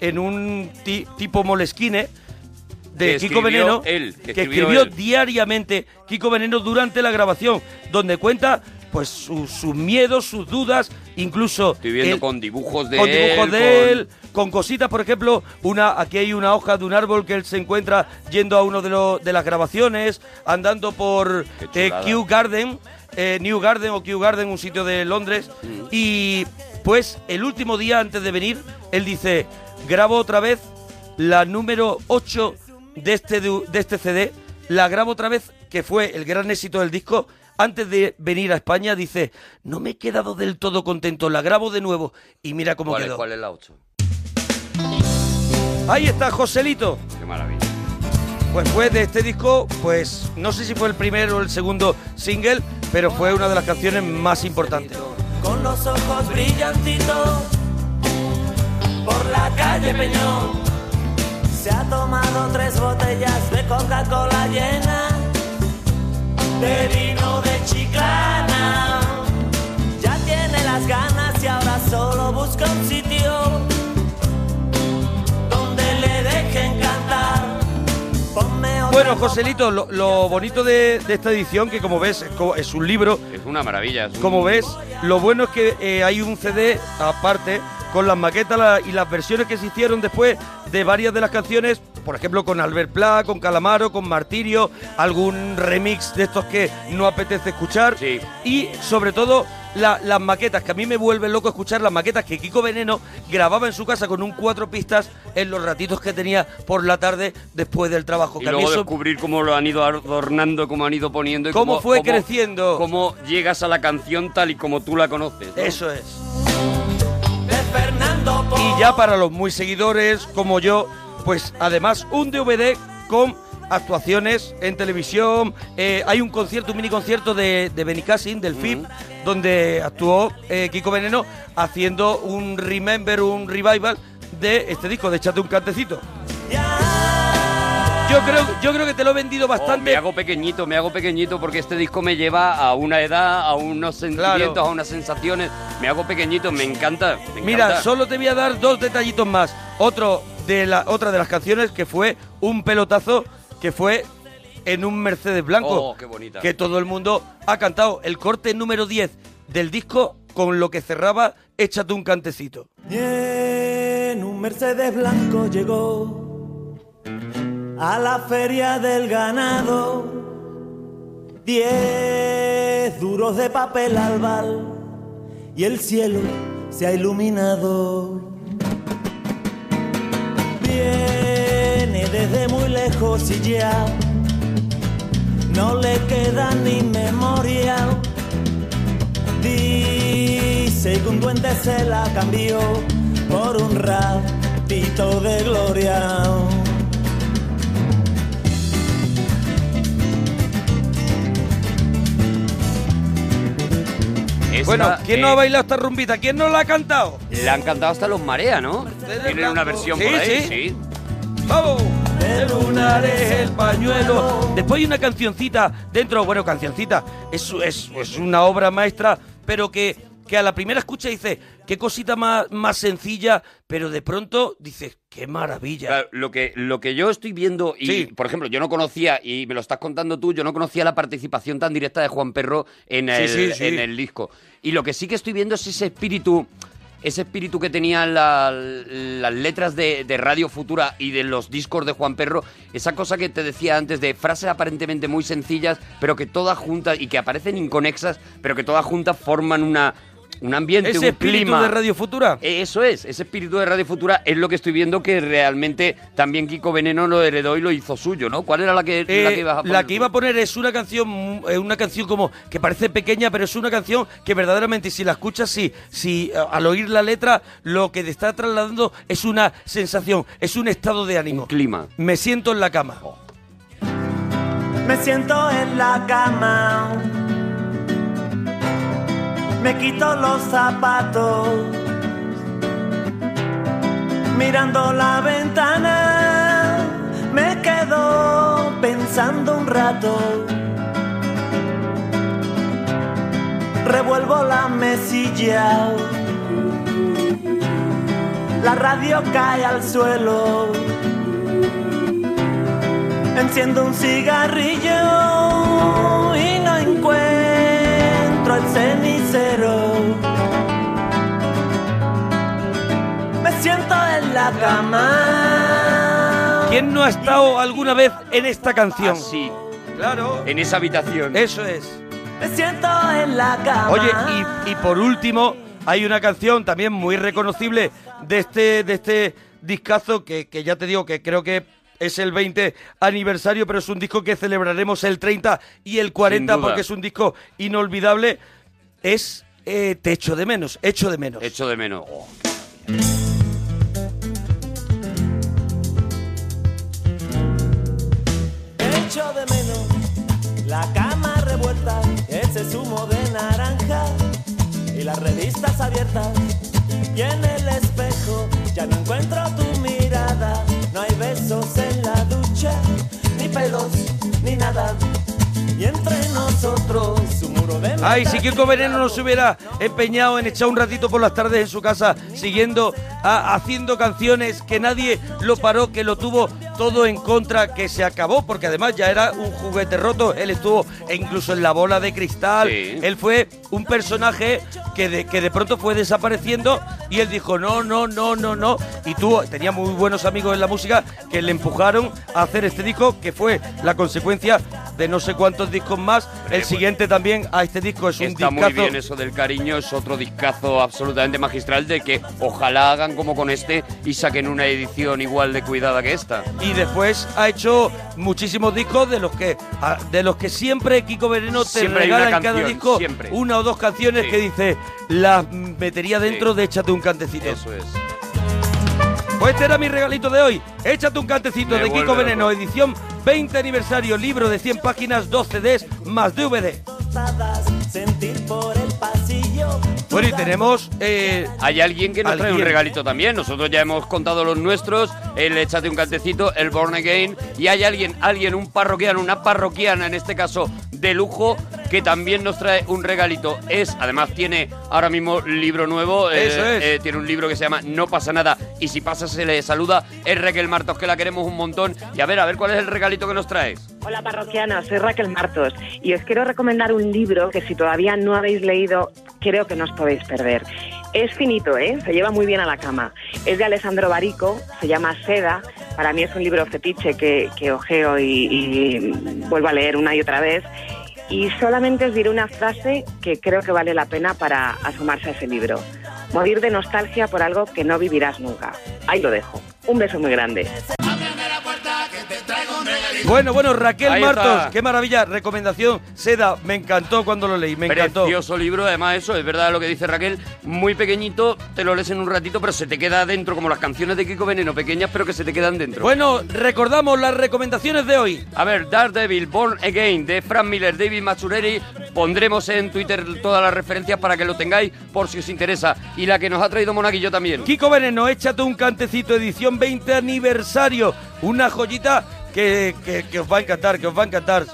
en un ti- tipo molesquine de Que Kiko escribió Veneno, él, que que, escribió escribió, él. diariamente Kiko Veneno durante la grabación, donde cuenta pues su- sus miedos, sus dudas, incluso Estoy viendo el- con dibujos de con dibujos él. de él, con cositas, por ejemplo, una aquí hay una hoja de un árbol que él se encuentra yendo a uno de, los de las grabaciones, andando por eh, chulada. Kew Garden, eh, New Garden o Kew Garden, un sitio de Londres, Mm. y pues el último día antes de venir, él dice, grabo otra vez la número 8 de este, du- de este CD, la grabo otra vez, que fue el gran éxito del disco, antes de venir a España, dice, no me he quedado del todo contento, la grabo de nuevo, y mira cómo ¿Cuál, es- quedó. cuál es la 8? Ahí está Joselito. Qué maravilla. Pues fue de este disco, pues no sé si fue el primero o el segundo single, pero fue una de las canciones más importantes. con los ojos brillantitos por la calle Peñón. Se ha tomado tres botellas de Coca-Cola llena, de vino de chiclana. Ya tiene las ganas y ahora solo busca un sitio donde le dejen cantar. Ponme otra Bueno, Joselito, lo, lo bonito de, de esta edición, que como ves es co- es un libro, Es una maravilla. es un- como ves, lo bueno es que eh, hay un CD aparte con las maquetas la- y las versiones que se hicieron después de varias de las canciones, por ejemplo con Albert Pla, con Calamaro, con Martirio, algún remix de estos que no apetece escuchar y sobre todo la- las maquetas, que a mí me vuelve loco escuchar las maquetas que Kiko Veneno grababa en su casa con un cuatro pistas en los ratitos que tenía por la tarde después del trabajo. Y que a mí luego eso- descubrir cómo lo han ido adornando, cómo han ido poniendo y ¿Cómo fue creciendo? Eh, Cómo llegas a la canción tal y como tú la conoces. ¿no? Eso es. Y ya para los muy seguidores como yo, pues además un DVD con actuaciones en televisión. Eh, hay un concierto, un mini concierto de, de Benicassin, del FIP, donde actuó eh, Kiko Veneno haciendo un remember, un revival de este disco, de Echate un cantecito. Yo creo, yo creo que te lo he vendido bastante. Oh, me hago pequeñito, me hago pequeñito porque este disco me lleva a una edad, a unos sentimientos, a unas sensaciones. Me hago pequeñito, me encanta. me Mira, encanta. solo te voy a dar dos detallitos más. Otro de la, otra de las canciones que fue un pelotazo que fue en un Mercedes blanco. Oh, qué bonita. Que todo el mundo ha cantado. El corte número 10 del disco con lo que cerraba Échate un cantecito. Y en un Mercedes blanco llegó a la feria del ganado. Diez duros de papel al bal y el cielo se ha iluminado. Viene desde muy lejos y ya no le queda ni memoria. Dice que un duende se la cambió por un ratito de gloria. Esta Bueno, ¿quién no es- ha bailado esta rumbita? ¿Quién no la ha cantado? La han cantado hasta los Marea, ¿no? Tienen una versión Sí, por ahí, sí. sí. ¡Vamos! El lunar es el pañuelo. Después hay una cancioncita dentro, bueno, cancioncita, es, es, es una obra maestra, pero que, que a la primera escucha dices, qué cosita más, más sencilla, pero de pronto dices, qué maravilla. Claro, lo que, lo que yo estoy viendo, y por ejemplo, yo no conocía, y me lo estás contando tú, yo no conocía la participación tan directa de Juan Perro en Sí, el, sí, sí. En el disco. Y lo que sí que estoy viendo es ese espíritu. Ese espíritu que tenían la- las letras de, de Radio Futura y de los discos de Juan Perro, esa cosa que te decía antes de frases aparentemente muy sencillas, pero que todas juntas y que aparecen inconexas, pero que todas juntas forman una, un ambiente, Ese un espíritu clima. de Radio Futura? Eso es, ese espíritu de Radio Futura es lo que estoy viendo que realmente también Kiko Veneno lo heredó y lo hizo suyo, ¿no? ¿Cuál era la que, la que Eh, ibas a poner? la que iba a poner es una canción, mm, eh, una canción como que parece pequeña, pero es una canción que verdaderamente si la escuchas, si, si a- al oír la letra, lo que te está trasladando es una sensación, es un estado de ánimo. clima. Me siento en la cama. Me siento en la cama. Me quito los zapatos. Mirando la ventana, me quedo pensando un rato. Revuelvo la mesilla. La radio cae al suelo. Enciendo un cigarrillo y no encuentro el cenicero. Me siento en la cama. ¿Quién no ha estado alguna vez en esta canción? Ah, Sí. Claro. En esa habitación. Eso es. Me siento en la cama. Oye, y, y por último, hay una canción también muy reconocible de este, de este discazo que, que ya te digo que creo que es el 20 aniversario, pero es un disco que celebraremos el 30 y el 40 Sin duda. porque es un disco inolvidable. Es eh, Te echo de menos, echo de menos. Echo de menos. Oh, Echo de menos la cama revuelta, ese zumo de naranja y las revistas abiertas. Y en el espejo ya no encuentro tu mirada, no hay besos en la ducha, ni pelos, ni nada. Y entre nosotros un muro de Ay, si Kiko Veneno no se hubiera empeñado en echar un ratito por las tardes en su casa, siguiendo, a- haciendo canciones, que nadie lo paró, que lo tuvo todo en contra, que se acabó, porque además ya era un juguete roto, él estuvo e incluso en la bola de cristal, él fue un personaje que de, que de pronto fue desapareciendo y él dijo, no, no, no, no, no, y tuvo, tenía muy buenos amigos en la música que le empujaron a hacer este disco, que fue la consecuencia de no sé cuántos discos más, el siguiente también a este disco es un Está muy discazo. bien eso del cariño, es otro discazo absolutamente magistral de que ojalá hagan como con este y saquen una edición igual de cuidada que esta. y después ha hecho muchísimos discos de los que a- de los que siempre Kiko Veneno te Siempre hay una regala en cada canción, disco siempre. una o dos canciones Sí. que dice las metería dentro Sí. de échate un cantecito. Eso es. Pues este era mi regalito de hoy. Échate un cantecito Me de Kiko vuelve Veneno, edición 20 aniversario, libro de 100 páginas, 2 CDs más DVD. pasadas, sentir por el pasillo. Bueno, y tenemos. eh, Hay alguien que nos trae un alguien. regalito también. Nosotros ya hemos contado los nuestros: el Échate un cantecito, el Born Again. Y hay alguien, alguien, un parroquiano, una parroquiana en este caso de lujo, que también nos trae un regalito. Es, además, tiene ahora mismo libro nuevo. eh, Eso es. eh, tiene un libro que se llama No pasa nada. Y si pasa, se le saluda. Es Raquel Martos, que la queremos un montón. Y a ver, a ver cuál es el regalito que nos traes. Hola parroquiana, soy Raquel Martos y os quiero recomendar un libro que si todavía no habéis leído, creo que no os podéis perder. Es finito, ¿eh? se lleva muy bien a la cama. Es de Alessandro Barico, se llama Seda. Para mí es un libro fetiche que, que ojeo y, y vuelvo a leer una y otra vez. Y solamente os diré una frase que creo que vale la pena para asomarse a ese libro. Morir de nostalgia por algo que no vivirás nunca. Ahí lo dejo. Un beso muy grande. Bueno, bueno, Raquel Ahí Martos, está. qué maravilla, recomendación, Seda, me encantó cuando lo leí, me encantó. Precioso libro, además eso, es verdad lo que dice Raquel, muy pequeñito, te lo lees en un ratito, pero se te queda dentro, como las canciones de Kiko Veneno, pequeñas, pero que se te quedan dentro. Bueno, recordamos las recomendaciones de hoy. A ver, Daredevil, Born Again, de Frank Miller, David Mazzureri, pondremos en Twitter todas las referencias para que lo tengáis, por si os interesa, y la que nos ha traído Monaguillo también. Kiko Veneno, échate un cantecito, edición 20 aniversario. Una joyita que, que- que os va a encantar, que os va a encantar.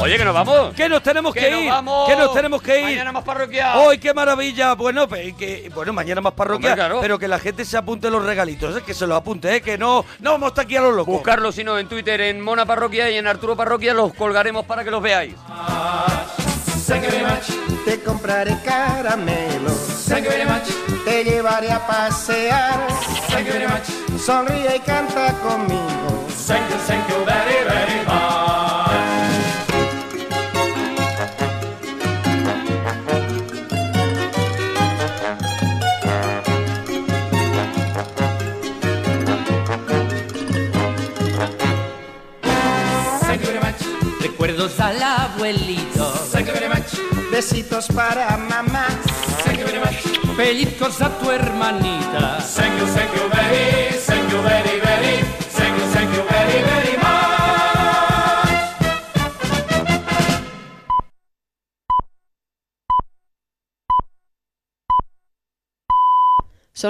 Oye, que nos vamos. Que nos tenemos que, nos ir. vamos. Que nos tenemos que ir. Mañana más parroquia. ¡Ay, qué maravilla! Bueno, pe- que, bueno mañana más parroquia, Hombre, claro. pero que la gente se apunte los regalitos, eh, que se los apunte, eh, que no, no vamos hasta aquí a los locos. Buscarlo, si no, en Twitter, en Mona Parroquia y en Arturo Parroquia, los colgaremos para que los veáis. Thank you very much. Te compraré caramelos. Thank you very much. Te llevaré a pasear. Thank you very much. Sonríe y canta conmigo. Thank you, thank you very, very much. Thank you very much. Recuerdos al abuelito. Thank you very much. Besitos para mamá. Thank you very much. Pellizcos a tu hermanita. Thank you, thank you, baby.